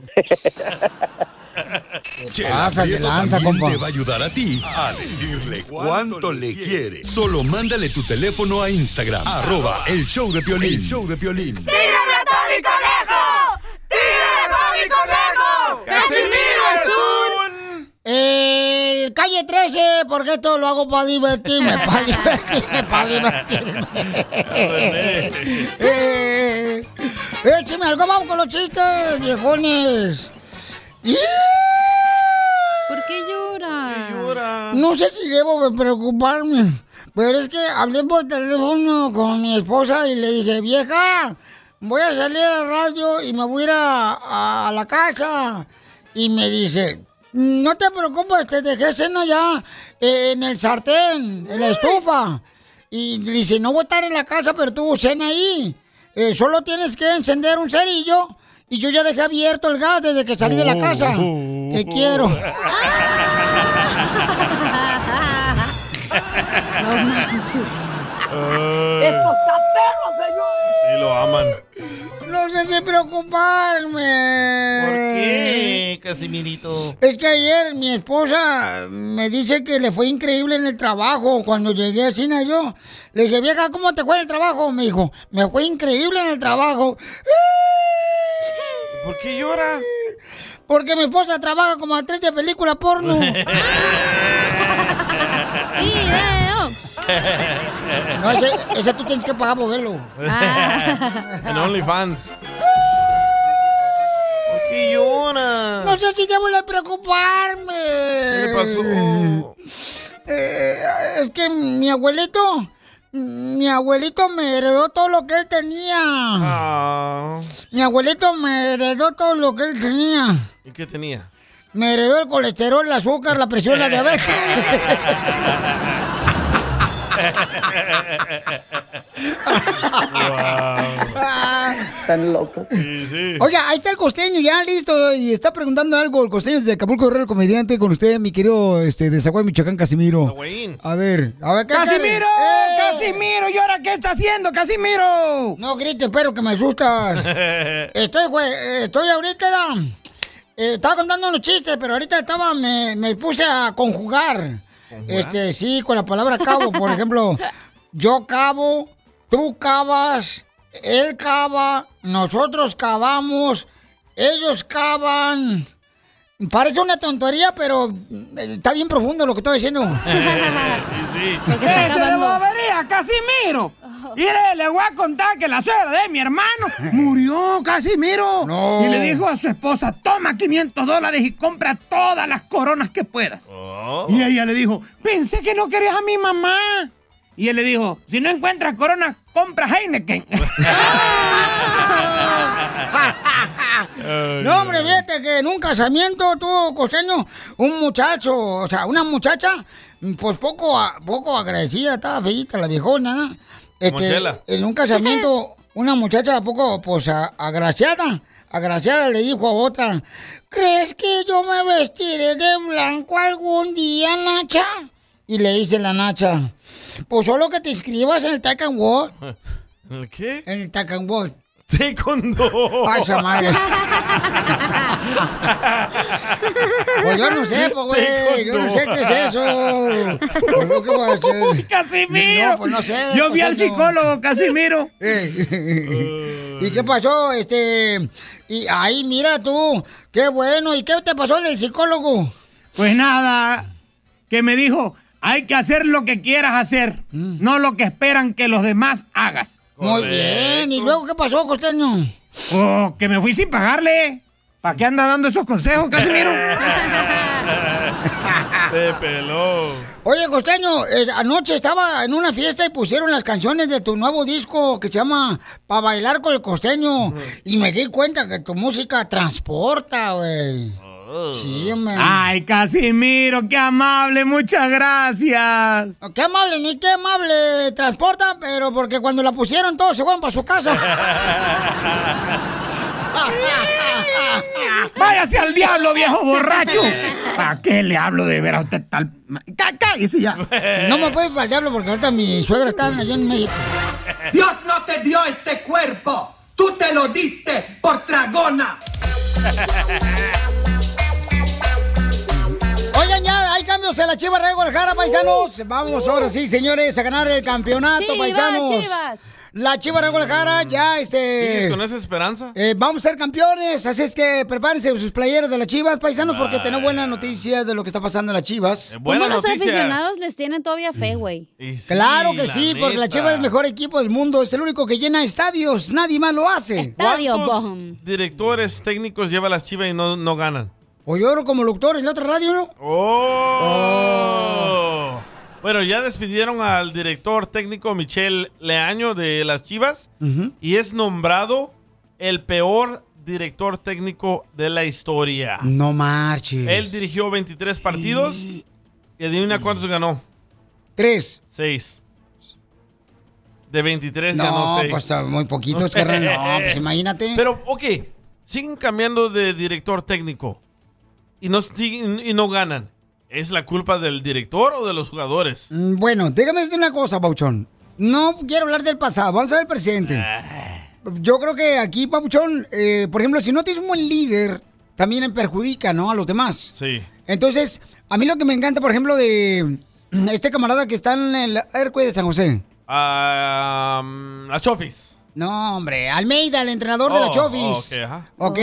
Speaker 3: pasa? Te lanza, compa.
Speaker 7: te va a ayudar a ti a decirle cuánto le quiere. Solo mándale tu teléfono a Instagram. Arroba el show de Piolín. El show de Piolín.
Speaker 6: ¡Tírame a Tony Conejo! ¡Tírame a Tony Conejo! ¡Casimiro es un...
Speaker 3: El Eh, calle 13, porque esto lo hago para divertirme, para divertirme, para divertirme. Eh, écheme algo, vamos con los chistes, viejones. ¡Yeah!
Speaker 5: ¿Por qué llora?
Speaker 3: No sé si debo preocuparme, Pero es que hablé por teléfono con mi esposa y le dije, vieja, voy a salir al radio y me voy a ir a, a- a la casa. Y me dice, no te preocupes, te dejé cena ya eh, en el sartén, en la estufa. Y dice, no voy a estar en la casa, pero tú cena ahí. Eh, solo tienes que encender un cerillo. Y yo ya dejé abierto el gas desde que salí de la casa. Te quiero.
Speaker 4: Ay, sí, lo aman.
Speaker 3: No sé si preocuparme.
Speaker 4: ¿Por qué, Casimirito?
Speaker 3: Es que ayer mi esposa me dice que le fue increíble en el trabajo. Cuando llegué a China yo, le dije, vieja, ¿cómo te fue en el trabajo? Me dijo, me fue increíble en el trabajo.
Speaker 4: ¿Por qué llora?
Speaker 3: Porque mi esposa trabaja como actriz de película porno. No, ese, ese tú tienes que pagar por verlo.
Speaker 4: en OnlyFans.
Speaker 3: ¿Qué llora? No sé si debo de preocuparme.
Speaker 4: ¿Qué le pasó?
Speaker 3: Eh, es que mi abuelito, mi abuelito me heredó todo lo que él tenía.
Speaker 4: Ah.
Speaker 3: Mi abuelito me heredó todo lo que él tenía.
Speaker 4: ¿Y qué tenía?
Speaker 3: Me heredó el colesterol, el azúcar, la presión, la diabetes. Eh.
Speaker 20: Tan locos.
Speaker 3: Oiga, ahí está el costeño, ya listo. Y está preguntando algo el costeño desde Acapulco Guerrero, el comediante, con usted, mi querido este, de Zaguay, Michoacán, Casimiro. A ver, a ver, ¿qué-
Speaker 6: ¡Casimiro!
Speaker 3: ¡Eh!
Speaker 6: ¡Casimiro! ¿Y ahora qué está haciendo,
Speaker 3: Casimiro? No grites, pero que me asustas. Estoy, güey, eh, estoy ahorita, era, eh, estaba contando unos chistes, pero ahorita estaba, me, me puse a conjugar. Este, sí, con la palabra cabo, por ejemplo, yo cabo, tú cavas, él cava, nosotros cavamos, ellos cavan. Parece una tontería, pero eh, está bien profundo lo que estoy diciendo.
Speaker 6: sí.
Speaker 3: Porque está
Speaker 6: ¡Eso de
Speaker 3: acabando.
Speaker 6: bobería, Casimiro! Mire, le voy a contar que la suegra de mi hermano murió, Casimiro.
Speaker 3: No.
Speaker 6: Y le dijo a su esposa, toma 500 dólares y compra todas las coronas que puedas. Y ella le dijo, pensé que no querías a mi mamá. Y él le dijo, si no encuentras coronas, compra Heineken.
Speaker 3: No, hombre, fíjate que en un casamiento tuvo costeño un muchacho, o sea, una muchacha, pues poco, a- poco agradecida, estaba feita la viejona, ¿no?
Speaker 4: Como Chela.
Speaker 3: en un casamiento, una muchacha poco, pues, a- agraciada, agraciada le dijo a otra, ¿crees que yo me vestiré de blanco algún día, Nacha? Y le dice la Nacha, pues solo que te inscribas en el Tech and World.
Speaker 4: ¿El qué?
Speaker 3: En el Tech and World.
Speaker 4: Taekwondo.
Speaker 3: Ay, esa madre. Pues yo no sé, pues, güey. Yo no sé qué es eso. Pues, ¿yo ¿Qué voy a hacer?
Speaker 6: ¡Casimiro!
Speaker 3: No, pues no sé.
Speaker 6: Yo vi al psicólogo,
Speaker 3: Casimiro. ¿Y qué pasó? Este. Y ahí, mira tú. Qué bueno. ¿Y qué te pasó en el psicólogo?
Speaker 6: Pues nada, que me dijo, hay que hacer lo que quieras hacer, no lo que esperan que los demás hagas.
Speaker 3: Mm. Muy bien, ¿y luego qué pasó, Costeño?
Speaker 6: Oh, que me fui sin pagarle. ¿Para qué anda dando esos consejos, Casimiro?
Speaker 4: Se peló.
Speaker 3: Oye, Costeño, eh, anoche estaba en una fiesta y pusieron las canciones de tu nuevo disco que se llama Pa' bailar con el costeño. Y me di cuenta que tu música transporta, güey. Sí, hombre.
Speaker 6: Oh. Ay, Casimiro, qué amable, muchas gracias.
Speaker 3: Qué amable, ni qué amable transporta, pero porque cuando la pusieron todos se fueron para su casa.
Speaker 6: Váyase al diablo, viejo borracho. ¿Para qué le hablo de ver a usted tal? ma- Cá- Cállese ya.
Speaker 3: No me puedo ir para el diablo porque ahorita mi suegra está allá en México.
Speaker 11: Dios no te dio este cuerpo. Tú te lo diste por tragona.
Speaker 3: Oigan, ya hay cambios en la Chivas Real Guadalajara, paisanos. Vamos ahora sí, señores, a ganar el campeonato,
Speaker 4: Chivas,
Speaker 3: paisanos.
Speaker 4: Chivas.
Speaker 3: La Chivas Real Guadalajara ya,
Speaker 4: ¿Sigues
Speaker 3: este...
Speaker 4: con esa esperanza?
Speaker 3: eh, vamos a ser campeones, así es que prepárense sus playeras de las Chivas, paisanos, porque tenemos buenas noticias de lo que está pasando en las Chivas.
Speaker 5: Como los aficionados les tienen todavía fe, güey.
Speaker 3: claro que Eh, sí, porque la Chivas es el mejor equipo del mundo, es el único que llena estadios, nadie más lo hace.
Speaker 4: ¿Cuántos directores técnicos lleva las chivas y no, no ganan?
Speaker 3: O lloro como locutor en la otra radio, ¿no?
Speaker 4: ¡Oh! Bueno, ya despidieron al director técnico Michel Leaño de las Chivas y es nombrado el peor director técnico de la historia.
Speaker 3: No marches.
Speaker 4: Él dirigió 23 partidos y adivina cuántos ganó.
Speaker 3: Tres.
Speaker 4: Seis. De 23 ganó
Speaker 3: No,
Speaker 4: 6.
Speaker 3: pues ah, muy poquitos, carnal. No, pues imagínate.
Speaker 4: Pero, ok, siguen cambiando de director técnico y no, siguen- y no ganan. ¿Es la culpa del director o de los jugadores?
Speaker 3: Mm, Bueno, déjame decirte una cosa, Pauchón. No quiero hablar del pasado, vamos a ver el presente. Yo creo que aquí, Pauchón, eh, por ejemplo, si no tienes un buen líder, también perjudica, ¿no? A los demás.
Speaker 4: Sí.
Speaker 3: Entonces, a mí lo que me encanta, por ejemplo, de mm, este camarada que está en el Hércules de San José.
Speaker 4: Ah, mm, la Chofis.
Speaker 3: No, hombre, Almeida, el entrenador de la
Speaker 4: Oh,
Speaker 3: Chofis.
Speaker 4: ok, ajá.
Speaker 3: Ok.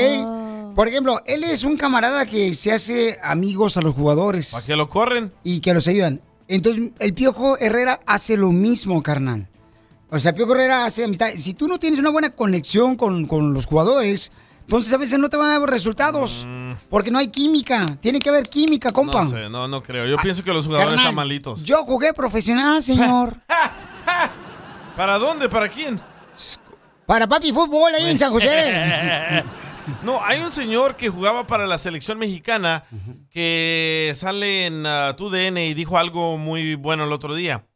Speaker 3: Por ejemplo, él es un camarada que se hace amigos a los jugadores.
Speaker 4: ¿Para que lo corren?
Speaker 3: y que los ayudan. Entonces, el Piojo Herrera hace lo mismo, carnal. O sea, el Piojo Herrera hace amistad. Si tú no tienes una buena conexión con, con los jugadores, entonces a veces no te van a dar resultados. Porque no hay química. Tiene que haber química, compa.
Speaker 4: Mm. No sé, no, no creo. Yo pienso que los jugadores
Speaker 3: Ah, carnal,
Speaker 4: están malitos.
Speaker 3: Yo jugué profesional, señor.
Speaker 4: ¿Para dónde? ¿Para quién?
Speaker 3: Para papi fútbol ahí en San José.
Speaker 4: no, hay un señor que jugaba para la selección mexicana que sale en ah, TUDN y dijo algo muy bueno el otro día.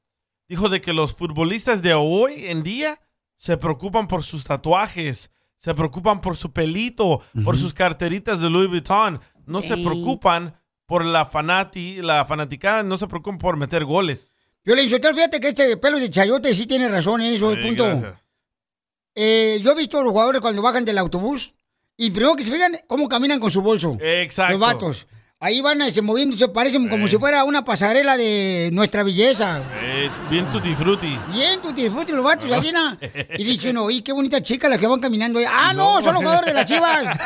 Speaker 4: Dijo de que los futbolistas de hoy en día se preocupan por sus tatuajes, se preocupan por su pelito, por sus carteritas de Louis Vuitton. No se
Speaker 3: Ey.
Speaker 4: preocupan por la fanati, la fanaticada, no se preocupan por meter goles.
Speaker 3: Yo le dije, fíjate que este pelo de chayote sí tiene razón en eso,
Speaker 4: Sí,
Speaker 3: punto.
Speaker 4: gracias.
Speaker 3: Eh, yo he visto a los jugadores cuando bajan del autobús y primero que se fijan cómo caminan con su bolso.
Speaker 4: Exacto.
Speaker 3: Los vatos. Ahí van eh, se moviéndose, parecen como si fuera una pasarela de nuestra belleza.
Speaker 4: Eh, bien tutti frutti.
Speaker 3: Bien, tú te fuiste los vatos, así, na. Y dice uno, y qué bonita chica la que van caminando. ahí". Ah, no, son los jugadores de las chivas.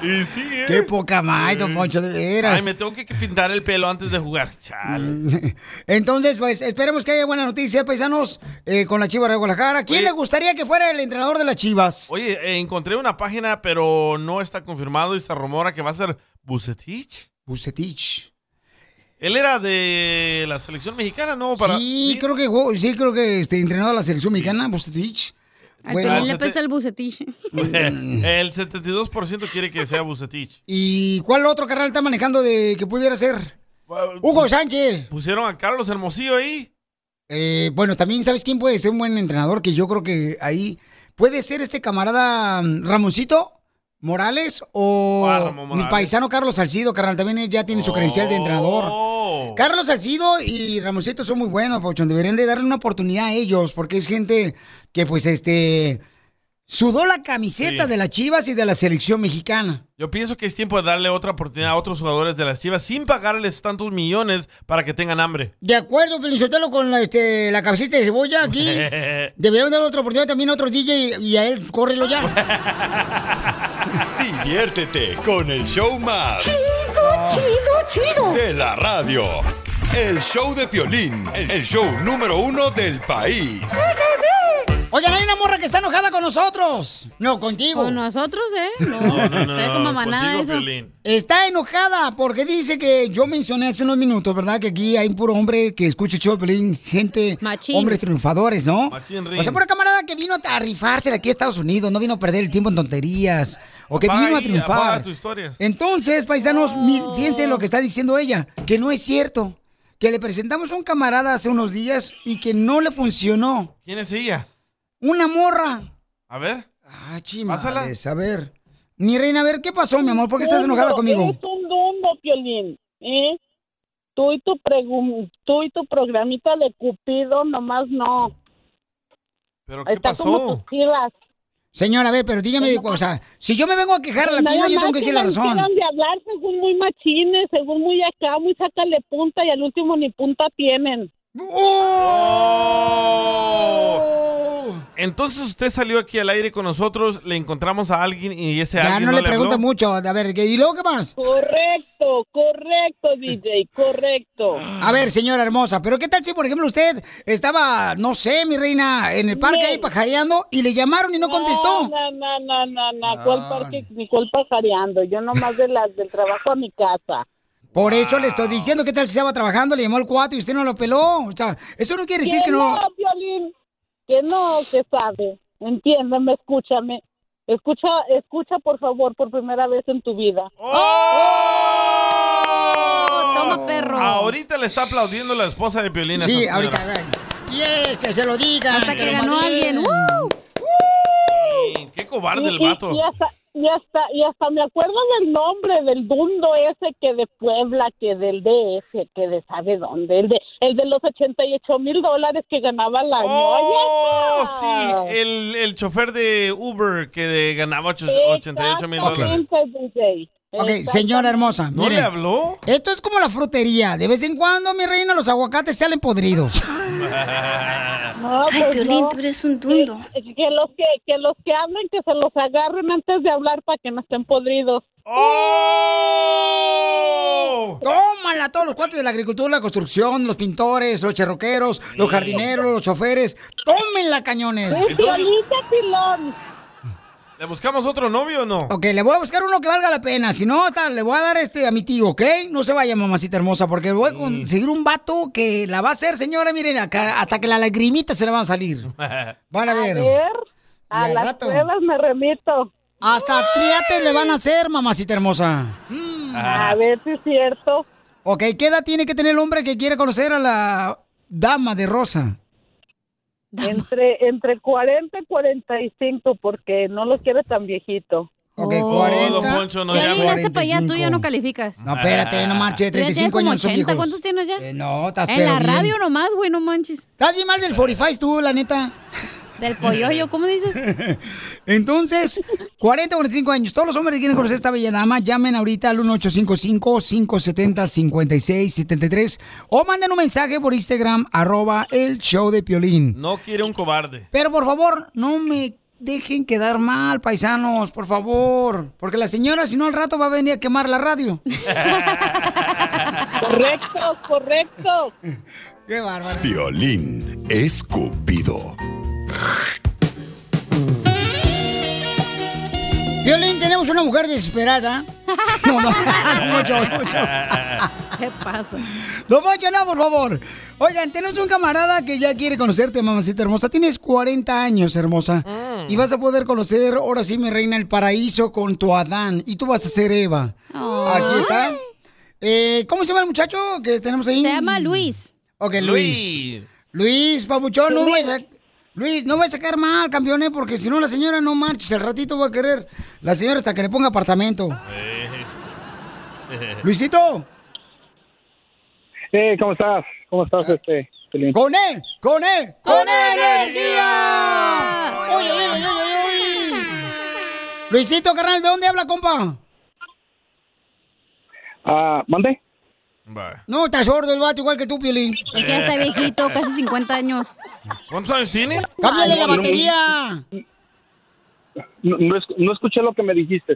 Speaker 4: Y sí, ¿eh?
Speaker 3: Qué poca más, don Poncho, de veras.
Speaker 4: Ay, me tengo que pintar el pelo antes de jugar. Chale.
Speaker 3: Entonces, pues, esperemos que haya buena noticia, paisanos, eh, con la Chivas de Guadalajara. ¿Quién le gustaría que fuera el entrenador de las Chivas?
Speaker 4: Oye, eh, encontré una página, pero no está confirmado y se rumora que va a ser Bucetich.
Speaker 3: Bucetich.
Speaker 4: Él era de la selección mexicana, ¿no? Para...
Speaker 3: sí, creo que jugó- sí, creo que este entrenador de la selección mexicana, Bucetich.
Speaker 5: Al
Speaker 3: Bueno,
Speaker 5: Piolín le pesa el bucetich.
Speaker 4: el 72% quiere que sea Bucetich.
Speaker 3: ¿y cuál otro carnal está manejando de que pudiera ser? Hugo Sánchez.
Speaker 4: Pues, Pusieron a Carlos Hermosillo ahí.
Speaker 3: Eh, bueno, también sabes quién puede ser un buen entrenador, que yo creo que ahí puede ser este camarada mm, Ramoncito Morales o
Speaker 4: Ah, Ramón Morales.
Speaker 3: mi paisano Carlos Salcido, carnal, también él ya tiene su credencial de
Speaker 4: Oh.
Speaker 3: entrenador. Carlos Salcido y Ramoncito son muy buenos, Pauchón, deberían de darle una oportunidad a ellos, porque es gente que pues este sudó la camiseta
Speaker 4: Sí.
Speaker 3: de las Chivas y de la selección mexicana.
Speaker 4: Yo pienso que es tiempo de darle otra oportunidad a otros jugadores de las Chivas sin pagarles tantos millones para que tengan hambre.
Speaker 3: De acuerdo, Felicitelo con la, este, la cabecita de cebolla aquí. Deberían darle otra oportunidad también a otros DJ y a él, córrelo ya.
Speaker 7: Diviértete con el show más.
Speaker 3: Chido, chido,
Speaker 7: De la radio. El show de Piolín, el show número uno del país.
Speaker 3: Oigan, hay una morra que está enojada con nosotros. No, contigo. Con
Speaker 5: nosotros, ¿eh? No,
Speaker 7: no, no,
Speaker 5: Sabe como manada contigo, eso. Piolín.
Speaker 3: Está enojada porque dice que yo mencioné hace unos minutos, ¿verdad? Que aquí hay un puro hombre que escucha el show de Piolín, gente, hombres triunfadores, ¿no?
Speaker 4: Machín ring.
Speaker 3: O sea, pura camarada que vino a rifársela aquí a Estados Unidos, no vino a perder el tiempo en tonterías, o que
Speaker 4: Apaga
Speaker 3: vino a
Speaker 4: ahí, apaga
Speaker 3: triunfar.
Speaker 4: tu historia.
Speaker 3: Entonces, paisanos, mi- fíjense lo que está diciendo ella, que no es cierto, que le presentamos a un camarada hace unos días y que no le funcionó.
Speaker 4: ¿Quién es ella?
Speaker 3: Una morra.
Speaker 4: A ver.
Speaker 3: Ah, Madres, a ver. Mi reina, a ver, ¿qué pasó, mi amor? ¿Por qué estás
Speaker 13: Dumbo,
Speaker 3: enojada conmigo?
Speaker 13: Eres un dumbo, Piolín. ¿eh? Tú, y tu pregum- tú y tu programita de Cupido nomás no.
Speaker 4: ¿Pero
Speaker 13: Ahí Está como tus chivas.
Speaker 3: Señora, a ver, pero dígame de cosa. Si yo me vengo a quejar a la
Speaker 13: Pues Nada
Speaker 3: tienda, yo
Speaker 13: más
Speaker 3: tengo que decir la razón.
Speaker 13: mantienen de hablar según muy machines, según muy acá, muy sácale punta y al último ni punta tienen.
Speaker 3: ¡Oh!
Speaker 4: ¡Oh! Entonces usted salió aquí al aire con nosotros, le encontramos a alguien y ese
Speaker 3: Ya
Speaker 4: alguien
Speaker 3: no le pregunta
Speaker 4: habló.
Speaker 3: mucho. A ver, ¿qué- ¿y luego qué más?
Speaker 13: Correcto, correcto, DJ, correcto.
Speaker 3: A ver, señora hermosa, pero ¿qué tal si, por ejemplo, usted estaba, no sé, mi reina, en el parque ahí pajareando y le llamaron y no contestó? Ah.
Speaker 13: No, no, no, no, no, ¿Cuál parque, ni cuál pajareando? Yo nomás de las del trabajo a mi casa.
Speaker 3: Por eso le estoy diciendo, ¿qué tal si estaba trabajando? Le llamó el cuatro y usted no lo peló. O sea, eso no quiere decir que no.
Speaker 13: Piolín, que no, que sabe. Entiéndeme, escúchame. Escucha, escucha por favor por primera vez en tu vida.
Speaker 3: Oh,
Speaker 4: Toma, perro. Ahorita le está aplaudiendo la esposa de Piolín. a
Speaker 3: Sí,
Speaker 4: esa señora.
Speaker 3: ahorita, a ver. Yeah, que se lo digan.
Speaker 4: Hasta que
Speaker 3: lo
Speaker 4: ganó
Speaker 3: madreen.
Speaker 4: alguien,
Speaker 3: ¡uh!
Speaker 4: Sí, Qué cobarde
Speaker 13: Y-
Speaker 4: el
Speaker 13: y-
Speaker 4: vato.
Speaker 13: Y hasta, y, hasta, y hasta me acuerdo del nombre del dundo ese que de Puebla, que del DF, que de sabe dónde, el de, el de los 88 mil dólares que ganaba la
Speaker 4: ¡Oh,
Speaker 13: ñoña.
Speaker 4: sí!
Speaker 3: eh.
Speaker 4: El, el chofer de Uber que de- ganaba ocho- 88 mil dólares.
Speaker 3: Ok, señora hermosa.
Speaker 4: ¿No
Speaker 3: mire,
Speaker 4: le habló?
Speaker 3: Esto es como la frutería. De vez en cuando, mi reina, los aguacates salen podridos.
Speaker 13: Ay, pues
Speaker 3: Piolín,
Speaker 13: tú eres un dundo. Que, que los que, que los que hablen, que se los agarren antes de hablar para que no estén podridos.
Speaker 3: ¡Oh! Tómala, todos los cuates de la agricultura, la construcción, los pintores, los cherroqueros, los jardineros, los choferes. Tómenla, cañones.
Speaker 13: pilón!
Speaker 4: ¿Le buscamos otro novio o no?
Speaker 3: Ok, le voy a buscar uno que valga la pena. Si no, hasta le voy a dar este a mi tío, ¿ok? No se vaya, mamacita hermosa, porque voy a
Speaker 4: Mm.
Speaker 3: conseguir un vato que la va a hacer, señora. Miren, acá, hasta que la lagrimita se le van a salir. Van a ver.
Speaker 13: a
Speaker 3: Y al
Speaker 13: las pruebas me remito.
Speaker 3: Hasta triate le van a hacer, mamacita hermosa.
Speaker 13: A ver si es cierto.
Speaker 3: Ok, ¿qué edad tiene que tener el hombre que quiere conocer a la dama de rosa?
Speaker 13: Entre, entre 40 y 45, porque no lo quiero tan viejito.
Speaker 4: Oh,
Speaker 3: Ok,
Speaker 4: este
Speaker 3: 40.
Speaker 4: don Poncho, no llame.
Speaker 5: Llegaste para allá, tú ya no calificas.
Speaker 3: No, espérate,
Speaker 13: Ah.
Speaker 3: no marches,
Speaker 5: Tú ya tienes
Speaker 3: 35
Speaker 5: como
Speaker 3: años son
Speaker 5: 80,
Speaker 3: viejos.
Speaker 5: ¿Cuántos tienes ya?
Speaker 3: Eh, no, estás
Speaker 5: en
Speaker 3: pero
Speaker 5: la
Speaker 3: bien.
Speaker 5: radio nomás, güey, no manches.
Speaker 3: Estás bien mal del 45 tú, la neta.
Speaker 5: Del polloyo, ¿cómo dices?
Speaker 3: Entonces, 40 o 45 años. Todos los hombres que quieren conocer esta bella dama, llamen ahorita al 1855-570-5673 o manden un mensaje por Instagram, arroba el show de Piolín.
Speaker 4: No quiere un cobarde.
Speaker 3: Pero por favor, no me dejen quedar mal, paisanos, por favor. Porque la señora, si no, al rato va a venir a quemar la radio.
Speaker 13: correcto, correcto.
Speaker 3: Qué bárbaro.
Speaker 7: Violín escupido.
Speaker 3: Violín, tenemos una mujer desesperada. No, no, no, mucho, mucho.
Speaker 5: ¿Qué pasa?
Speaker 3: No, Poncho, no, por favor. Oigan, tenemos un camarada que ya quiere conocerte, mamacita hermosa. Tienes 40 años, hermosa. Y vas a poder conocer, ahora sí, mi reina, el paraíso con tu Adán. Y tú vas a ser Eva. Aquí está. Eh, ¿Cómo se llama el muchacho que tenemos ahí? Se llama
Speaker 5: Luis.
Speaker 3: Ok, Luis. Luis, papuchón, no voy a sac- Luis, no voy a sacar mal, campeón, eh, porque si no la señora no marches, al ratito va a querer la señora hasta que le ponga apartamento.
Speaker 14: Hey,
Speaker 3: Luisito.
Speaker 14: Eh, ¿cómo estás? ¿Cómo estás, este? Pelín?
Speaker 3: Ah. ¡Con él! ¡Con él! ¡Con energía! ¡Oye, oye, oye, oye, oye! Luisito, carnal, ¿de dónde habla, compa?
Speaker 14: Ah, ¿Mande?
Speaker 3: No, está sordo el vato, igual que tú, Piolín.
Speaker 5: Es que Pues ya está viejito, casi 50 años.
Speaker 4: ¿Cuántos años tiene?
Speaker 3: ¡Cámbiale la batería!
Speaker 14: No, no es- no escuché lo que me dijiste.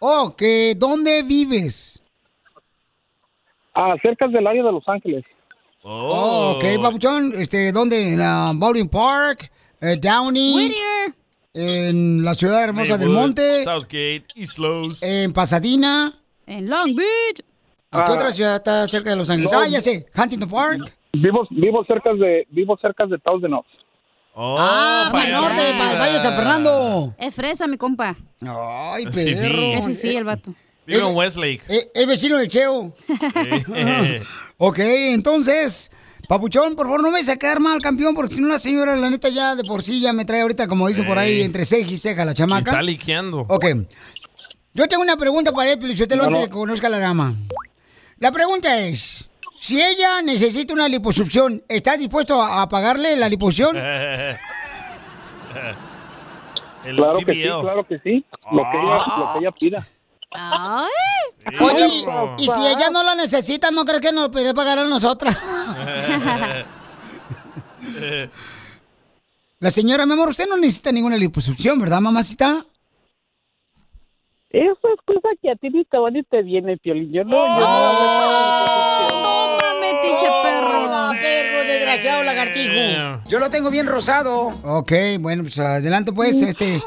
Speaker 3: Oh, que ¿dónde vives?
Speaker 14: Ah, cerca del área de Los Ángeles.
Speaker 3: Oh, ok, papuchón. Este, ¿Dónde? ¿En ah, Bowling Park? eh, ¿Downey? ¿En la ciudad hermosa del
Speaker 4: Maywood,
Speaker 3: monte?
Speaker 4: Southgate, East Los.
Speaker 3: ¿En Pasadena?
Speaker 5: En Long Beach.
Speaker 3: ¿A qué
Speaker 14: Ah.
Speaker 3: otra ciudad está cerca de Los Ángeles?
Speaker 14: No.
Speaker 3: Ah, ya sé, Huntington Park.
Speaker 14: Vivo, vivo cerca de, vivo cerca de Thousand Oaks.
Speaker 4: ah,
Speaker 3: para el norte, para el Valle de San Fernando.
Speaker 5: Es fresa, mi compa.
Speaker 3: Ay,
Speaker 4: Sí, sí.
Speaker 3: perro.
Speaker 5: Es sí, el vato.
Speaker 4: Vive en Westlake.
Speaker 3: Eh, Es vecino del Cheo. ok, entonces, Papuchón, por favor, no me sacar mal, campeón, porque si no la señora, la neta, ya de por sí ya me trae ahorita, como dice por ahí,
Speaker 4: Ey.
Speaker 3: entre ceja y ceja la
Speaker 4: Y
Speaker 3: chamaca.
Speaker 4: Está liqueando.
Speaker 3: Ok. Yo tengo una pregunta para él, Pelichotelo,
Speaker 4: No,
Speaker 3: antes
Speaker 4: no.
Speaker 3: de que conozca a la dama. La pregunta es, si ella necesita una liposucción, ¿está dispuesto a, a pagarle la
Speaker 14: Eh.
Speaker 3: liposucción?
Speaker 4: El
Speaker 14: Claro que sí,
Speaker 4: TBL.
Speaker 14: claro que sí. Lo
Speaker 4: Ah.
Speaker 14: que ella, lo que ella pida.
Speaker 3: Oye, y, y si ella no la necesita, ¿no crees que nos podría pagar a nosotras? La señora, mi amor, usted no necesita ninguna liposucción, ¿verdad, mamacita?
Speaker 13: Eso es cosa que a ti ni te va ni te viene, Piolín. Yo no, yo
Speaker 3: ¡Oh!
Speaker 13: no.
Speaker 5: ¡Tómame, tiche
Speaker 3: perro! perro desgraciado,
Speaker 13: lagartijo.
Speaker 3: Yo lo tengo bien rosado. Ok, bueno, pues adelante, pues, este,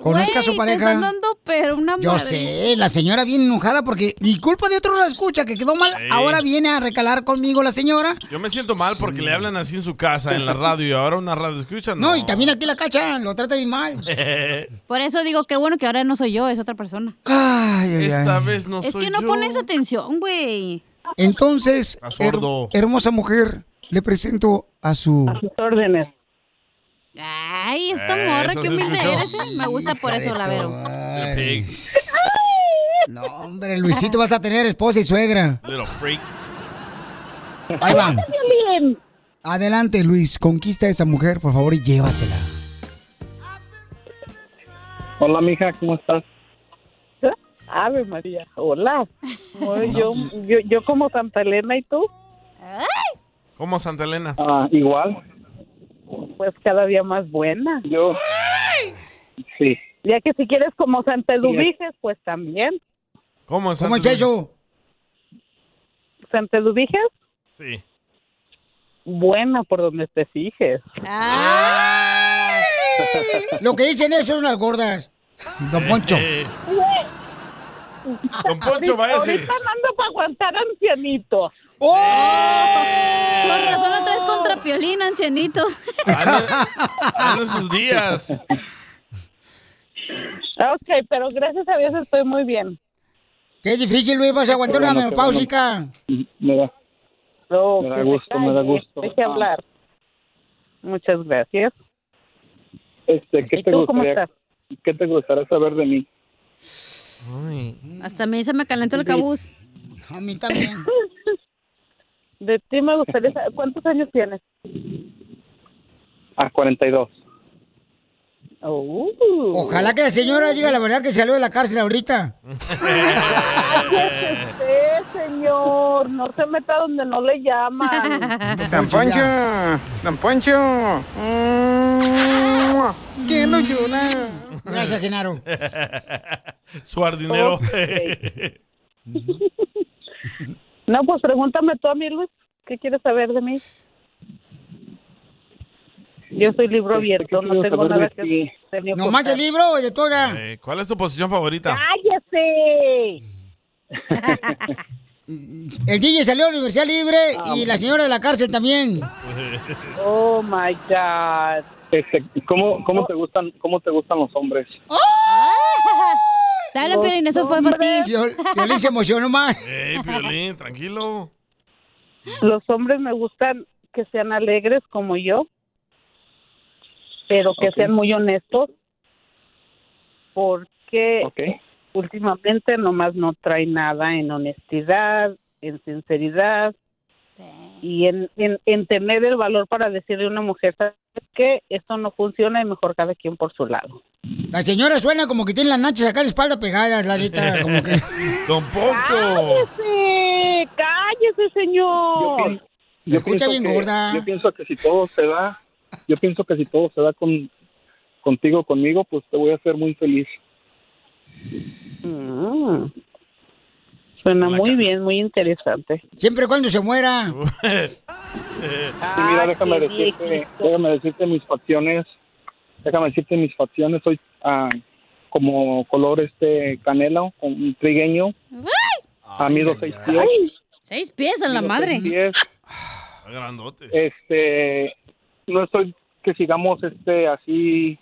Speaker 3: conozca a su
Speaker 5: Güey, Te están
Speaker 3: pareja.
Speaker 5: dando pero una
Speaker 3: Yo
Speaker 5: madre.
Speaker 3: sé, la señora bien enojada porque mi culpa de otro no la escucha, que quedó mal.
Speaker 4: Sí.
Speaker 3: Ahora viene a recalar conmigo la señora.
Speaker 4: Yo me siento mal porque le hablan así en su casa, en la radio, y ahora una radio escucha. No,
Speaker 3: No, y también aquí la cachan, lo trata bien mal.
Speaker 5: Por eso digo, qué bueno que ahora no soy yo, es otra persona.
Speaker 4: Esta vez no
Speaker 5: es
Speaker 4: soy
Speaker 5: que no
Speaker 4: yo.
Speaker 5: pones atención, güey.
Speaker 3: Entonces,
Speaker 4: A sordo.
Speaker 3: her- hermosa mujer, le presento a su...
Speaker 2: órdenes.
Speaker 5: Ay, esta
Speaker 3: Eh,
Speaker 5: morra,
Speaker 3: eso
Speaker 5: qué
Speaker 3: se
Speaker 5: humilde
Speaker 3: escuchó.
Speaker 5: eres, eh. Me gusta por eso, la vero.
Speaker 3: No, hombre, Luisito vas a tener esposa y suegra.
Speaker 4: Little freak.
Speaker 3: Ahí va. Adelante, Luis, conquista a esa mujer, por favor, y llévatela. Ah.
Speaker 17: Hola, mija, ¿cómo estás?
Speaker 2: Ave María, hola. Muy- Yo,
Speaker 4: pues.
Speaker 2: yo, yo como Santa Elena y tú,
Speaker 4: ¿Cómo Santa Elena?
Speaker 17: Ah, igual.
Speaker 2: pues cada día más buena.
Speaker 17: Yo. Sí.
Speaker 2: Ya que si quieres como Santa Eduviges,
Speaker 17: Eduviges,
Speaker 2: pues también.
Speaker 4: ¿Cómo es
Speaker 2: ¿Cómo
Speaker 4: Santa
Speaker 2: es
Speaker 4: Elena?
Speaker 2: Santa Eduviges,
Speaker 4: Sí.
Speaker 2: buena por donde te fijes.
Speaker 3: Lo que dicen eso son las gordas. Don Poncho.
Speaker 4: Don Poncho, váyase.
Speaker 2: Ahorita no ando para aguantar ancianitos.
Speaker 3: ¡Oh!
Speaker 5: Por razón no traes contra Piolín, ancianitos.
Speaker 4: Hazle sus días.
Speaker 2: Ok, pero gracias a Dios estoy muy bien.
Speaker 3: Qué difícil, Luis, vas a aguantar una
Speaker 17: Qué bueno, qué bueno.
Speaker 3: menopáusica.
Speaker 17: Me da,
Speaker 2: No,
Speaker 17: me da
Speaker 2: que se
Speaker 17: gusto, me da
Speaker 2: calle,
Speaker 17: gusto. Ah.
Speaker 2: Deje hablar. Muchas gracias.
Speaker 17: Este, ¿qué
Speaker 2: ¿Y
Speaker 17: te
Speaker 2: tú cómo
Speaker 17: gustaría? ¿Qué te gustaría saber de mí?
Speaker 5: Hasta a mí se me calentó el cabuz.
Speaker 3: A mí también.
Speaker 2: De ti me gustaría saber, ¿cuántos años tienes?
Speaker 17: Ah, 42.
Speaker 2: Oh.
Speaker 3: Ojalá que la señora diga la verdad que salió de la cárcel ahorita.
Speaker 2: Sí, señor, no se meta donde no le llaman.
Speaker 12: Don Poncho, Don Poncho. ¿Quién lo ayuda?
Speaker 3: Gracias, Genaro.
Speaker 4: Su jardinero.
Speaker 2: Ok. No, pues pregúntame tú a mí, Luis, ¿qué quieres saber de mí? Yo soy
Speaker 17: Este,
Speaker 2: libro abierto, no tengo nada que hacer. ni
Speaker 3: ¿No más
Speaker 2: ocultar.
Speaker 3: el libro o de toga?
Speaker 4: Eh, ¿Cuál es tu posición favorita?
Speaker 2: ¡Cállese!
Speaker 3: El DJ salió de la Universidad Libre y la señora de la cárcel también.
Speaker 2: Ah, Oh my God.
Speaker 17: Este, ¿cómo, cómo, te gustan, ¿Cómo te gustan los hombres?
Speaker 5: Dale, Piolín, eso fue para ti.
Speaker 3: Piolín se emocionó más.
Speaker 4: Ey, Piolín, tranquilo.
Speaker 2: Los hombres me gustan que sean alegres como yo, pero que
Speaker 17: Ok.
Speaker 2: sean muy honestos, porque últimamente nomás no trae nada en honestidad, en sinceridad y en, en, en tener el valor para decirle a una mujer "¿Sabes qué? esto no funciona y mejor cada quien por su lado.
Speaker 3: La señora suena como que tiene las nachas acá en la espalda pegadas, la neta. Como que...
Speaker 4: Don Poncho.
Speaker 2: ¡Cállese! ¡Cállese,
Speaker 17: Yo
Speaker 2: señor!
Speaker 17: pienso- yo
Speaker 3: escucha
Speaker 17: pienso
Speaker 3: bien
Speaker 17: que-
Speaker 3: gorda.
Speaker 17: Yo pienso que si todo se da, yo pienso que si todo se da con, contigo, conmigo, pues te voy a hacer muy feliz.
Speaker 2: Mm. Suena muy bien, muy interesante.
Speaker 3: Siempre y cuando se muera.
Speaker 17: Y mira, déjame
Speaker 3: qué
Speaker 17: decirte,
Speaker 3: viejito.
Speaker 17: déjame decirte mis facciones, déjame decirte mis facciones, soy ah, como color este canela, un trigueño, a mido seis pies,
Speaker 5: Ay, seis pies a la
Speaker 17: mido
Speaker 5: madre.
Speaker 17: seis pies,
Speaker 4: Grandote.
Speaker 17: este, no estoy que sigamos este así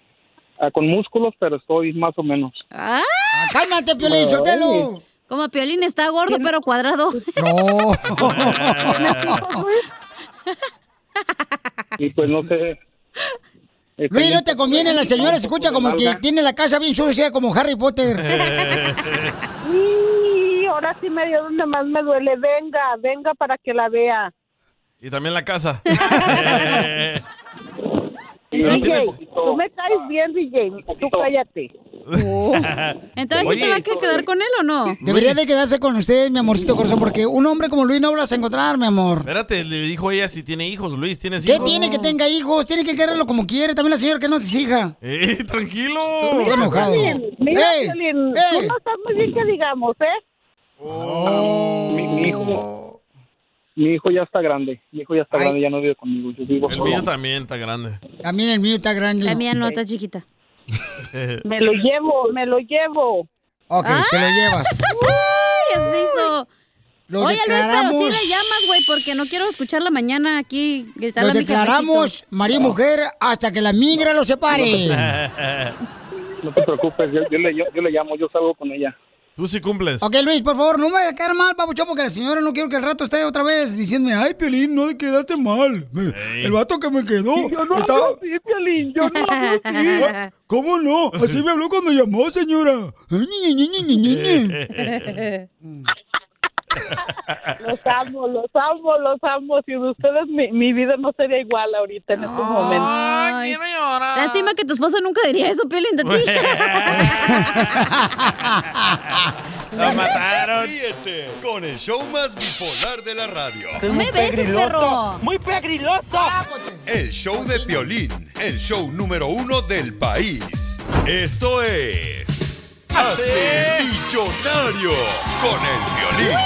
Speaker 17: ah, con músculos, pero estoy más o menos.
Speaker 5: ¡Ah!
Speaker 3: ¡Cálmate,
Speaker 17: Piolín, suéltalo.
Speaker 5: Como Piolín está gordo, pero cuadrado.
Speaker 17: No. y pues no sé. este,
Speaker 3: Luis, no te conviene, la señora se escucha como que tiene la casa bien sucia como Harry Potter.
Speaker 2: Y ahora sí me dio donde más me duele. Venga, venga para que la vea.
Speaker 4: Y también la casa.
Speaker 2: DJ, tú me caes bien, DJ. Tú cállate.
Speaker 3: Oh.
Speaker 5: Entonces, ¿sí ¿te va a que- quedar con él o no?
Speaker 3: Debería de quedarse con usted, mi amorcito corazón, porque un hombre como Luis no lo vas a encontrar, mi amor.
Speaker 4: Espérate, le dijo ella si tiene hijos. Luis, ¿tienes
Speaker 3: ¿Qué
Speaker 4: hijos?
Speaker 3: tiene que tenga hijos? Tiene que quererlo como quiere. También la señora que no se exija.
Speaker 4: Ey, tranquilo.
Speaker 3: Estoy enojado.
Speaker 2: Mira,
Speaker 3: ¡Ey!
Speaker 2: Piolín, tú no estás muy bien que digamos, ¿eh?
Speaker 17: Mi, mi hijo. Mi hijo ya está grande. Mi hijo ya está grande, ya no vive conmigo. Yo vivo
Speaker 4: El
Speaker 17: solo.
Speaker 4: mío también está grande.
Speaker 3: También el mío está grande.
Speaker 5: La mía no está chiquita.
Speaker 2: Me lo llevo, me lo llevo.
Speaker 3: Ok, te
Speaker 5: Ah.
Speaker 3: lo llevas.
Speaker 5: ¡Ay, así hizo!
Speaker 3: Lo
Speaker 5: Oye,
Speaker 3: declaramos.
Speaker 5: Luis, pero sí le llamas, güey, porque no quiero escucharla mañana aquí gritar
Speaker 3: Lo
Speaker 5: a mi
Speaker 3: declaramos
Speaker 5: jefecito.
Speaker 3: marido y mujer hasta que la migra los separe.
Speaker 17: No te preocupes, yo, yo le, yo- yo le llamo, yo salgo con ella.
Speaker 4: Tú sí cumples.
Speaker 3: Ok, Luis, por favor, no me vaya a quedar mal, papuchón, porque la señora no quiero que el rato esté otra vez diciéndome, ay, Piolín, no te quedaste mal. Me- El vato que me quedó. Yo
Speaker 12: no hablo
Speaker 3: Piolín, yo
Speaker 12: no hablo así.
Speaker 3: ¿Cómo no? Así me habló cuando llamó, señora.
Speaker 5: Mm.
Speaker 13: Los amo, los amo, los amo. Sin ustedes mi, mi vida no sería igual ahorita en estos momentos.
Speaker 5: Ay, Lástima que tu esposa nunca diría eso, Piolín, de ti.
Speaker 4: ¡Lo mataron!
Speaker 7: Ríete con el show más bipolar de la radio.
Speaker 12: ¡Muy pegriloso!
Speaker 5: Ah, pues,
Speaker 7: El show de Piolín, el show número uno del país. Esto es... ¡Hazte millonario con el Piolín!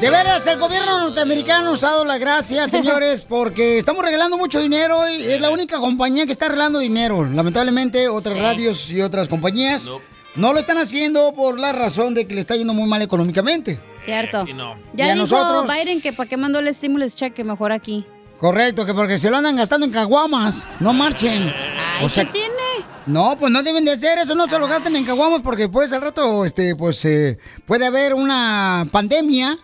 Speaker 3: De veras, el gobierno norteamericano ha usado la gracia, señores, porque estamos regalando mucho dinero y es la única compañía que está regalando dinero. Lamentablemente, otras radios y otras compañías no lo están haciendo por la razón de que le está yendo muy mal económicamente.
Speaker 5: Cierto.
Speaker 3: Y
Speaker 5: Ya
Speaker 3: a
Speaker 5: dijo
Speaker 3: nosotros-
Speaker 5: Biden que para qué mandó el stimulus check, que mejor aquí.
Speaker 3: Correcto, que porque se lo andan gastando en caguamas, no marchen.
Speaker 5: Ay, ¿qué tiene?
Speaker 3: No, pues no deben de hacer eso, no se lo gasten en caguamas porque pues al rato este pues eh, puede haber una pandemia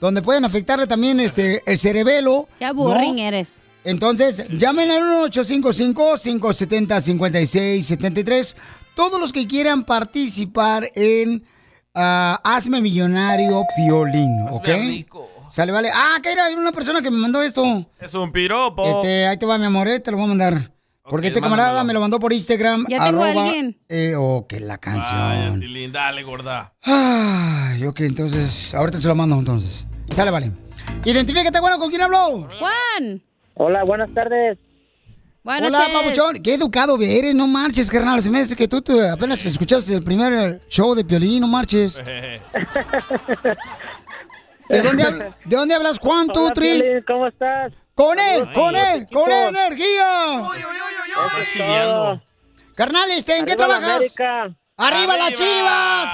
Speaker 3: donde pueden afectarle también este el cerebelo.
Speaker 5: Qué aburrín
Speaker 3: eres. Entonces, llamen al 1-855-570-5673. Todos los que quieran participar en ah, Hazme Millonario Piolín, ¿ok? Sale, vale. Ah, que era una persona que me mandó esto.
Speaker 4: Es un piropo.
Speaker 3: Este, ahí te va mi amor, eh, te lo voy a mandar. Porque este camarada
Speaker 4: mándamelo.
Speaker 3: me lo mandó por Instagram.
Speaker 4: Ya tengo a alguien.
Speaker 3: eh, oh, que la
Speaker 4: Ay,
Speaker 3: canción.
Speaker 4: Tilín, dale, gorda.
Speaker 3: Ay, ok, entonces, ahorita se lo mando entonces. Sale, vale. Identifícate, bueno, ¿con quién habló?
Speaker 5: Juan.
Speaker 3: Hola, buenas tardes.
Speaker 5: Buenas
Speaker 3: Hola,
Speaker 5: noches.
Speaker 3: papuchón. Qué educado eres, no marches, carnal. Se me hace que tú te- apenas escuchaste el primer show de Piolín, no marches. ¿De dónde, hab- de dónde hablas, Juan, tú,
Speaker 12: Hola,
Speaker 3: Tri?
Speaker 12: Piolín,
Speaker 3: ¿Cómo estás? Con él, con él, con él, energía.
Speaker 4: Estás chillando.
Speaker 3: Carnal, este, ¿en qué
Speaker 12: Arriba la
Speaker 3: trabajas?
Speaker 12: América.
Speaker 3: ¡Arriba,
Speaker 12: ¡Arriba!
Speaker 3: las chivas!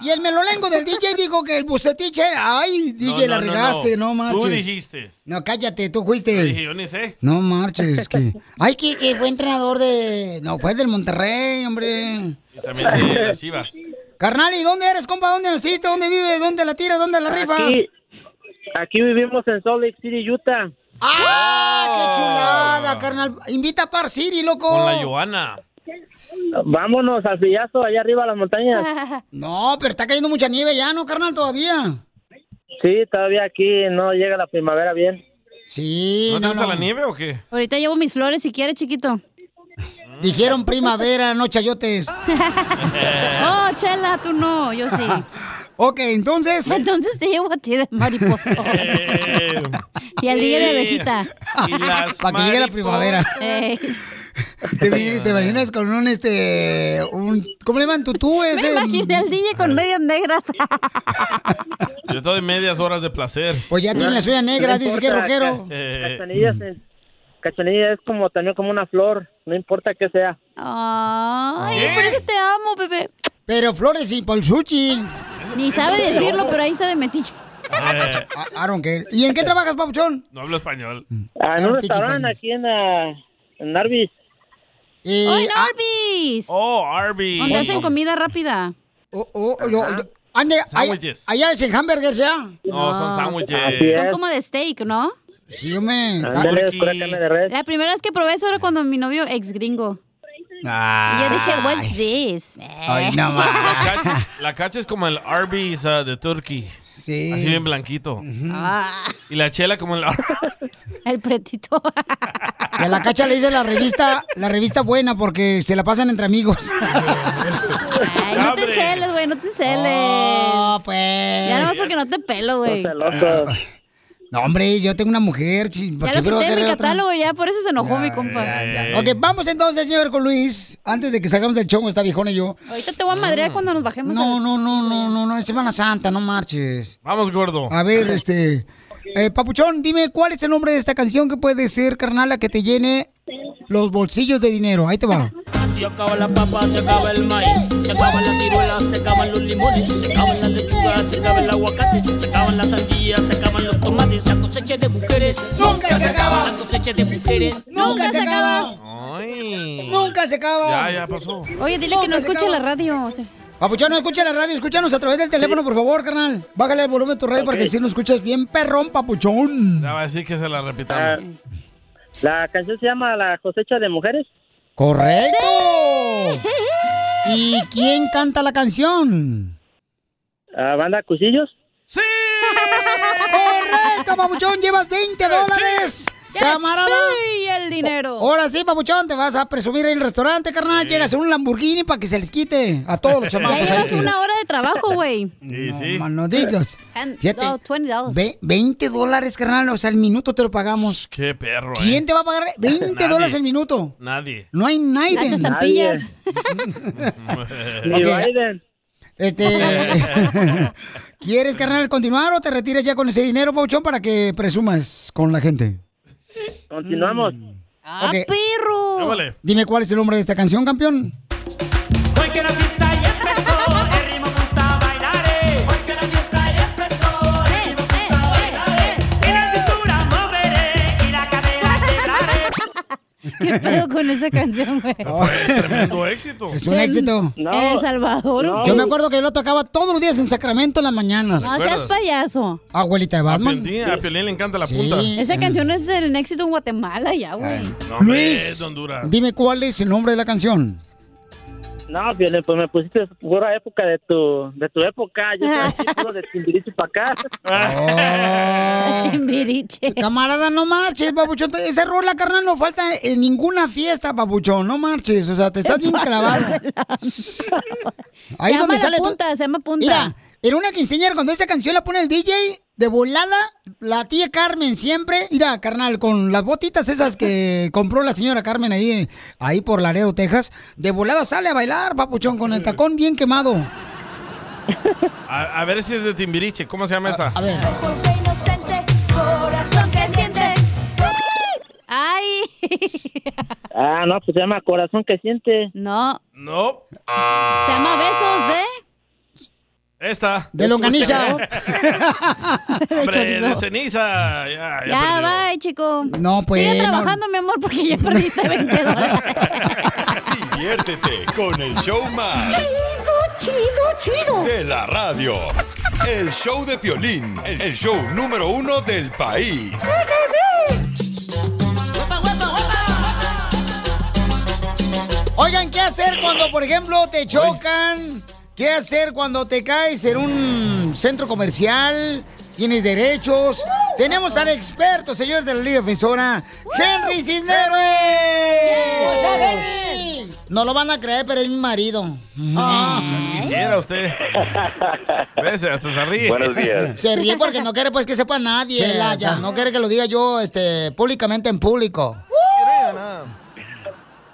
Speaker 3: Y el melolengo del DJ dijo que el bucetiche. ¡Ay, DJ, la regaste! No, marches.
Speaker 4: Tú dijiste.
Speaker 3: No, cállate, tú
Speaker 4: Yo
Speaker 3: fuiste.
Speaker 4: dije, yo ni sé.
Speaker 3: No marches, que. Ay, que, que fue entrenador de. No, fue del Monterrey, hombre.
Speaker 4: Y también de las chivas.
Speaker 3: Carnal, ¿y dónde eres, compa? ¿Dónde naciste? ¿Dónde vives? ¿Dónde la tiras? ¿Dónde la rifas?
Speaker 17: Aquí, aquí vivimos en Salt Lake City, Utah.
Speaker 3: ¡Ah, qué chulada, carnal! Invita a Par City, loco.
Speaker 4: Con la Joana.
Speaker 17: Vámonos al sillazo, allá arriba a las montañas.
Speaker 5: Ah.
Speaker 3: No, pero está cayendo mucha nieve ya, ¿no, carnal? Todavía.
Speaker 17: Sí, todavía aquí no llega la primavera bien.
Speaker 3: Sí.
Speaker 4: ¿No te gusta la nieve o qué?
Speaker 5: Ahorita llevo mis flores si quiere, chiquito.
Speaker 3: Dijeron primavera, no chayotes. Eh.
Speaker 5: Oh, chela, tú no, yo sí.
Speaker 3: ok, entonces.
Speaker 5: Entonces te llevo a ti de mariposa. y al día de abejita.
Speaker 3: Para que llegue la primavera.
Speaker 5: Ey.
Speaker 3: ¿Te, vi- te imaginas con un este. Un, ¿Cómo le llaman tutú
Speaker 5: Me
Speaker 3: ese? eh.
Speaker 5: imaginé al DJ con medias negras.
Speaker 4: Yo estoy medias horas de placer. Eh,
Speaker 3: Pues ya tiene la suya negra, dice que es rockero.
Speaker 17: Cachanilla, es- cachanilla es como también como una flor, no importa qué sea.
Speaker 5: Ay, por eso te amo, bebé.
Speaker 3: Pero flores y polsuchi.
Speaker 5: Ni sabe decirlo, pero ahí está de metiche.
Speaker 3: Eh. Aaron, ¿qué? ¿Y en qué trabajas, papuchón?
Speaker 4: No hablo español.
Speaker 17: Ah, en
Speaker 3: Ah,
Speaker 17: un
Speaker 3: piqui,
Speaker 17: restaurante aquí en, ah, en Arby's.
Speaker 3: Eh,
Speaker 5: ¡Oh, en
Speaker 3: ah,
Speaker 5: Arby's!
Speaker 4: Oh, Arby.
Speaker 5: Donde hacen comida rápida.
Speaker 3: Oh, oh, Ande,
Speaker 4: Sándwiches.
Speaker 3: allá echen hamburgers ya.
Speaker 4: No, son sándwiches.
Speaker 5: Son como de steak, ¿no?
Speaker 3: Sí, hombre.
Speaker 4: Ándale, pura carne de res.
Speaker 5: La primera vez que probé eso era cuando mi novio ex gringo. Y
Speaker 3: Ah.
Speaker 5: yo dije, what's this?
Speaker 4: Ay, no La cacha es como el Arby's ah, de Turkey.
Speaker 3: Sí.
Speaker 4: Así bien blanquito.
Speaker 5: Ah,
Speaker 4: Y la chela como el
Speaker 5: el pretito.
Speaker 3: Y a la cacha le dice la revista, la revista buena porque se la pasan entre amigos.
Speaker 5: Ay, no te enceles, güey, no te enceles.
Speaker 3: No, pues.
Speaker 5: Ya no más porque no te pelo, güey.
Speaker 3: No, hombre, yo tengo una mujer. chi- ¿para
Speaker 5: Ya
Speaker 3: qué
Speaker 5: lo
Speaker 3: creo
Speaker 5: quité en mi
Speaker 3: era otra?
Speaker 5: catálogo, ya por eso se enojó mi compa.
Speaker 3: Ok, vamos entonces, señor, con Luis. Antes de que salgamos del chongo, esta viejona y yo.
Speaker 5: Ahorita te voy a madrear cuando nos bajemos.
Speaker 3: No, no, no, no, no, no, es Semana Santa, no marches.
Speaker 4: Vamos, gordo.
Speaker 3: A ver, este. eh, Papuchón, dime cuál es el nombre de esta canción que puede ser, carnal, la que te llene los bolsillos de dinero. Ahí te va.
Speaker 22: Se acaba la papa, se acaba el maíz. Se acaban las ciruelas, se acaban los limones. Se acaban las lechugas, se acaba el aguacate. Se acaban las sandías, se acaban los tomates. La cosecha de mujeres nunca se acaba. La cosecha de mujeres
Speaker 3: Nunca se acaba. Nunca se acaba.
Speaker 4: Ya, ya pues. pasó.
Speaker 5: Oye, dile que no escuche la radio. o sea.
Speaker 3: Papuchón, no escucha la radio, escúchanos a través del teléfono, por favor, carnal. Bájale el volumen de tu radio para que
Speaker 4: Ok.
Speaker 3: si nos escuchas bien, perrón, papuchón.
Speaker 4: Ya va a decir que se la repitamos.
Speaker 15: Ah, La canción se llama La cosecha de mujeres.
Speaker 3: ¡Correcto! ¿Y quién canta la canción?
Speaker 15: Ah, banda Cusillos.
Speaker 4: ¡Sí!
Speaker 3: ¡Correcto, papuchón! ¡Llevas 20 dólares!
Speaker 5: ¡Ya
Speaker 3: ¡Camarada!
Speaker 5: ¡Y el dinero!
Speaker 3: Ahora sí, papuchón, te vas a presumir en el restaurante, carnal. Llegas en un Lamborghini para que se les quite a todos los chamacos.
Speaker 5: Ya llevas
Speaker 3: ahí.
Speaker 5: una hora de trabajo, güey.
Speaker 3: No, man, no digas.
Speaker 5: And-
Speaker 3: Fíjate,
Speaker 5: no, 20 dólares.
Speaker 3: ve- 20 dólares, carnal. O sea, el minuto te lo pagamos.
Speaker 4: Qué perro, eh.
Speaker 3: ¿Quién te va a pagar 20
Speaker 4: Nadie.
Speaker 3: dólares el minuto?
Speaker 4: Nadie.
Speaker 3: No hay nadie.
Speaker 4: Las estampillas.
Speaker 3: Ni Biden. Este, ¿Quieres, carnal, continuar o te retiras ya con ese dinero, Pauchón, para que presumas con la gente?
Speaker 15: Continuamos.
Speaker 5: ¡Ah,
Speaker 3: Ok.
Speaker 5: perro!
Speaker 3: Dime cuál es el nombre de esta canción, campeón.
Speaker 5: ¿Qué pedo con esa canción, güey?
Speaker 4: Tremendo éxito.
Speaker 3: Es un éxito.
Speaker 5: ¿En El Salvador?
Speaker 3: Yo me acuerdo que yo lo tocaba todos los días en Sacramento en las mañanas.
Speaker 5: No seas payaso.
Speaker 3: Abuelita de Batman.
Speaker 4: Piolín, a Piolín le encanta la punta.
Speaker 5: Esa canción es del éxito en Guatemala ya, güey.
Speaker 4: No, hombre, es
Speaker 3: Luis,
Speaker 4: de Honduras.
Speaker 3: dime cuál es el nombre de la canción.
Speaker 15: No, Violín, pues me pusiste pura época de tu, de tu época. Yo estaba aquí puro de Timbiriche para acá.
Speaker 3: Camarada, no marches, papuchón. Te- Esa rola, carnal, no falta en ninguna fiesta, papuchón. No marches. O sea, te estás bien clavado. Ahí
Speaker 5: Se
Speaker 3: donde
Speaker 5: llama La
Speaker 3: sale
Speaker 5: Punta,
Speaker 3: se llama punta. Mira, en una quinceañera, cuando esa canción la pone el DJ, de volada, la tía Carmen siempre, mira, carnal, con las botitas esas que compró la señora Carmen ahí, ahí por Laredo, Texas, de volada sale a bailar, papuchón, con el tacón bien quemado.
Speaker 4: A, a ver si es de Timbiriche. ¿Cómo se llama esa?
Speaker 3: A ver.
Speaker 22: Corazón que siente.
Speaker 5: Ay.
Speaker 15: Ah, no, pues se llama Corazón que siente.
Speaker 5: No.
Speaker 4: No.
Speaker 5: Se llama Besos de...
Speaker 4: Esta.
Speaker 3: De
Speaker 5: longaniza.
Speaker 4: Hombre,
Speaker 5: chorizo.
Speaker 4: de ceniza. Ah, Ya, ya
Speaker 5: Ya,
Speaker 4: perdió.
Speaker 5: bye, chico.
Speaker 3: No, pues,
Speaker 5: Sigue
Speaker 3: no.
Speaker 5: trabajando, mi amor, porque ya perdiste 20 dólares.
Speaker 7: Diviértete con el show más. Chido, chido, chido. De la radio. El show de Piolín. El show número uno del país.
Speaker 3: Oigan, ¿qué hacer cuando, por ejemplo, te chocan? ¿Qué hacer cuando te caes en un centro comercial? ¿Tienes derechos? Tenemos al experto, señores de la Liga Defensora, Henry Cisneros. No lo van a creer, pero es mi marido.
Speaker 4: Quisiera usted. Ves, hasta se ríe.
Speaker 16: Buenos días.
Speaker 3: Se ríe porque no quiere pues que sepa nadie.
Speaker 16: Chela,
Speaker 3: ya, no quiere que lo diga yo este, públicamente en público.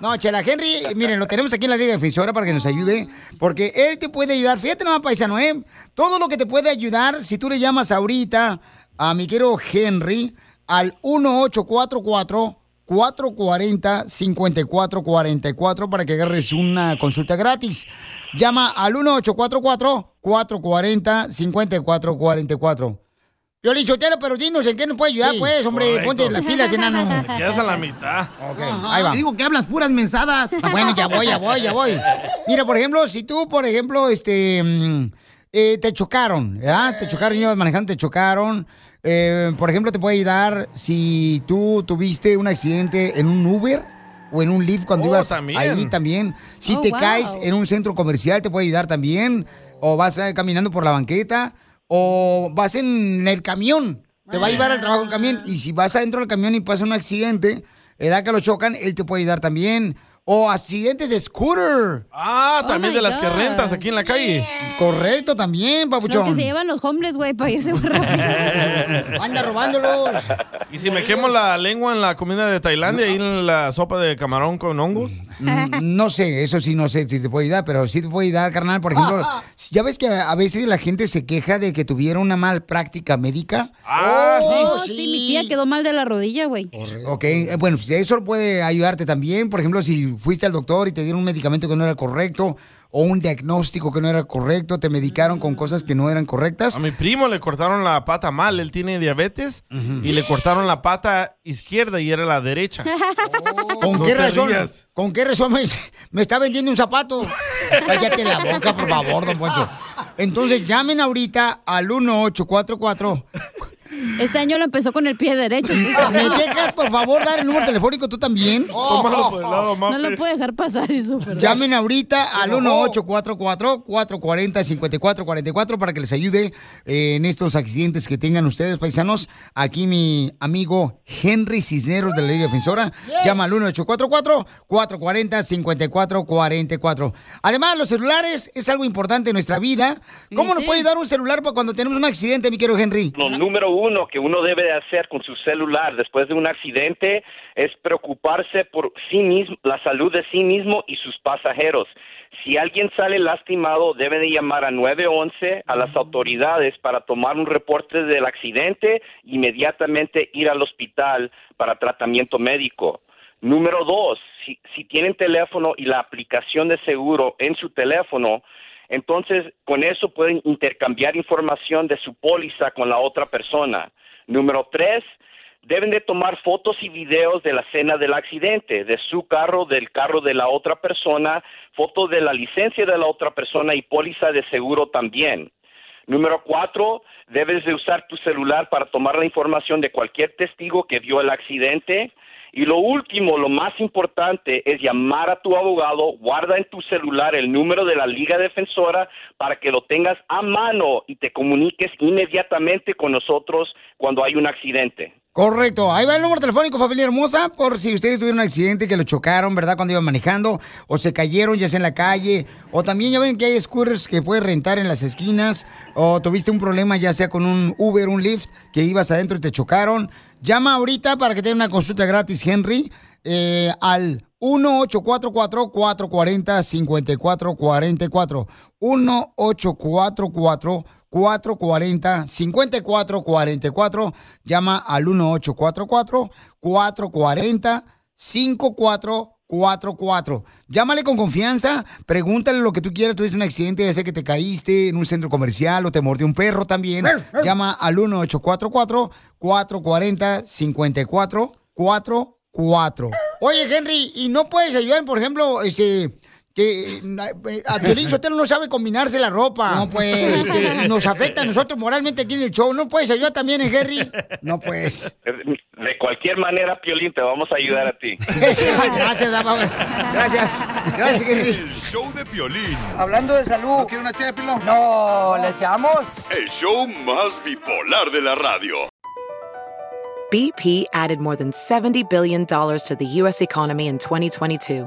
Speaker 3: No, Chela Henry, miren, lo tenemos aquí en la Liga Defensora para que nos ayude, porque él te puede ayudar. Fíjate nomás, paisano, ¿eh? Todo lo que te puede ayudar, si tú le llamas ahorita a mi querido Henry al 1844 440 5444 para que agarres una consulta gratis. Llama al 1844 440 5444. Yo le pero dinos en qué nos puede ayudar,
Speaker 4: Sí,
Speaker 3: pues, hombre,
Speaker 4: correcto.
Speaker 3: ponte las pilas, enano.
Speaker 4: Te quedas a la mitad.
Speaker 3: Ok, ahí va. que hablas puras mensadas. Bueno, ya voy, ya voy, ya voy. Mira, por ejemplo, si tú, por ejemplo, este, mm, eh, te chocaron, ¿verdad? Te chocaron, ibas manejando, te chocaron. Eh, por ejemplo, te puede ayudar si tú tuviste un accidente en un Uber o en un Lyft cuando
Speaker 4: Oh,
Speaker 3: ibas
Speaker 4: también.
Speaker 3: ahí también. Si
Speaker 4: Oh,
Speaker 3: te
Speaker 4: wow.
Speaker 3: caes en un centro comercial, te puede ayudar también. O vas eh, caminando por la banqueta. O vas en el camión. Te va a llevar al trabajo el camión. Y si vas adentro del camión y pasa un accidente, edad que lo chocan, él te puede ayudar también. O accidentes de scooter.
Speaker 4: Ah, también
Speaker 3: my
Speaker 4: de las que
Speaker 3: God.
Speaker 4: rentas aquí en la calle.
Speaker 3: Correcto también,
Speaker 5: Los que
Speaker 3: papuchón.
Speaker 5: se llevan los hombres, güey, para irse muy rápido.
Speaker 3: Anda robándolos.
Speaker 4: Y si me quemo la lengua en la comida de Tailandia y en la sopa de camarón con hongos.
Speaker 3: Mm, No sé, eso sí, no sé si te puede ayudar, pero sí te puede ayudar, carnal. Por ejemplo, si- ya ves que a a veces la gente se queja de que tuviera una mal práctica médica.
Speaker 5: Oh, sí. mi tía quedó mal de la rodilla, güey.
Speaker 3: Ok, eh, bueno, pues eso puede ayudarte también. Por ejemplo, si fuiste al doctor y te dieron un medicamento que no era correcto o un diagnóstico que no era correcto, te medicaron con cosas que no eran correctas.
Speaker 4: A mi primo le cortaron la pata mal, él tiene diabetes y le cortaron la pata izquierda y era la derecha.
Speaker 3: ¿Con
Speaker 4: No
Speaker 3: qué
Speaker 4: te
Speaker 3: razón?
Speaker 4: rías.
Speaker 3: ¿Con qué razón me, me está vendiendo un zapato? Cállate la boca, por favor, don Poncho. Entonces llamen ahorita al 1844.
Speaker 5: Este año lo empezó con el pie derecho.
Speaker 3: ¿Me dejas, por favor, dar el número telefónico tú también?
Speaker 5: Tómalo por el lado, Oh, No lo mames. puede dejar pasar eso, perdón.
Speaker 3: Llamen ahorita al 1844-440-5444 para que les ayude eh, en estos accidentes que tengan ustedes, paisanos. Aquí mi amigo Henry Cisneros de la Ley Defensora. Llama al 1844-440-5444. Además, los celulares es algo importante en nuestra vida. ¿Cómo nos puede ayudar un celular para cuando tenemos un accidente, mi querido Henry?
Speaker 24: Lo número uno que uno debe de hacer con su celular después de un accidente es preocuparse por sí mismo, la salud de sí mismo y sus pasajeros. Si alguien sale lastimado, debe de llamar a 911 a las autoridades para tomar un reporte del accidente, inmediatamente ir al hospital para tratamiento médico. Número dos, si, si tienen teléfono y la aplicación de seguro en su teléfono, entonces, con eso pueden intercambiar información de su póliza con la otra persona. Número tres, deben de tomar fotos y videos de la escena del accidente, de su carro, del carro de la otra persona, fotos de la licencia de la otra persona y póliza de seguro también. Número cuatro, debes de usar tu celular para tomar la información de cualquier testigo que vio el accidente. Y lo último, lo más importante, es llamar a tu abogado, guarda en tu celular el número de la Liga Defensora para que lo tengas a mano y te comuniques inmediatamente con nosotros cuando hay un accidente.
Speaker 3: Correcto, ahí va el número telefónico, familia hermosa, por si ustedes tuvieron un accidente que lo chocaron, ¿verdad? Cuando iban manejando, o se cayeron ya sea en la calle, o también ya ven que hay scooters que puedes rentar en las esquinas, o tuviste un problema ya sea con un Uber, un Lyft, que ibas adentro y te chocaron. Llama ahorita para que tenga una consulta gratis, Henry, eh, al 1844-440-5444. 1844-440-5444. Llama al 1844-440-5444. Llámale con confianza, pregúntale lo que tú quieras. Tuviste un accidente, ya sé que te caíste en un centro comercial o te mordió un perro también. Llama al 1844-440-5444. Oye, Henry, ¿y no puedes ayudar, por ejemplo, este, que eh, a Piolín Sotelo no sabe combinarse la ropa? No, pues. y nos afecta a nosotros moralmente aquí en el show. ¿No puedes ayudar también, eh, Henry? No, pues.
Speaker 24: De cualquier manera, Piolín, te vamos a ayudar a ti.
Speaker 3: Gracias, dama. Gracias. Gracias, Henry.
Speaker 25: El show de Piolín.
Speaker 26: Hablando de salud. ¿No quiere una ché de pilón? No, ¿le echamos?
Speaker 7: El show más bipolar de la radio.
Speaker 1: BP added more than $70 billion to the U.S. economy in 2022